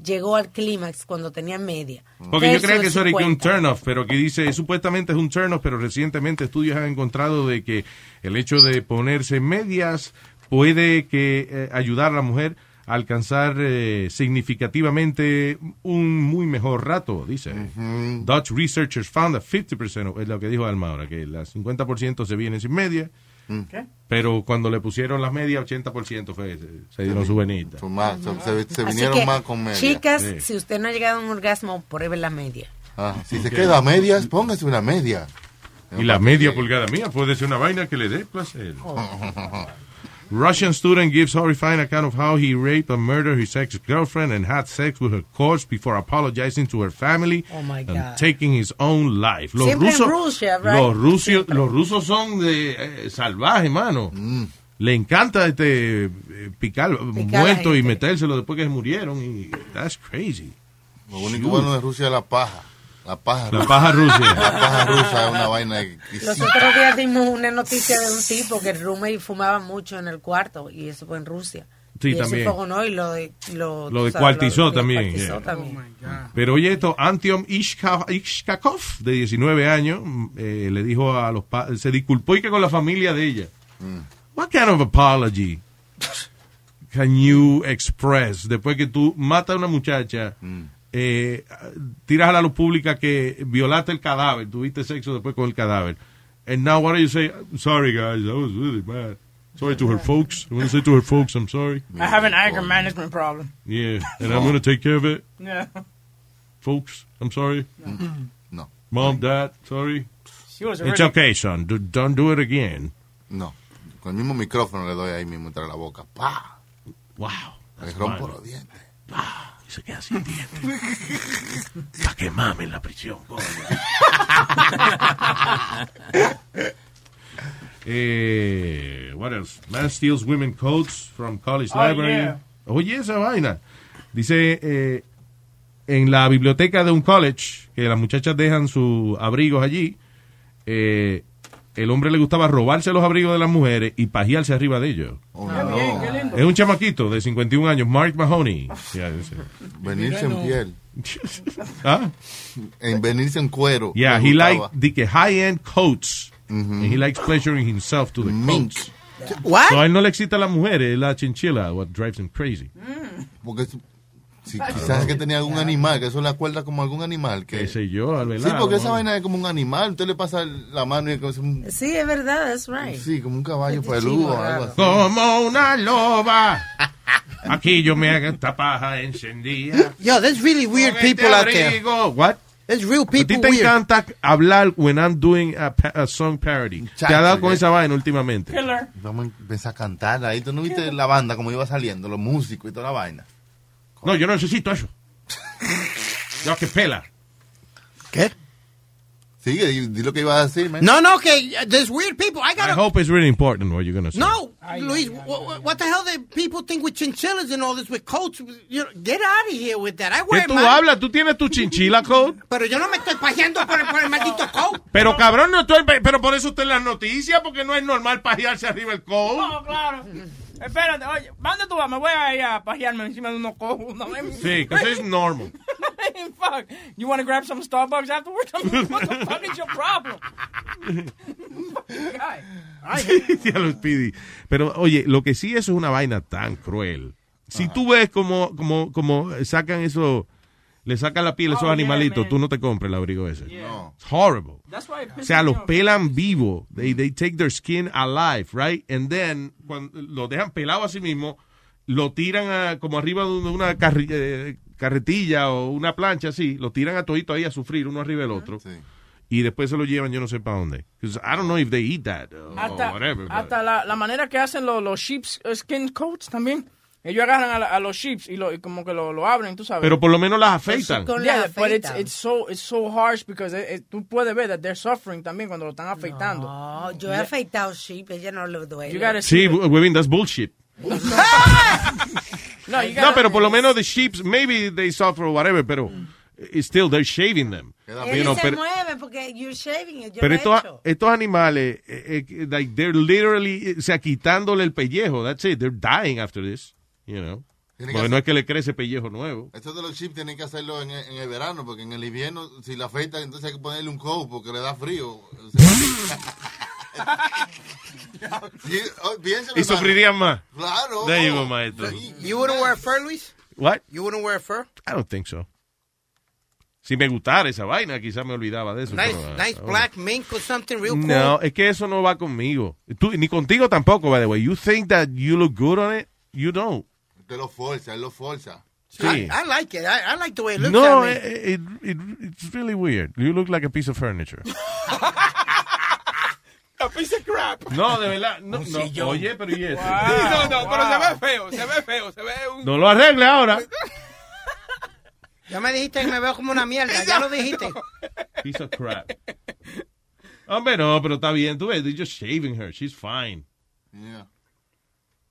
S9: llegó al clímax cuando tenía media.
S2: Porque yo creía que
S9: Versus
S2: eso era que un
S9: 50.
S2: turn off, pero que dice, supuestamente es un turn off, pero recientemente estudios han encontrado de que el hecho de ponerse medias puede que eh, ayudar a la mujer a alcanzar eh, significativamente un muy mejor rato, dice. Dutch researchers found that 50%, of- es lo que dijo Alma ahora, que las 50% se vienen sin medias,
S8: Mm.
S7: ¿Qué?
S2: pero cuando le pusieron las medias, 80% fue, se, se dieron su venita.
S8: más, se- se- se
S9: Así
S8: vinieron
S9: que,
S8: más con medias.
S9: Chicas,
S8: Sí.
S9: si usted no ha llegado a un orgasmo, pruebe la media.
S8: Ah, si se queda a medias, póngase una media.
S2: Y la media pulgada mía puede ser una vaina que le dé placer.
S8: Oh.
S2: Russian student gives horrifying account of how he raped and murdered his ex-girlfriend and had sex with her corpse before apologizing to her family
S9: Oh, my
S2: and
S9: God.
S2: taking his own life. Los
S9: Siempre en
S2: rusos,
S9: Rusia, right?
S2: los rusios, los rusos son de eh, salvajes, mano.
S8: Mm.
S2: Le encanta este eh, picar,
S8: a la
S2: muertos y metérselo después que se murieron y that's crazy.
S8: Lo único bueno de Rusia es la paja. La paja
S2: La paja rusa.
S8: La paja rusa es una vaina
S9: Los
S8: exquisita.
S9: otros días dimos una noticia de un tipo que el roommate fumaba mucho en el cuarto y eso fue en Rusia.
S2: Sí,
S9: y él se
S2: también.
S9: enfogonó y lo, de- lo,
S2: Lo
S9: tú sabes,
S2: descuartizó
S9: lo
S2: también,
S9: descuartizó
S2: yeah.
S7: Oh,
S9: también.
S2: Pero oye esto, Antion Ishka- Ishkakov, de 19 años, eh, le dijo a los pa- se disculpó y que con la familia de ella. What kind of apology can you express después que tú matas a una muchacha, eh, tiras a la luz pública que violaste el cadáver, tuviste sexo después con el cadáver, and now what do you say? I'm sorry guys, that was really bad. Sorry to her folks. I want to say to her folks, I'm sorry.
S7: I have an anger management problem.
S2: Yeah, and I'm going to take care of it.
S7: Yeah.
S2: folks. I'm sorry.
S8: No.
S2: Mom, dad, sorry.
S7: She was
S2: It's
S7: already-
S2: okay, son. Do- don't do it again.
S8: No. Con el mismo micrófono le doy ahí mismo entre la boca. ¡Pah!
S2: ¡Wow!
S8: Le rompo
S10: malo.
S8: los dientes.
S10: Y se queda sin dientes. Pa' que mame en la prisión, coño.
S2: Eh, what else? Man steals women coats from college
S10: Oh,
S2: library.
S10: yeah.
S2: Oye, esa vaina. Dice, eh, en la biblioteca de un college, que las muchachas dejan sus abrigos allí, eh, el hombre le gustaba robarse los abrigos de las mujeres y pajearse arriba de ellos.
S8: Oh,
S2: Ah. Es un chamaquito de 51 años, Mark Mahoney. Yeah, ese.
S8: Venirse en piel.
S2: ¿Ah?
S8: En venirse en cuero.
S2: Yeah,
S8: Le
S2: he
S8: gustaba.
S2: likes the high end coats. And he likes pleasuring himself to the coats.
S8: What?
S2: So, a él no le excita a las mujeres, es la chinchila, what drives him crazy.
S8: Porque es- si quizás es que tenía algún animal, que eso le acuerda como algún animal. Que,
S2: Qué sé yo, al
S8: Sí,
S2: velar,
S8: porque
S2: ¿no?
S8: esa vaina es como un animal. Usted le pasa la mano y es como un,
S9: Sí, es verdad, that's right.
S8: sí, como un caballo
S9: Este
S8: peludo
S9: chivo
S8: o algo
S9: raro.
S8: así.
S2: Como una loba. Aquí yo me hago esta paja encendida.
S3: Yo, there's really weird
S2: Con
S3: people
S2: este
S3: out there.
S2: abrigo. What?
S3: There's real
S2: A ti
S3: people
S2: te
S3: weird.
S2: encanta hablar when I'm doing a, pa- a song parody. te ha dado con esa vaina últimamente.
S8: Vamos a empezar a cantar ahí. ¿Tú no viste la banda como iba saliendo, los músicos y toda la vaina?
S2: No, yo no necesito eso. Yo que pela.
S3: ¿Qué?
S8: Sigue, di di lo que ibas a decir, man.
S3: No, no, que uh, there's weird people. I
S2: I
S3: gotta.
S2: hope it's really important what you're going to say.
S3: No, Luis, wh- wh- what the hell do people think with chinchillas and all this, with coats? with- You know, get out of here with that. I
S2: ¿Qué
S3: wear
S2: tú
S3: mine.
S2: hablas? ¿Tú tienes tu chinchila coat?
S3: Pero yo no me estoy pajeando por, el- por el maldito coat.
S2: Pero cabrón, no estoy. Pero por eso está en las noticias, porque no es normal pajearse arriba el coat.
S7: No, Oh, claro. Espérate, oye, ¿pa' ¿dónde tú vas? Me voy a ir a pajearme encima de unos cojos. No me
S2: Sí, que es normal.
S7: fuck. You want to grab some Starbucks afterwards? I mean, what the fuck is your problem? Guy.
S2: Sí, a los PD. Pero oye, lo que sí eso es una vaina tan cruel. Si tú ves como, como, como sacan eso, le sacan la piel a esos animalitos, tú no te compres el abrigo ese.
S7: No.
S2: It's horrible.
S7: That's why it
S2: O
S7: pisses
S2: sea,
S7: me
S2: los
S7: off.
S2: pelan vivo. They, they take their skin alive, right? And then, cuando lo dejan pelado a sí mismo, lo tiran a- como arriba de un- una carri- eh, carretilla o una plancha así, lo tiran a todito ahí a sufrir uno arriba del otro. Y después se lo llevan, yo no sé para dónde. 'Cause I don't know if they eat that or
S7: Hasta,
S2: Oh, whatever. but-
S7: hasta la, la manera que hacen los, los sheep's skin coats también. Ellos agarran a, la- a los sheeps y, lo, y como que lo, lo abren, tú sabes.
S2: Pero por lo menos las afeitan.
S7: Con yeah, but it's, it's so it's so harsh because it- it- tú puedes ver that they're suffering también cuando lo están afeitando. No,
S9: Yo he afeitado sheep, ella no lo duele.
S7: You gotta
S2: Sí, Webin, that's bullshit.
S7: No, you
S2: No, pero por lo menos the sheep, maybe they suffer or whatever, pero
S7: Mm.
S2: it's still they're shaving them. You
S9: Él
S2: know,
S9: se
S2: pero-
S9: mueve porque you're shaving it. Yo
S2: Pero
S9: lo he
S2: estos,
S9: hecho.
S2: estos animales, eh, eh, like, they're literally, eh, o sea, quitándole el pellejo. That's it. They're dying after this, you know.
S8: Tiene que
S2: Porque
S8: hacer-
S2: no es que le crece pellejo nuevo.
S8: Esto de los chips tienen que hacerlo en, en el verano, porque en el invierno, si la afeitan, entonces hay que ponerle un coat porque le da frío. O sea, sí, oh, piénsalo,
S2: Y
S8: hermano.
S2: sufrirían más.
S8: Claro.
S2: There you go, maestro.
S3: You wouldn't wear fur, Luis?
S2: What?
S3: You wouldn't wear fur?
S2: I don't think so. Si me gustara esa vaina, quizás me olvidaba de eso.
S3: Nice,
S2: pero, ah,
S3: nice
S2: ah,
S3: black mink or something real cool.
S2: No, es que eso no va conmigo. Tú, ni contigo tampoco, by the way. You think that you look good on it, you don't.
S8: Te lo forza, él lo forza.
S2: Sí.
S3: I like it. I, I like the way it looks
S2: No, eh,
S3: at
S2: it,
S3: me.
S2: it, it, it's really weird. You look like a piece of furniture.
S11: A piece of crap.
S2: No, de verdad. No,
S11: Un
S2: no.
S11: sillón.
S2: Oye, pero ¿y eso?
S11: Sí, no, no, pero se
S2: Wow.
S11: ve feo, se ve feo, se ve un...
S2: No lo arregle ahora.
S3: Ya me dijiste que me veo como una mierda. Ya lo dijiste.
S2: Piece of crap. Hombre, no, pero está bien. Tú ves, they're just shaving her. She's fine.
S8: Yeah.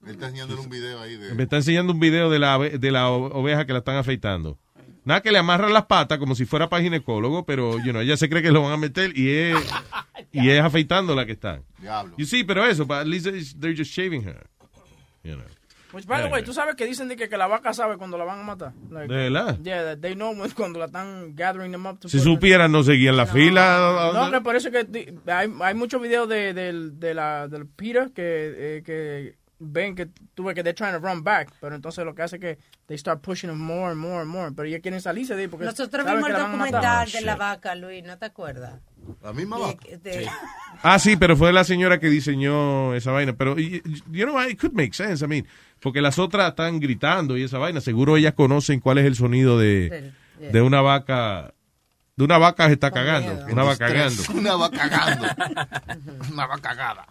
S8: Él está enseñándole un video ahí de...
S2: Me está enseñando un video de la, ave- de la o- oveja que la están afeitando. Nada que le amarran las patas como si fuera para ginecólogo, pero you know, ella se cree que lo van a meter y es, y es afeitando la que están.
S8: Diablo.
S2: You see, pero eso, but at least it's- they're just shaving her. You know.
S7: Which, by the way, tú sabes que dicen de que, que la vaca sabe cuando la van a matar. Like,
S2: ¿De verdad?
S7: Yeah, that they know when- cuando la están gathering them up. to
S2: Si
S7: put-
S2: supieran, no seguían la fila.
S7: No, que por eso que di- hay, hay muchos videos de, del de la, del Peter que, eh, que ven que tuve que they're trying to run back, pero entonces lo que hace que they start pushing them more and more and more, pero ellos quieren salirse de ahí porque
S9: Nosotros
S7: saben
S9: vimos
S7: que
S9: el
S7: la van a matar.
S9: documental de la vaca, Luis, ¿no te acuerdas?
S8: La misma
S9: vaca.
S2: Ah, sí, pero fue la señora que diseñó esa vaina. Pero, y- you know, it could make sense. I mean, porque las otras están gritando y esa vaina. Seguro ellas conocen cuál es el sonido de,
S8: Del-
S2: de una vaca. De una vaca que está cagando.
S8: miedo.
S2: Una
S8: Un
S2: vaca
S8: estrés.
S2: cagando.
S8: Una vaca cagando. Una vaca cagada.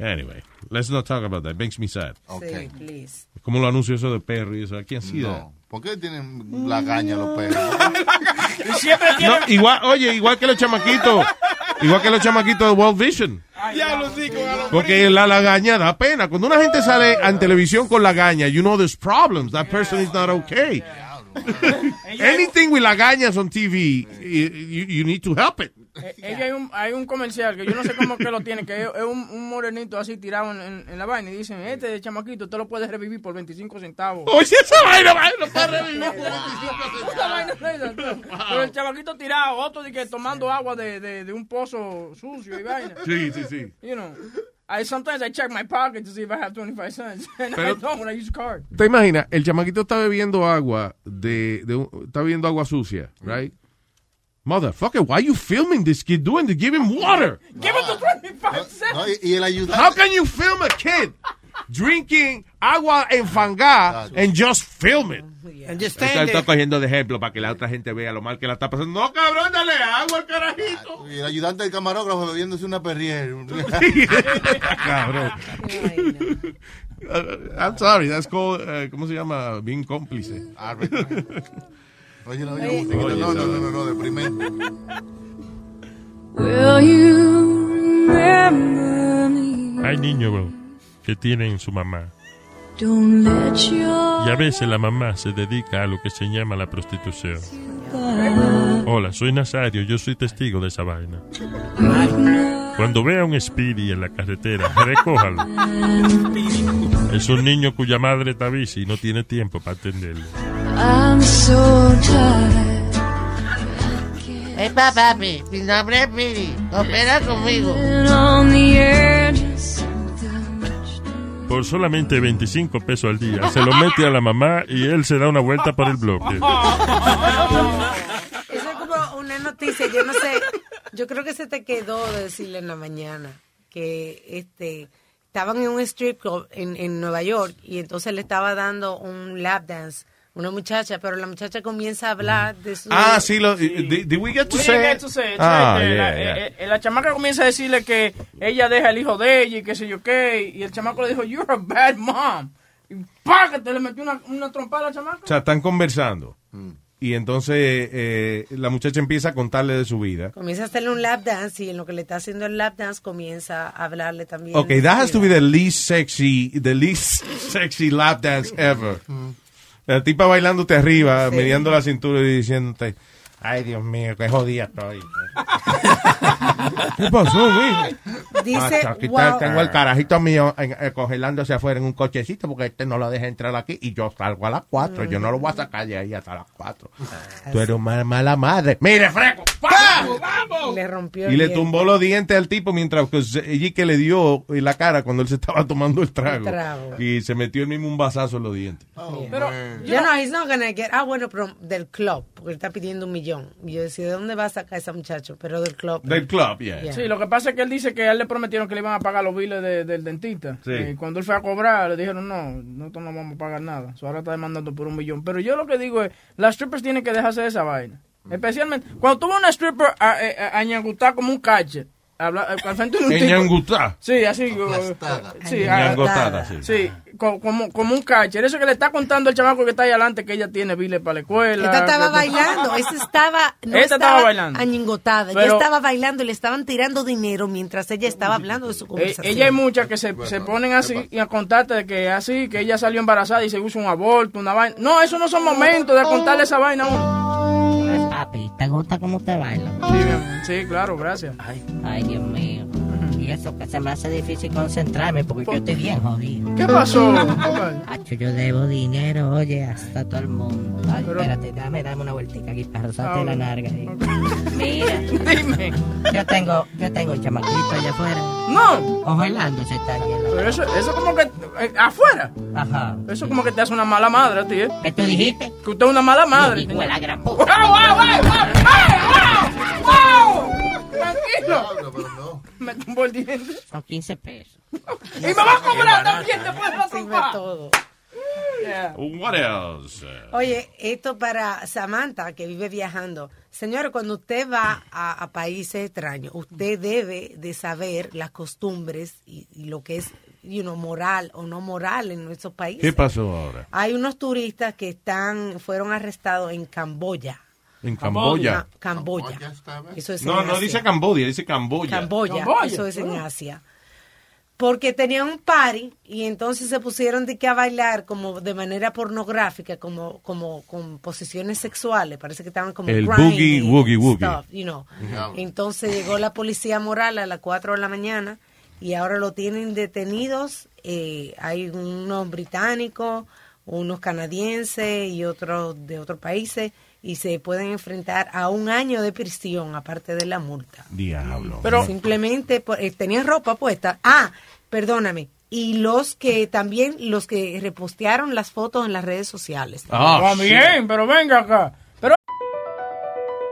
S2: Anyway, let's not talk about that. Makes me sad.
S8: Okay.
S9: Sí, please.
S2: Como lo anuncio eso de perro y eso. ¿A quién sí
S8: No. ¿Por qué tienen la gaña los perros?
S11: Y siempre tiene...
S2: No, igual, oye, igual que los chamaquitos. Igual que los chamaquitos de World Vision.
S11: Ya lo sí, con algo...
S2: Porque la lagaña da pena. Cuando una gente sale en televisión con lagaña, you know there's problems. That person is not okay. Anything with lagañas on TV, you, you need to help it.
S7: Eh, ella hay un, hay un comercial que yo no sé cómo que lo tiene, que es, es un, un morenito así tirado en, en- en la vaina y dicen, este chamaquito, usted lo puede revivir por 25 centavos.
S2: Oye, esa vaina, vaina, lo puede
S11: revivir por
S7: 25 centavos. Pero el chamaquito tirado, otro de que tomando agua de, de, de un pozo sucio y vaina.
S2: Sí, sí, sí.
S7: You know, I, sometimes I check my pocket to see if I have 25 cents. And I
S2: Pero-
S7: don't when I use card.
S2: ¿Te imaginas? El chamaquito está bebiendo agua de, de un- está bebiendo agua sucia, right? Motherfucker, why you filming this kid doing this? Give him water.
S7: Give it to 25 cents.
S8: No, y, y el ayudante.
S2: How can you film a kid drinking agua enfangada and just film it?
S3: And just
S2: Está,
S3: stand
S2: está
S3: there.
S2: cogiendo de ejemplo para que la otra gente vea lo mal que la está pasando. No, cabrón, dale agua al carajito.
S8: Y el ayudante del camarógrafo bebiéndose una perrier.
S2: cabrón. Uh, I'm sorry, that's called, uh, ¿cómo se llama? Bien cómplice.
S8: Ah, Oye, no, oye, musiquita.
S2: Oye,
S8: no, no,
S2: esa
S8: no, no, no, deprimente.
S4: Will you remember me?
S26: Hay niños, bro, que tienen su mamá.
S4: Don't let your
S26: Y a veces la mamá se dedica a lo que se llama la prostitución. Hola, soy Nazario, yo soy testigo de esa vaina. Cuando vea un Speedy en la carretera, recójalo. Es un niño cuya madre está bici y no tiene tiempo para atenderlo.
S4: I'm so tired.
S27: Epa, papi, mi nombre es Piri. Opera conmigo.
S4: on the edge of something.
S26: Por solamente 25 pesos al día, se lo mete a la mamá y él se da una vuelta por el bloque.
S9: Eso es como una noticia, yo no sé, yo creo que se te quedó de decirle en la mañana que este estaban en un strip club en, en Nueva York y entonces le estaba dando un lap dance a una muchacha, pero la muchacha comienza a hablar de su...
S2: Ah, sí, lo, did, did we get to
S7: We
S2: say?
S7: didn't get to say it,
S2: Ah,
S7: right there.
S2: yeah,
S7: la,
S2: yeah.
S7: eh, eh, la chamaca comienza a decirle que ella deja al hijo de ella y qué sé yo qué. Y el chamaco le dijo, You're a bad mom. Y pa, que te le metió una, una trompada a la chamaca.
S2: O sea, están conversando.
S8: Mm.
S2: Y entonces eh, la muchacha empieza a contarle de su vida.
S9: Comienza a hacerle un lap dance y en lo que le está haciendo el lap dance comienza a hablarle también.
S2: Ok,
S9: de su
S2: that has
S9: vida.
S2: to be the least sexy, the least sexy lap dance ever. La tipa bailándote arriba,
S9: Sí.
S2: mediando la cintura y diciéndote, ay Dios mío, qué jodida estoy. ¿Qué pasó, güey?
S9: Dice,
S2: Macho, aquí
S9: wow.
S2: está- tengo el carajito mío en- eh, congelándose afuera en un cochecito porque este no lo deja entrar aquí y yo salgo a las 4. Yo no lo voy a sacar de ahí hasta las 4. Tú eres una mala madre. Mire, freco. ¡Ah!
S9: Le rompió
S2: Y le
S9: el
S2: tumbó los dientes al tipo mientras que allí que le dio en la cara cuando él se estaba tomando el trago.
S9: El trago.
S2: Y se metió él mismo un bazazo en los dientes.
S9: Pero, yo no, he's not gonna get. Ah, bueno, pero del club, porque él está pidiendo un millón. Y yo decía, ¿de dónde va a sacar ese muchacho? Pero del club.
S2: Del club, yeah.
S7: Sí, lo que pasa es que él dice que a él le prometieron que le iban a pagar los biles de- del dentista.
S2: Sí.
S7: Y cuando él fue a cobrar, le dijeron, no, nosotros no vamos a pagar nada. So, ahora está demandando por un millón. Pero yo lo que digo es, las strippers tienen que dejarse de esa vaina.
S2: Mm.
S7: Especialmente, cuando tuvo una stripper a, a- a ñangutá como un cache. Habla, eh, al frente de un tipo.
S2: Ñangutá.
S7: Sí, así. eh, Sí, ah,
S2: Ñangotada, sí.
S7: Sí, co- como, como un catcher. Eso que le está contando el chamaco que está ahí adelante que ella tiene biles para la escuela.
S9: Esta estaba
S7: que-
S9: bailando, esta estaba, no
S7: Esta estaba bailando.
S9: añingotada, ella
S7: Pero-
S9: estaba bailando y le estaban tirando dinero mientras ella estaba hablando de su
S7: Eh,
S9: conversación.
S7: ella hay muchas que se, se ponen así y a contarte de que así, que ella salió embarazada y se hizo un aborto, una vaina. No, eso no son momentos de contarle esa vaina a uno.
S28: Papi, ¿te gusta cómo te baila?
S7: Sí, claro, gracias. Ay,
S28: Dios mío. Y eso que se me hace difícil concentrarme porque yo estoy bien jodido.
S7: ¿Qué pasó?
S28: Acho, yo debo dinero, oye, hasta todo el mundo. Ay, espérate, dame, dame una vueltica aquí para rozarte Ah, la ok. narga. ahí. Mira.
S7: Dime.
S28: Yo tengo, yo tengo un chamaquito allá afuera.
S7: No.
S28: O bailando se está aquí. en la-
S7: Pero eso, eso como que eh, afuera.
S28: Ajá.
S7: Eso como que te hace una mala madre a ti, ¿eh?
S28: ¿Qué tú dijiste?
S7: Que usted es una mala madre.
S28: Hijo de la gran
S7: ¡Wow, wow, wow, wow, wow, wow! Tranquilo. Me tumbó el diente.
S28: Son 15 pesos.
S7: Y me va a cobrar también después de la Pues, trompa.
S9: Yeah.
S2: What else?
S9: Oye, esto para Samantha, que vive viajando. Señor, cuando usted va a, a países extraños, usted debe de saber las costumbres y, y lo que es, you know, moral o no moral en nuestros países.
S2: ¿Qué pasó ahora?
S9: Hay unos turistas que están, fueron arrestados en Camboya.
S2: En Camboya.
S9: Ca- Camboya. Ah, Eso es
S2: No,
S9: en
S2: no
S9: Asia.
S2: dice Camboya, dice Camboya.
S9: Camboya. Eso es en
S2: Ah.
S9: Asia. Porque tenían un party y entonces se pusieron de que a bailar como de manera pornográfica, como, como con posiciones sexuales. Parece que estaban como
S2: El
S9: grinding
S2: boogie, woogie, woogie.
S9: stuff, you know.
S2: Diablo.
S9: Entonces llegó la policía moral a las 4 de la mañana y ahora lo tienen detenidos. Eh, hay unos británicos, unos canadienses y otros de otros países y se pueden enfrentar a un año de prisión aparte de la multa.
S2: Diablo.
S9: Pero simplemente por- eh, tenían ropa puesta. Ah, perdóname. Y los que también, los que repostearon las fotos en las redes sociales.
S7: Ah, bien, pero venga acá.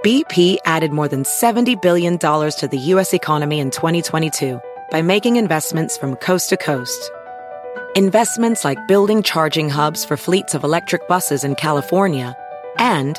S15: BP added more than $70 billion to the U.S. economy in 2022 by making investments from coast to coast. Investments like building charging hubs for fleets of electric buses in California and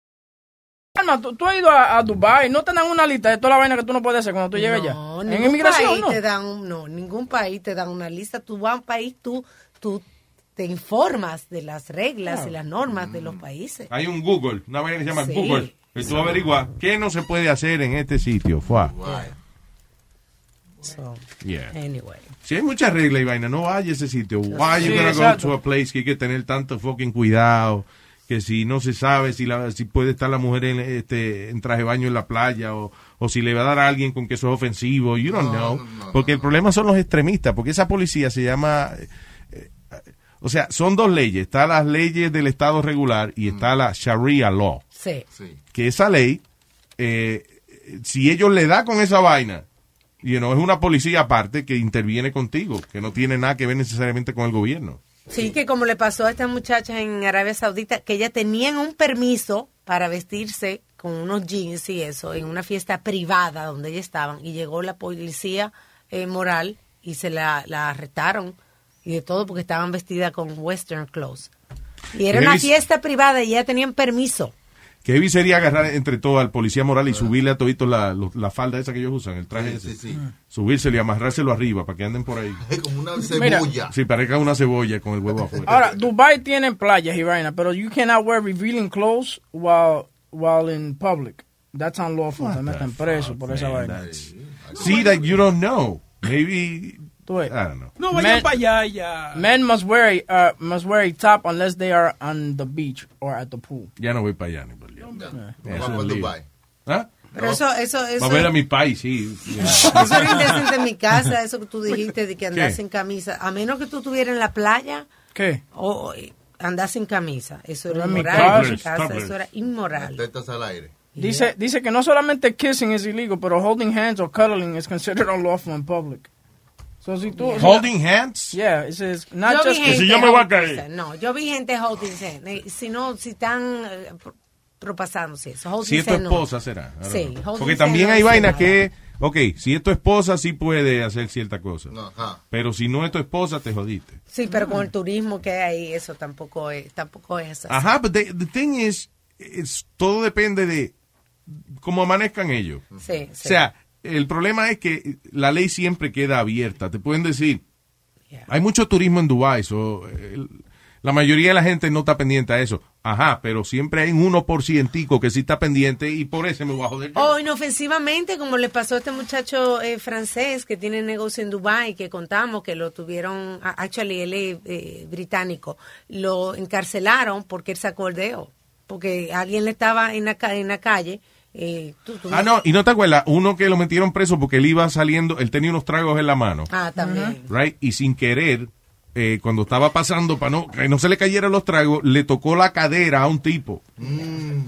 S5: Alma, tú, tú has ido a, a Dubai, no te dan una lista de toda la vaina que tú no puedes hacer cuando tú llegues allá.
S9: No,
S5: en
S9: ningún
S5: inmigración,
S9: país
S5: no.
S9: te dan un- no, ningún país te dan una lista. Tú vas a un país, tú, tú te informas de las reglas y las normas de los países.
S2: Hay un Google, una vaina que se llama
S9: Sí.
S2: Google. Que tú averiguas qué no se puede hacer en este sitio. Fua.
S9: So,
S2: Yeah.
S9: anyway.
S2: Si hay muchas reglas y vaina, no vaya a ese sitio. Why
S9: Sí,
S2: you gonna
S9: exacto.
S2: go to a place que hay que tener tanto fucking cuidado? Que si no se sabe si, la, si puede estar la mujer en, este, en traje de baño en la playa o, o si le va a dar a alguien con que eso es ofensivo. You don't know. porque el problema son los extremistas. Porque esa policía se llama... eh, eh, o sea, son dos leyes. Está las leyes del Estado regular y está la Sharia law
S9: Sí.
S2: que esa ley, eh, si ellos le da con esa vaina, y no es una policía aparte que interviene contigo, que no tiene nada que ver necesariamente con el gobierno.
S9: Sí, que como le pasó a esta muchacha en Arabia Saudita, que ella tenían un permiso para vestirse con unos jeans y eso, en una fiesta privada donde ella estaban, y llegó la policía eh, moral y se la, la arrestaron y de todo porque estaban vestidas con western clothes. Y era
S2: Pero
S9: una
S2: es-
S9: fiesta privada y ya tenían permiso.
S2: Que heavy sería agarrar entre todo al policía moral y subirle a todito la, lo- la falda esa que ellos usan, el traje ese. Subírselo y amarrárselo arriba para que anden por ahí.
S8: Es como una
S5: Mira.
S8: cebolla.
S2: Sí, parezca una cebolla con el huevo afuera.
S5: Ahora, Dubai tiene playas y vaina, pero you cannot wear revealing clothes while, while in public. That's unlawful. Te meten preso por esa vaina.
S2: See that you don't know. Maybe. I don't know.
S5: No
S11: vayan pa'
S5: allá ya. Men must wear, a, uh, must wear a top unless they are on the beach or at the pool.
S2: Ya no voy para allá, ni por Dios. Eso es un lío. ¿Ah?
S9: Pero eso, eso, eso.
S2: Va a ver a mi país, sí. Pues,
S9: Eso era indecente en mi casa, eso que tú dijiste de que andas
S2: ¿Qué?
S9: sin camisa. A menos que tú estuvieras en la playa
S5: ¿Qué?
S9: o andar sin camisa. Eso era
S5: Pero en mi
S9: inmoral. en mi
S5: casa-
S9: casa,
S5: Topless.
S9: eso era inmoral.
S8: al aire.
S5: Dice, dice que no solamente kissing es illegal, pero holding hands or cuddling is considered unlawful in public. So si tú,
S2: Holding hands?
S5: Yeah, it says not
S9: Yo vi
S5: just
S9: gente holding hand. No, yo vi gente holding hand. Eh, Si no, si están eh, pro- propasándose eso. Holding
S2: Si es tu
S9: hand no.
S2: esposa, será. I don't
S9: Sí,
S2: know.
S9: holding
S2: Porque
S9: hand
S2: también
S9: no
S2: hay
S9: hace
S2: vainas
S9: nada.
S2: que, ok, si es tu esposa, sí puede hacer cierta cosa.
S8: Ajá.
S2: Pero si no es tu esposa, te jodiste.
S9: Sí, pero con el turismo que hay ahí, eso tampoco es, tampoco es así.
S2: Ajá, pero the, the thing is, it's- todo depende de cómo amanezcan ellos.
S9: Sí, sí.
S2: O sea, el problema es que la ley siempre queda abierta. Te pueden decir, hay mucho turismo en Dubái, so, el- la mayoría de la gente no está pendiente a eso. Ajá, pero siempre hay un 1% que sí está pendiente y por eso me voy a joder.
S9: O Oh, inofensivamente, como le pasó a este muchacho eh, francés que tiene negocio en Dubái, que contamos que lo tuvieron, a- actually él es eh, británico, lo encarcelaron porque él sacó el dedo, porque alguien le estaba en la, ca- en la calle. eh, tú- tú-
S2: Ah, no, y no te acuerdas, uno que lo metieron preso porque él iba saliendo, él tenía unos tragos en la mano,
S9: Ah, también.
S2: right? Y sin querer, eh, cuando estaba pasando, para no, que no se le cayeran los tragos, le tocó la cadera a un tipo. Mm.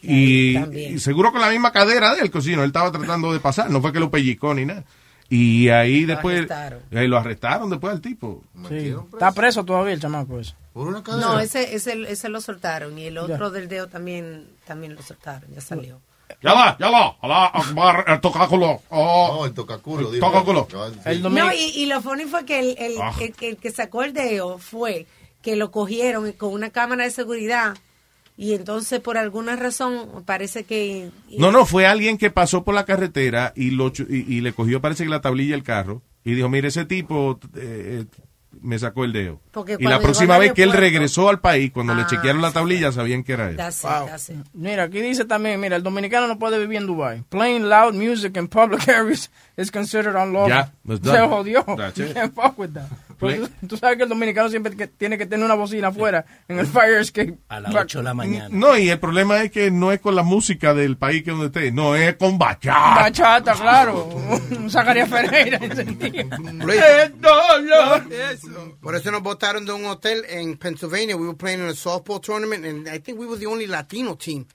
S2: Y, y seguro con la misma cadera de él, que si no, él estaba tratando de pasar, no fue que lo pellizcó ni nada. Y ahí después...
S9: arrestaron.
S2: eh, lo arrestaron después al tipo.
S5: Sí. Está preso todavía el chamaco ese.
S9: No, ese, ese, ese lo soltaron y el otro del dedo también, también lo soltaron, ya salió.
S2: Ya va, ya va. Alá Akbar, el tocáculo. Oh.
S8: No, el tocaculo.
S2: El
S8: dijo.
S2: tocaculo.
S8: El
S9: No, y, y lo funny fue que el, el-
S2: Ah.
S9: el- el que sacó el dedo fue que lo cogieron con una cámara de seguridad y entonces por alguna razón parece que...
S2: No, no, fue alguien que pasó por la carretera y, lo, chu- y, y le cogió, parece que la tablilla del carro, y dijo, mire, ese tipo eh, eh, me sacó el dedo.
S5: Porque
S2: y la
S5: cuando
S2: próxima
S5: llegó al
S2: vez que él
S5: aeropuerto-
S2: regresó al país, cuando le
S5: Ah,
S2: chequearon la tablilla, sabían que era él.
S5: Wow. Mira, aquí dice también, mira, el dominicano no puede vivir en Dubai. Playing loud music in public areas is considered unlawful.
S2: Ya, that's
S5: Se
S2: done.
S5: jodió.
S2: That's
S5: You
S2: it.
S5: can't fuck with that.
S6: Play-
S5: Pues, Tú sabes que el dominicano siempre que tiene que tener una bocina afuera en el fire escape.
S6: A las 8 de la mañana.
S2: No, y el problema es que no es con la música del país que donde esté, no, es con bachata.
S5: Bachata, claro. Sacaría Ferreira. ese día.
S3: Por eso nos botaron de un hotel en Pennsylvania. We were playing in a softball tournament and I think we were the only Latino team.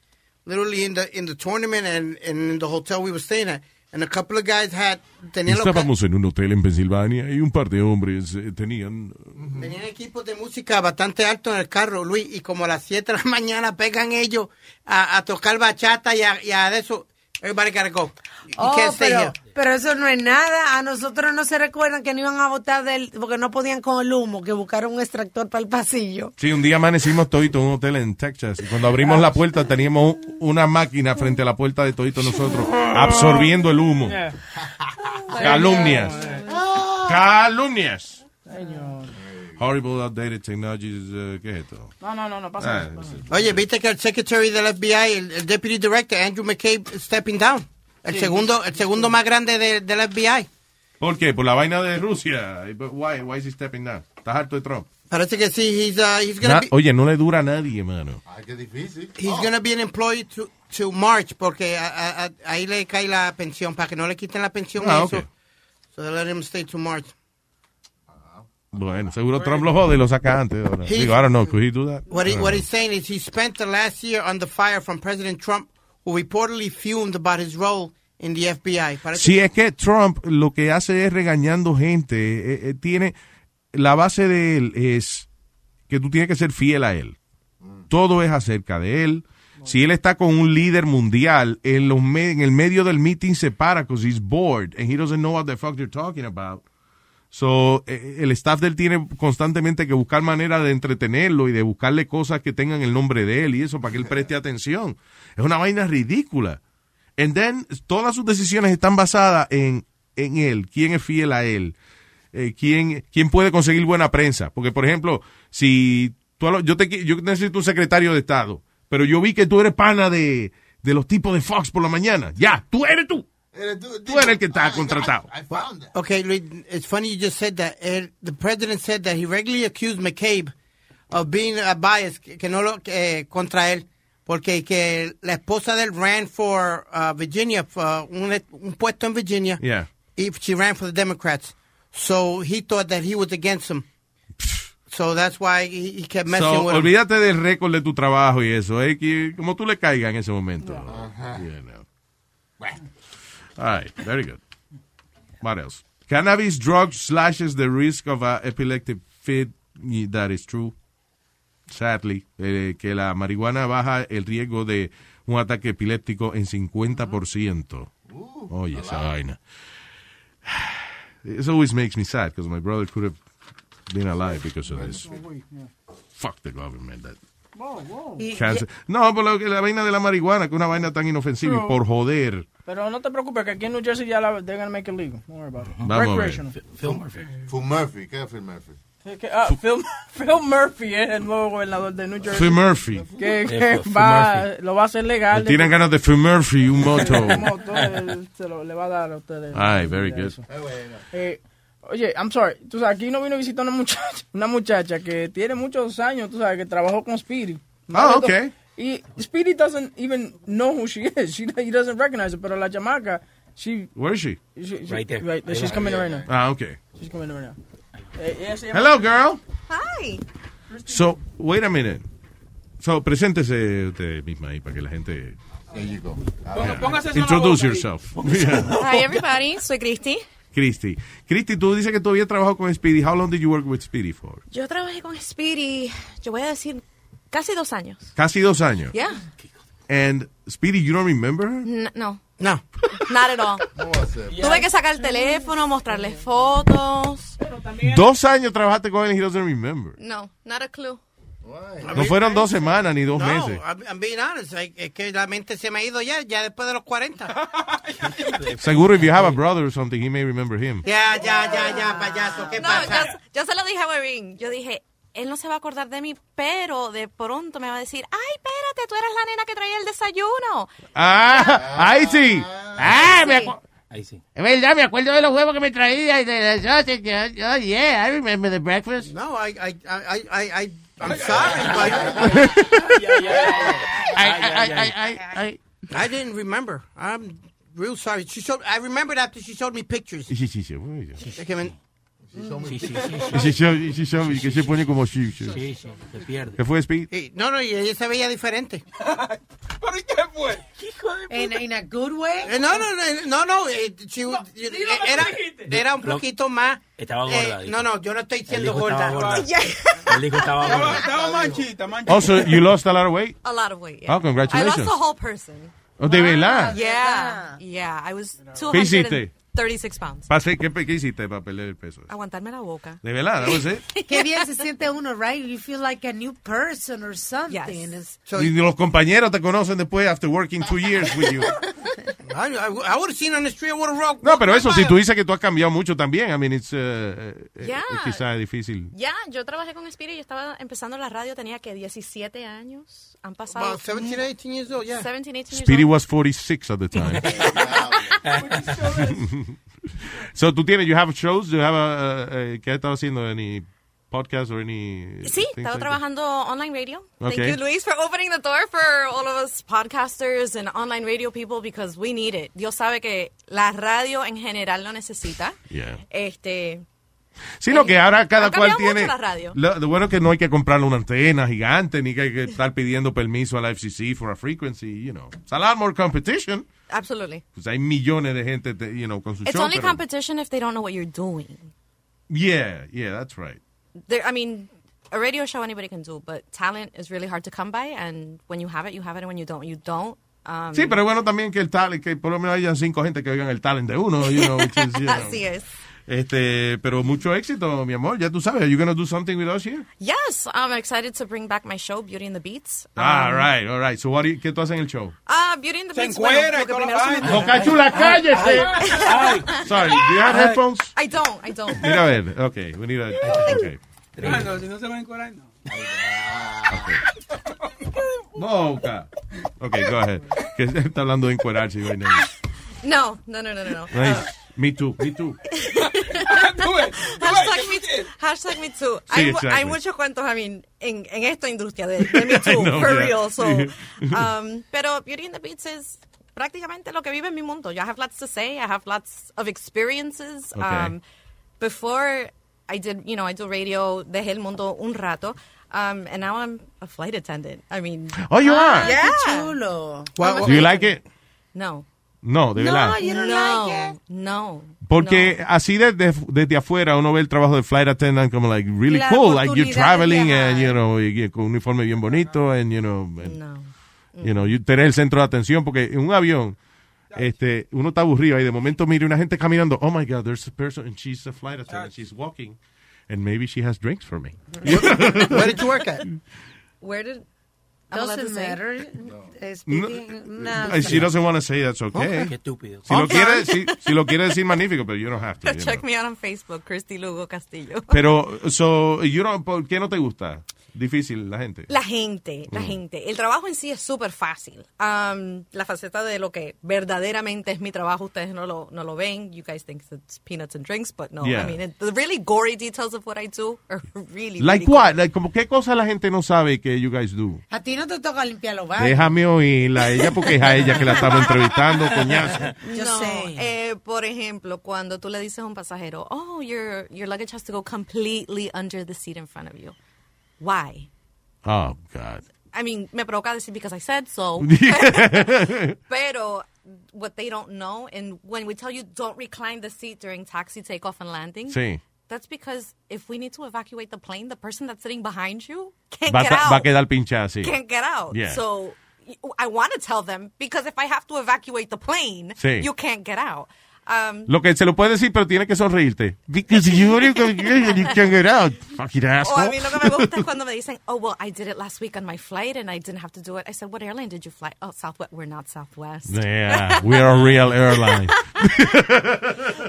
S3: literally in the in the tournament and, and in the hotel we were staying at. And a couple of guys had tenían, los ca-
S2: Estábamos en un hotel en Pensilvania y un par de hombres eh, tenían
S3: tenían equipos de música bastante alto en el carro, Luis. Y como a las 7 de la mañana pegan ellos a, a tocar bachata y a, y a de eso. Everybody gotta go. You
S9: Oh,
S3: can't stay
S9: pero,
S3: here.
S9: pero eso no es nada. A nosotros no se recuerdan que no iban a votar del, porque no podían con el humo, que buscaron un extractor para el pasillo.
S2: Sí, un día amanecimos todito en un hotel en Texas y cuando abrimos la puerta teníamos una máquina frente a la puerta de todito nosotros absorbiendo el humo. Calumnias. Calumnias. Horrible outdated technologies. eh, ¿Qué es esto?
S5: No, no, no, no pasa
S2: Ah,
S5: nada.
S2: sí.
S3: Oye, viste que el secretary del FBI, el, el deputy director, Andrew McCabe, stepping down. El
S2: Sí.
S3: segundo el segundo más grande de- del FBI.
S2: ¿Por qué? Por la vaina de Rusia. But pues, Why, why is he stepping down? ¿Estás harto de Trump?
S3: Parece que sí, he's, uh, he's gonna
S2: Na-
S3: be-
S2: Oye, no le dura a nadie, mano.
S8: Ay, qué difícil.
S3: He's gonna be an employee to, to March porque a- a- a- ahí le cae la pensión para que no le quiten la pensión.
S2: Ah,
S3: y
S2: ok.
S3: eso. So they let him stay to March.
S2: Bueno, seguro Trump lo jode y lo saca antes. Ahora.
S3: He-
S2: Digo, I don't know, could he do that?
S3: What, he,
S2: Ah.
S3: what he's saying is he spent the last year on the fire from President Trump, who reportedly fumed about his role in the FBI. Parece
S2: Si es que Trump lo que hace es regañando gente, eh, eh, tiene la base de él es que tú tienes que ser fiel a él. Todo es acerca de él. Si él está con un líder mundial, en, los me- en el medio del meeting se para because he's bored and he doesn't know what the fuck you're talking about. So, eh, el staff de él tiene constantemente que buscar manera de entretenerlo y de buscarle cosas que tengan el nombre de él y eso para que él preste atención. Es una vaina ridícula. And then, todas sus decisiones están basadas en, en él, quién es fiel a él, eh, quién, quién puede conseguir buena prensa. Porque, por ejemplo, si tú a lo- yo, te, qui- yo necesito un secretario de Estado, pero yo vi que tú eres pana de, de los tipos de Fox por la mañana. Ya, tú eres tú. Tú Ah, eres el que está contratado.
S3: Okay, Luis, it's funny you just said that. El- the president said that he regularly accused McCabe of being a bias que, que no lo que, eh, contra él porque que la esposa de él ran for uh, Virginia for un, un puesto en Virginia.
S2: Yeah.
S3: If she ran for the Democrats, so he thought that he was against him. So that's why he, he kept messing
S2: So,
S3: with him.
S2: olvídate del récord de tu trabajo y eso. eh, que- como tú le caigas en ese momento. You know. All right, very good. What else? Cannabis drug slashes the risk of a epileptic fit. Y That is true. Sadly, eh, que la marihuana baja el riesgo de un ataque epiléptico en 50%. Oye, esa vaina. It always makes me sad because my brother could have been alive because of this. Fuck the government. That
S9: Y-
S2: cancer- No, por lo que la vaina de la marihuana, que una vaina tan inofensiva y
S5: True.
S2: por joder.
S5: Pero no te preocupes, que aquí en New Jersey ya la they're gonna make it legal. Don't worry about it.
S2: Vamos a ver.
S5: Recreational.
S8: Phil Murphy. Phil Murphy, ¿qué es Phil Murphy?
S5: Que- que- ah, Phil, Phil Murphy es el nuevo gobernador de New Jersey.
S2: Phil Murphy.
S5: Que,
S2: Eh,
S5: que
S2: Phil
S5: va, lo va a hacer legal.
S2: Tienen ganas de Phil Murphy, un moto. Ah.
S5: Un moto, eh, se lo- le va a dar a ustedes.
S2: Ay, very good.
S5: Eh, oye, I'm sorry. Tú sabes, aquí no vino a visitar una muchacha, una muchacha que tiene muchos años, tú sabes, que trabajó con Speedy.
S2: Ah,
S5: Maldito-
S2: ok.
S5: Y Speedy doesn't even know who she is. She, he doesn't recognize her, pero la chamaca, she...
S2: Where is she?
S5: she- she- Right there. She's coming right now.
S2: Ah, okay.
S5: She's coming right now. Eh, ella se llama-
S2: Hello, girl.
S9: Hi.
S2: So, wait a minute. So, preséntese usted misma ahí para que la gente. Ah,
S8: There you go.
S2: Yeah.
S16: póngase eso en la
S2: Introduce
S16: boca ahí.
S2: yourself.
S16: Hi everybody, soy Cristi.
S2: Christy. Christy, tú dices que todavía trabajas con Speedy. How long did you work with Speedy for?
S16: Yo trabajé con Speedy, yo voy a decir casi dos años.
S2: Casi dos años.
S16: Yeah.
S2: And Speedy, you don't remember her?
S16: N- No,
S3: No.
S16: not at all. Tuve que sacar el teléfono, mostrarle fotos.
S2: Dos años trabajaste con él y he doesn't remember.
S16: No, not a clue.
S2: No fueron dos semanas ni dos
S3: No,
S2: meses.
S3: I'm, I'm being honest. like, es que la mente se me ha ido ya, ya después de los 40.
S2: Seguro, if you have a brother or something, he may remember him.
S3: ya, ya, ya, ya, payaso, ¿qué
S16: No,
S3: pasa?
S16: yo, yo se lo dije a Webin. Yo dije, él no se va a acordar de mí, pero de pronto me va a decir, ay, espérate, tú eras la nena que traía el desayuno.
S2: Ah, ahí sí.
S16: Ah, me acu-
S6: Ahí sí.
S17: Es verdad, me acuerdo de los huevos que me traía y de las sausage. Oh, yeah, I remember the breakfast.
S3: No, I, I, I, I, I, I'm sorry, but
S17: I- I- I-
S3: I didn't remember. I'm real sorry. She showed. I remembered after she showed me pictures.
S2: Sí, sí, sí, sí.
S3: Que me-
S14: Sí, sí,
S2: Y si yo- y si yo- y que se pone como sí, sí.
S6: Sí, sí, se pierde.
S2: ¿Qué fue Speed?
S3: Sí, No, no, y ella se veía diferente. ¿Pero qué fue?
S9: En in a good way.
S3: Eh, no, no, no, no, no, eh, she-
S9: que
S3: era,
S9: dijiste.
S3: era un
S6: Lo-
S3: poquito más.
S6: Estaba
S3: eh,
S6: gorda. dijo.
S3: no, no, yo no estoy diciendo
S6: dijo
S3: gorda.
S6: estaba gorda. Él dijo estaba gorda.
S11: Estaba manchita, manchita.
S2: Oh, so you lost a lot of weight?
S16: A lot of weight.
S2: Oh, congratulations.
S16: I lost a whole person.
S2: Oh, ¿De verdad?
S16: Yeah, yeah. I was
S2: ¿Qué hiciste?
S16: 236 pounds.
S2: Pase, ¿qué, ¿Qué hiciste para perder el peso?
S16: Aguantarme la boca.
S2: ¿De verdad? ¿That was it?
S9: Qué bien se siente uno, right? You feel like a new person or something. It's-
S2: Y los compañeros te conocen después after working two years with you.
S3: I, I, would have seen on the street, I would have rocked.
S2: No, pero eso, si tú dices que tú has cambiado mucho también, I mean, it's, eh, eh,
S16: Yeah.
S2: eh, quizá es difícil.
S16: Ya, yo trabajé con Spirit y estaba empezando la radio, tenía que 17 años. Han pasado.
S3: About 17, 18 years old, yeah.
S16: 17, 18
S2: Speedy
S16: years
S2: was 46 at the time. so tú tienes, you have shows, you have a, eh, eh, ¿qué has estado haciendo? Any podcast or any...
S16: old. Sí,
S2: things
S16: estaba
S2: like that?
S16: trabajando online radio.
S2: Okay.
S16: Thank you, Luis, for opening the door for all of us podcasters and online radio people because we need it. Dios sabe que la radio en general lo necesita.
S2: Yeah.
S16: Este,
S2: Sino que ahora cada
S16: Ha
S2: cual
S16: cambiado mucho
S2: tiene.
S16: la radio.
S2: Lo, lo bueno es que no hay que comprarle una antena gigante, ni que hay que estar pidiendo permiso a la FCC for a frequency, you know. It's a lot more competition.
S16: absolutely.
S2: Pues hay millones de gente, te- you know, con su
S16: It's
S2: show.
S16: only
S2: pero-
S16: competition if they don't know what you're doing.
S2: yeah, yeah, that's right.
S16: There, I mean, a radio show anybody can do, but talent is really hard to come by. And when you have it, you have it, and when you don't, you don't. Um,
S2: Sí, pero es bueno también que el talent, que por lo menos hayan cinco gente que oigan el talent de uno, you know, which is, you know.
S16: Así es.
S2: Este, pero mucho éxito, mi amor. Ya tú sabes, are you gonna do something with us here?
S16: Yes, I'm excited to bring back my show, Beauty and the Beats. Um,
S2: all Ah, right, all right. So what do you- ¿qué tú haces en el show?
S16: Ah, Beauty and the
S11: Se
S16: Beats.
S11: encuera y
S16: lo que
S11: toda la
S16: primero se me
S11: vaina.
S16: ocurre.
S2: Bocachula, cállese.
S16: Ay.
S2: Sorry, do you have
S16: Ay.
S2: headphones?
S16: I don't, I don't.
S2: Mira a ver, okay, we need a, okay.
S11: Ah, no, si no se va a encuadrar, no.
S2: Boca. Ok, go ahead. Que está hablando de encuerarse y vaina.
S16: No, no, no, no, no. no.
S2: Nice. Me too, me too.
S16: Hashtag me too. Hashtag me too.
S2: Sí,
S16: hay, mu-
S2: exactly.
S16: hay muchos cuentos, I mean, en, en esta industria de, de me
S2: I
S16: too,
S2: know,
S16: for
S2: yeah.
S16: real. So, um, pero Beauty and the Beats es prácticamente lo que vive en mi mundo. Yo have lots to say. I have lots of experiences.
S21: Okay.
S16: Um, before I did, you know, I do radio, dejé el mundo un rato. Um, and now I'm a flight attendant. I mean,
S2: Oh, you are?
S9: Ah,
S16: Yeah.
S9: Qué chulo.
S16: Wow.
S2: Do you like it?
S16: No.
S2: No, de verdad.
S16: no, no.
S2: Porque así desde, desde afuera uno ve el trabajo de flight attendant como like really
S16: La
S2: cool, like you're
S16: oportunidad de
S2: traveling
S16: viajar.
S2: and you know, y- y con un uniforme bien bonito and you know, and, you know, you tener el centro de atención porque en un avión este, uno está aburrido y de momento mira una gente caminando, oh my god, there's a person and she's a flight attendant, she's walking and maybe she has drinks for me.
S3: Where did you work at?
S16: Where did... I'm allowed to
S9: Doesn't
S16: say?
S9: matter. Es-
S2: No,
S9: no.
S2: eh, she doesn't want to say that's okay.
S6: Ok. Oh, Qué estúpido.
S2: Si, lo
S6: Ok.
S2: quiere, si, si lo quiere decir magnífico, pero you don't have to. you
S16: Check
S2: know.
S16: me out on Facebook, Christy Lugo Castillo.
S2: Pero, so, you don't, ¿por qué no te gusta? Difícil la gente.
S16: La gente, la
S2: Mm.
S16: gente. El trabajo en sí es súper fácil. Um, la faceta de lo que verdaderamente es mi trabajo, ustedes no lo, no lo ven. You guys think it's peanuts and drinks, but no.
S2: Yeah.
S16: I mean, it- the really gory details of what I do are really, really
S2: Like
S16: gory.
S2: what? Like, como, ¿Qué cosa la gente no sabe que you guys do?
S9: A ti no te toca limpiar los baños.
S2: Déjame oírla, ella porque es a ella que la estamos entrevistando, coñazo.
S9: Yo
S16: no,
S9: sé.
S16: eh, por ejemplo, cuando tú le dices a un pasajero, oh, your, your luggage has to go completely under the seat in front of you. Why?
S2: Oh, God.
S16: I mean, me provoca decir because I said so. Pero what they don't know, and when we tell you don't recline the seat during taxi takeoff and landing,
S2: Sí.
S16: that's because if we need to evacuate the plane, the person that's sitting behind you can't
S2: Va, a
S16: get
S2: ta-
S16: out.
S2: va a quedar pinchada así.
S16: Can't get out.
S2: Yeah.
S16: So y- I want to tell them because if I have to evacuate the plane,
S2: Sí.
S16: you can't get out. Um,
S2: Lo que se lo puede decir, pero tiene que sonreírte. Because you only can- you can't get out, fucking
S16: O Oh, a mí
S2: asshole.
S16: lo que me gusta es cuando me dicen, oh, well, I did it last week on my flight and I didn't have to do it. I said, what airline did you fly? Oh, Southwest. We're not Southwest.
S2: Yeah, we are a real airline.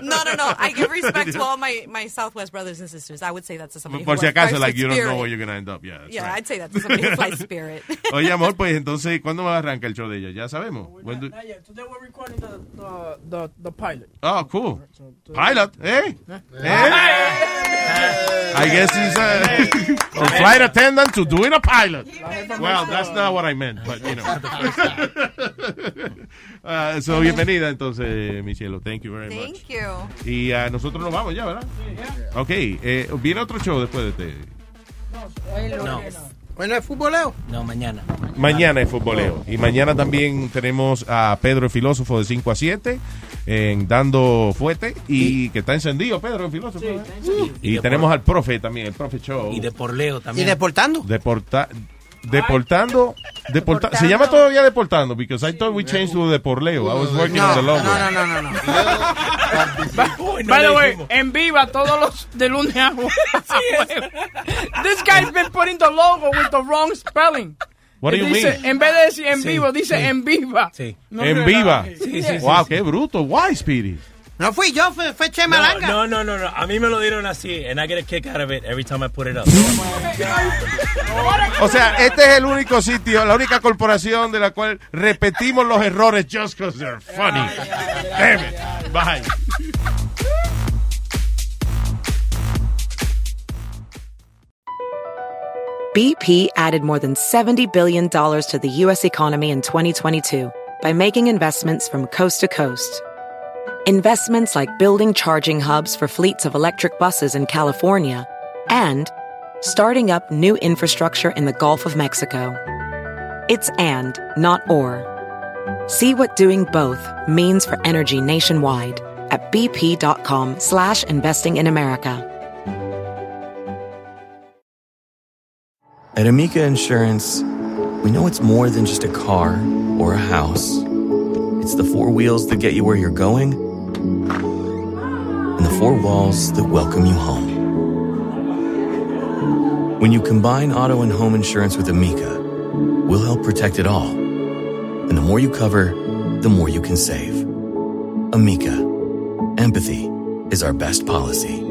S16: no, no, no. I give respect to all my, my Southwest brothers and sisters. I would say that to somebody
S2: Por
S16: who
S2: si acaso,
S16: flies
S2: like, you don't
S16: Spirit.
S2: know where you're gonna end up. Yeah, that's
S16: Yeah,
S2: right.
S16: I'd say that to somebody who flies Spirit.
S2: Oye, amor, pues entonces, ¿cuándo va a arrancar el show de ella? Ya sabemos. When do-
S5: Yeah, today we're recording the, the, the, the pilot.
S2: Oh, cool.
S5: uh,
S2: Pilot, ¿eh?
S5: Eh.
S2: ¿Eh? I guess he's uh, a, a flight attendant to doing a pilot. Well, that's not what I meant, but you know. Ah, so, bienvenida entonces, Michelo. Thank you very much.
S16: Thank you.
S2: Y a nosotros nos vamos ya, ¿verdad? Ok, eh, viene otro show después de este.
S6: No.
S3: Bueno, es futboleo.
S6: No, mañana.
S2: Mañana es futboleo. Y mañana también tenemos a Pedro el Filósofo de 5 a 7 en Dando Fuete y que está encendido Pedro el Filósofo. ¿eh? y tenemos al profe también, el profe Show.
S6: Y de por Leo
S3: ¿Y
S6: también.
S3: deportando?
S2: Deporta- deportando, deporta- Se llama todavía deportando because I thought we changed to deporleo. I was working on the logo.
S3: No, no, no, no.
S5: By the way, en viva todos los de lunes a jueves. This guy's been putting the logo with the wrong spelling.
S2: What do you
S5: dice,
S2: mean?
S5: En vez de decir en
S2: Sí,
S5: vivo, dice
S2: sí.
S5: en viva. No
S2: en
S5: relajes.
S2: viva.
S6: Sí, sí,
S2: wow,
S6: sí,
S2: qué bruto. Why, Speedy?
S3: No fui yo, fue, fue Che
S6: No,
S3: Malanga.
S6: no, no, no, no. A mí me lo dieron así, and I get a kick out of it every time I put it up.
S2: O sea, este es el único sitio, la única corporación de la cual repetimos los errores just because they're funny. Damn it. Bye.
S15: BP added more than $70 billion to the U.S. economy in 2022 by making investments from coast to coast. Investments like building charging hubs for fleets of electric buses in California and starting up new infrastructure in the Gulf of Mexico. It's and, not or. See what doing both means for energy nationwide at bp.com slash investing in America.
S21: At Amica Insurance, we know it's more than just a car or a house. It's the four wheels that get you where you're going and the four walls that welcome you home. When you combine auto and home insurance with Amica, we'll help protect it all. And the more you cover, the more you can save. Amica, empathy is our best policy.